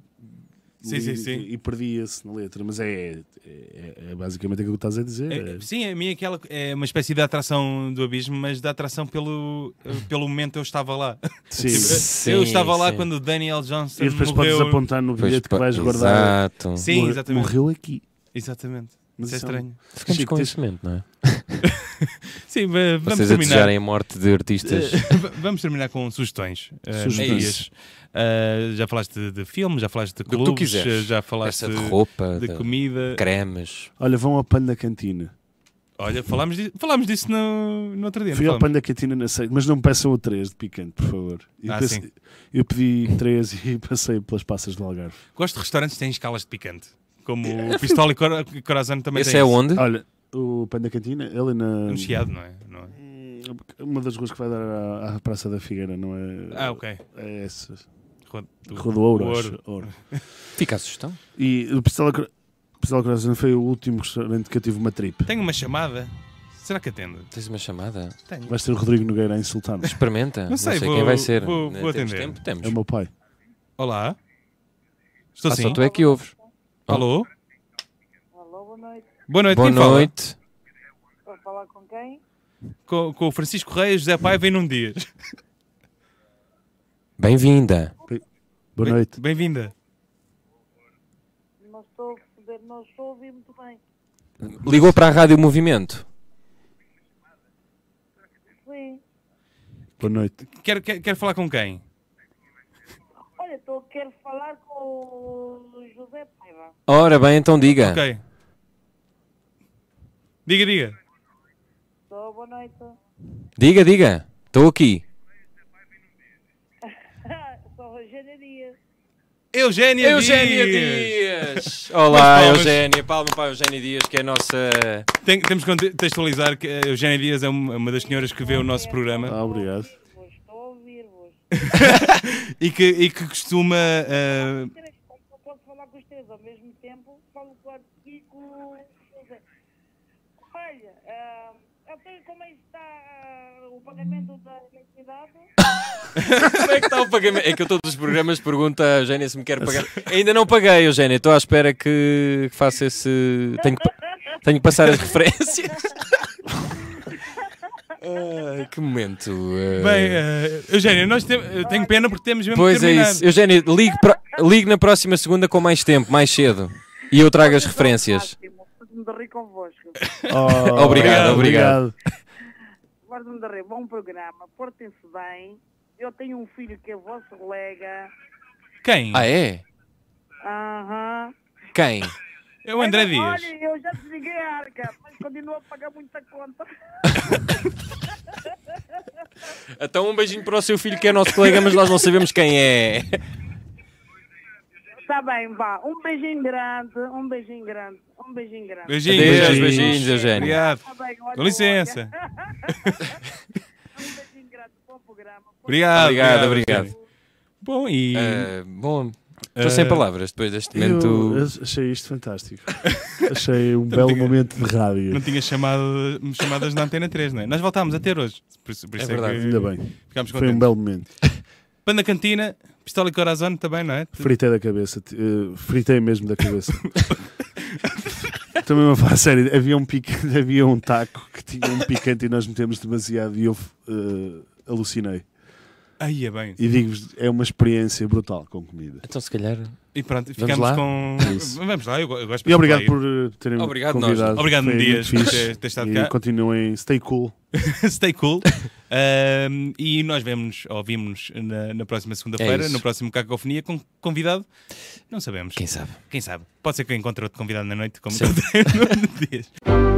[SPEAKER 1] Sim, sim, sim.
[SPEAKER 3] e, e perdia-se na letra. Mas é, é, é- é basicamente aquilo que estás a dizer.
[SPEAKER 1] É,
[SPEAKER 3] É-
[SPEAKER 1] sim, a mim aquela é uma espécie de atração do abismo, mas da atração pelo, eh, pelo momento eu estava lá.
[SPEAKER 3] sim.
[SPEAKER 2] Sim,
[SPEAKER 1] eu estava lá
[SPEAKER 2] sim.
[SPEAKER 1] quando o Daniel Johnson
[SPEAKER 3] E depois
[SPEAKER 1] morreu.
[SPEAKER 3] podes apontar no
[SPEAKER 2] Pois,
[SPEAKER 3] bilhete que
[SPEAKER 2] pá,
[SPEAKER 3] vais guardar.
[SPEAKER 2] Exato.
[SPEAKER 1] Sim,
[SPEAKER 3] Morre-
[SPEAKER 1] exatamente.
[SPEAKER 3] Morreu aqui.
[SPEAKER 1] Exatamente.
[SPEAKER 3] Mas
[SPEAKER 1] Isso é
[SPEAKER 3] isso é um-
[SPEAKER 1] estranho.
[SPEAKER 2] Ficamos
[SPEAKER 3] Chico,
[SPEAKER 2] com
[SPEAKER 3] tens-
[SPEAKER 2] esse momento, não é?
[SPEAKER 1] Sim, va- vamos
[SPEAKER 2] Vocês
[SPEAKER 1] terminar.
[SPEAKER 2] a
[SPEAKER 1] Eh,
[SPEAKER 2] desejarem a morte de artistas.
[SPEAKER 1] Va- Vamos terminar com sugestões. eh,
[SPEAKER 3] Sugestões.
[SPEAKER 1] Matias. Eh, já falaste de, de filmes, já falaste de
[SPEAKER 2] que tu
[SPEAKER 1] clubes,
[SPEAKER 2] quiseres.
[SPEAKER 1] eh, já falaste
[SPEAKER 2] Essa de roupa,
[SPEAKER 1] de
[SPEAKER 2] de
[SPEAKER 1] comida.
[SPEAKER 2] cremes.
[SPEAKER 3] Olha, vão ao pano da cantina.
[SPEAKER 1] Olha, falámos, di- falámos disso no, no outro dia.
[SPEAKER 3] Fui
[SPEAKER 1] não
[SPEAKER 3] ao pano da cantina na sexta, mas não me peçam o 3 de picante, por favor. Eu,
[SPEAKER 1] Ah,
[SPEAKER 3] pensei-
[SPEAKER 1] sim.
[SPEAKER 3] eu pedi 3 e passei pelas passas do Algarve.
[SPEAKER 1] falámos? Gosto de restaurantes que têm escalas de picante. Como o Pistola e Cora- e Corazon também
[SPEAKER 2] Eh, Esse
[SPEAKER 1] tem
[SPEAKER 2] é
[SPEAKER 1] isso. Ah.
[SPEAKER 2] onde?
[SPEAKER 3] Olha, o pano da cantina, ele na.
[SPEAKER 1] No Chiado, não é? Não é?
[SPEAKER 3] Hum, Uma das ruas que vai dar à, à Praça da Figueira, não é?
[SPEAKER 1] Ah, ok.
[SPEAKER 3] É essa.
[SPEAKER 1] Rua do-
[SPEAKER 3] Rua do Ouro,
[SPEAKER 1] do
[SPEAKER 3] acho. Ouro.
[SPEAKER 2] Fica a sugestão.
[SPEAKER 3] E o Pistola, Cro- Pistola Crossing foi o último restaurante que eu tive uma trip.
[SPEAKER 1] Tenho uma chamada. Será que atendo?
[SPEAKER 2] Tens uma chamada?
[SPEAKER 1] Tenho.
[SPEAKER 3] Vais ter o Rodrigo Nogueira a insultar-nos.
[SPEAKER 2] Experimenta.
[SPEAKER 1] Não sei, vou-
[SPEAKER 2] quem vai ser.
[SPEAKER 1] vou-
[SPEAKER 2] Né,
[SPEAKER 1] vou
[SPEAKER 2] temos
[SPEAKER 1] atender.
[SPEAKER 2] tempo? Temos.
[SPEAKER 3] É o meu pai.
[SPEAKER 1] Olá. Estou
[SPEAKER 2] Ah,
[SPEAKER 1] sim.
[SPEAKER 2] só tu é que ouves.
[SPEAKER 1] Alô?
[SPEAKER 4] Alô, boa noite.
[SPEAKER 1] Boa noite.
[SPEAKER 2] Boa
[SPEAKER 1] Quem fala?
[SPEAKER 2] noite.
[SPEAKER 4] Estou a falar com quem?
[SPEAKER 1] Com, com o Francisco Reis, José Paiva e Nuno Dias.
[SPEAKER 2] Bem-vinda.
[SPEAKER 3] Boa
[SPEAKER 1] Bem-
[SPEAKER 3] noite.
[SPEAKER 1] Bem-vinda.
[SPEAKER 4] Não estou a perceber, não estou a ouvir muito bem.
[SPEAKER 2] Ligou para a Rádio Movimento.
[SPEAKER 4] Sim.
[SPEAKER 3] Boa noite.
[SPEAKER 1] Quero, quero, quero falar com quem?
[SPEAKER 4] Olha, estou, quero falar com o José Paiva.
[SPEAKER 2] Ora bem, então diga.
[SPEAKER 1] Ok. Diga, diga.
[SPEAKER 4] Estou, boa noite.
[SPEAKER 2] Diga, diga. Estou aqui.
[SPEAKER 4] Sou Eugênia Dias.
[SPEAKER 1] Eugénia Dias.
[SPEAKER 2] Dias!
[SPEAKER 1] Umas
[SPEAKER 2] Olá,
[SPEAKER 1] palmas.
[SPEAKER 2] Eugénia. Palma para a Eugénia Dias, que é a nossa.
[SPEAKER 1] Tem- temos que contextualizar que a Eugénia Dias é uma uma das senhoras que vê o nosso programa
[SPEAKER 3] Ah, obrigado.
[SPEAKER 4] Estou a ouvir-vos.
[SPEAKER 2] Ah.
[SPEAKER 1] e que, e que costuma. ah,
[SPEAKER 4] Três, eu Posso falar com os três ao mesmo tempo? Falo com o Arthur e com o José. Olha, ah, até como é que está ah, o pagamento da eletricidade?
[SPEAKER 2] Como é que está o pagamento? É que eu todos os programas pergunto a Eugénia se me quer pagar. Ainda não paguei, Eugénia. Estou à espera que, que faça esse. Tenho que, pa- tenho que passar as referências. Ai, que momento. eh.
[SPEAKER 1] bem, ah, Eugénia, nós tem- eu tenho pena porque temos mesmo
[SPEAKER 2] pois é
[SPEAKER 1] terminado.
[SPEAKER 2] isso. Eugénia, ligue, pro- ligue na próxima segunda com mais tempo, mais cedo. E eu trago as referências.
[SPEAKER 4] Máximo, me de rir convosco.
[SPEAKER 3] Oh,
[SPEAKER 2] Obrigado, obrigado.
[SPEAKER 4] Guarda-me de Rei, bom programa, portem-se bem. Eu tenho um filho que é vosso colega.
[SPEAKER 1] Quem?
[SPEAKER 2] Ah, é?
[SPEAKER 4] Aham.
[SPEAKER 2] Quem?
[SPEAKER 1] É o André
[SPEAKER 4] Olha,
[SPEAKER 1] Dias.
[SPEAKER 4] Olha, eu já desliguei a arca, mas continuo a pagar muita conta.
[SPEAKER 2] Então um beijinho para o seu filho que é nosso colega, mas nós não sabemos quem é.
[SPEAKER 4] Está bem, vá. Um beijinho grande, um beijinho grande, um beijinho grande.
[SPEAKER 1] Beijinhos.
[SPEAKER 2] Adeus,
[SPEAKER 1] Beijinhos.
[SPEAKER 2] beijinhos, Eugénia.
[SPEAKER 1] Obrigado.
[SPEAKER 4] Tá bem, olha,
[SPEAKER 1] Com licença.
[SPEAKER 4] olha. Um beijinho grande, bom programa.
[SPEAKER 1] Obrigado.
[SPEAKER 2] Obrigado,
[SPEAKER 1] Eugénia. Bom, e.
[SPEAKER 2] Ah, bom, estou sem palavras depois deste momento.
[SPEAKER 3] Eu eu achei isto fantástico. achei um belo
[SPEAKER 1] tinha-
[SPEAKER 3] momento de
[SPEAKER 1] Não
[SPEAKER 3] rádio.
[SPEAKER 1] tinha chamado, chamadas na Antena 3, não é? Nós voltámos a ter hoje. Por isso, por isso
[SPEAKER 2] É verdade.
[SPEAKER 1] que
[SPEAKER 3] Ainda bem.
[SPEAKER 1] Ficámos
[SPEAKER 3] Foi um
[SPEAKER 1] contentes.
[SPEAKER 3] belo momento.
[SPEAKER 1] Pão na cantina, pistola e corazón também, não é?
[SPEAKER 3] Fritei da cabeça. t- eh, Fritei mesmo da cabeça. Também me fala sério. Havia um, picante, havia um taco que tinha um picante e nós metemos demasiado e eu eh, alucinei.
[SPEAKER 1] Aí é bem.
[SPEAKER 3] E digo-vos, é uma experiência brutal com comida.
[SPEAKER 2] Então, se calhar.
[SPEAKER 1] E pronto,
[SPEAKER 2] Vamos
[SPEAKER 1] ficamos
[SPEAKER 2] lá?
[SPEAKER 1] com.
[SPEAKER 3] Isso.
[SPEAKER 1] Vamos lá, eu, go- eu gosto
[SPEAKER 3] E obrigado
[SPEAKER 1] de
[SPEAKER 3] por eh, terem
[SPEAKER 2] Obrigado, nós.
[SPEAKER 3] convidado.
[SPEAKER 1] Obrigado,
[SPEAKER 3] Foi
[SPEAKER 1] Dias,
[SPEAKER 3] muito
[SPEAKER 1] por
[SPEAKER 3] fixe.
[SPEAKER 1] ter- ter estado
[SPEAKER 3] E
[SPEAKER 1] cá.
[SPEAKER 3] continuem, stay cool.
[SPEAKER 1] Stay cool. Ahm, e nós vemos ou ouvimos na, na próxima segunda-feira,
[SPEAKER 2] É isso.
[SPEAKER 1] no próximo Cacofonia, com convidado. Não sabemos.
[SPEAKER 2] Quem sabe?
[SPEAKER 1] Quem sabe? Pode ser que eu encontre outro convidado na noite, como no dia.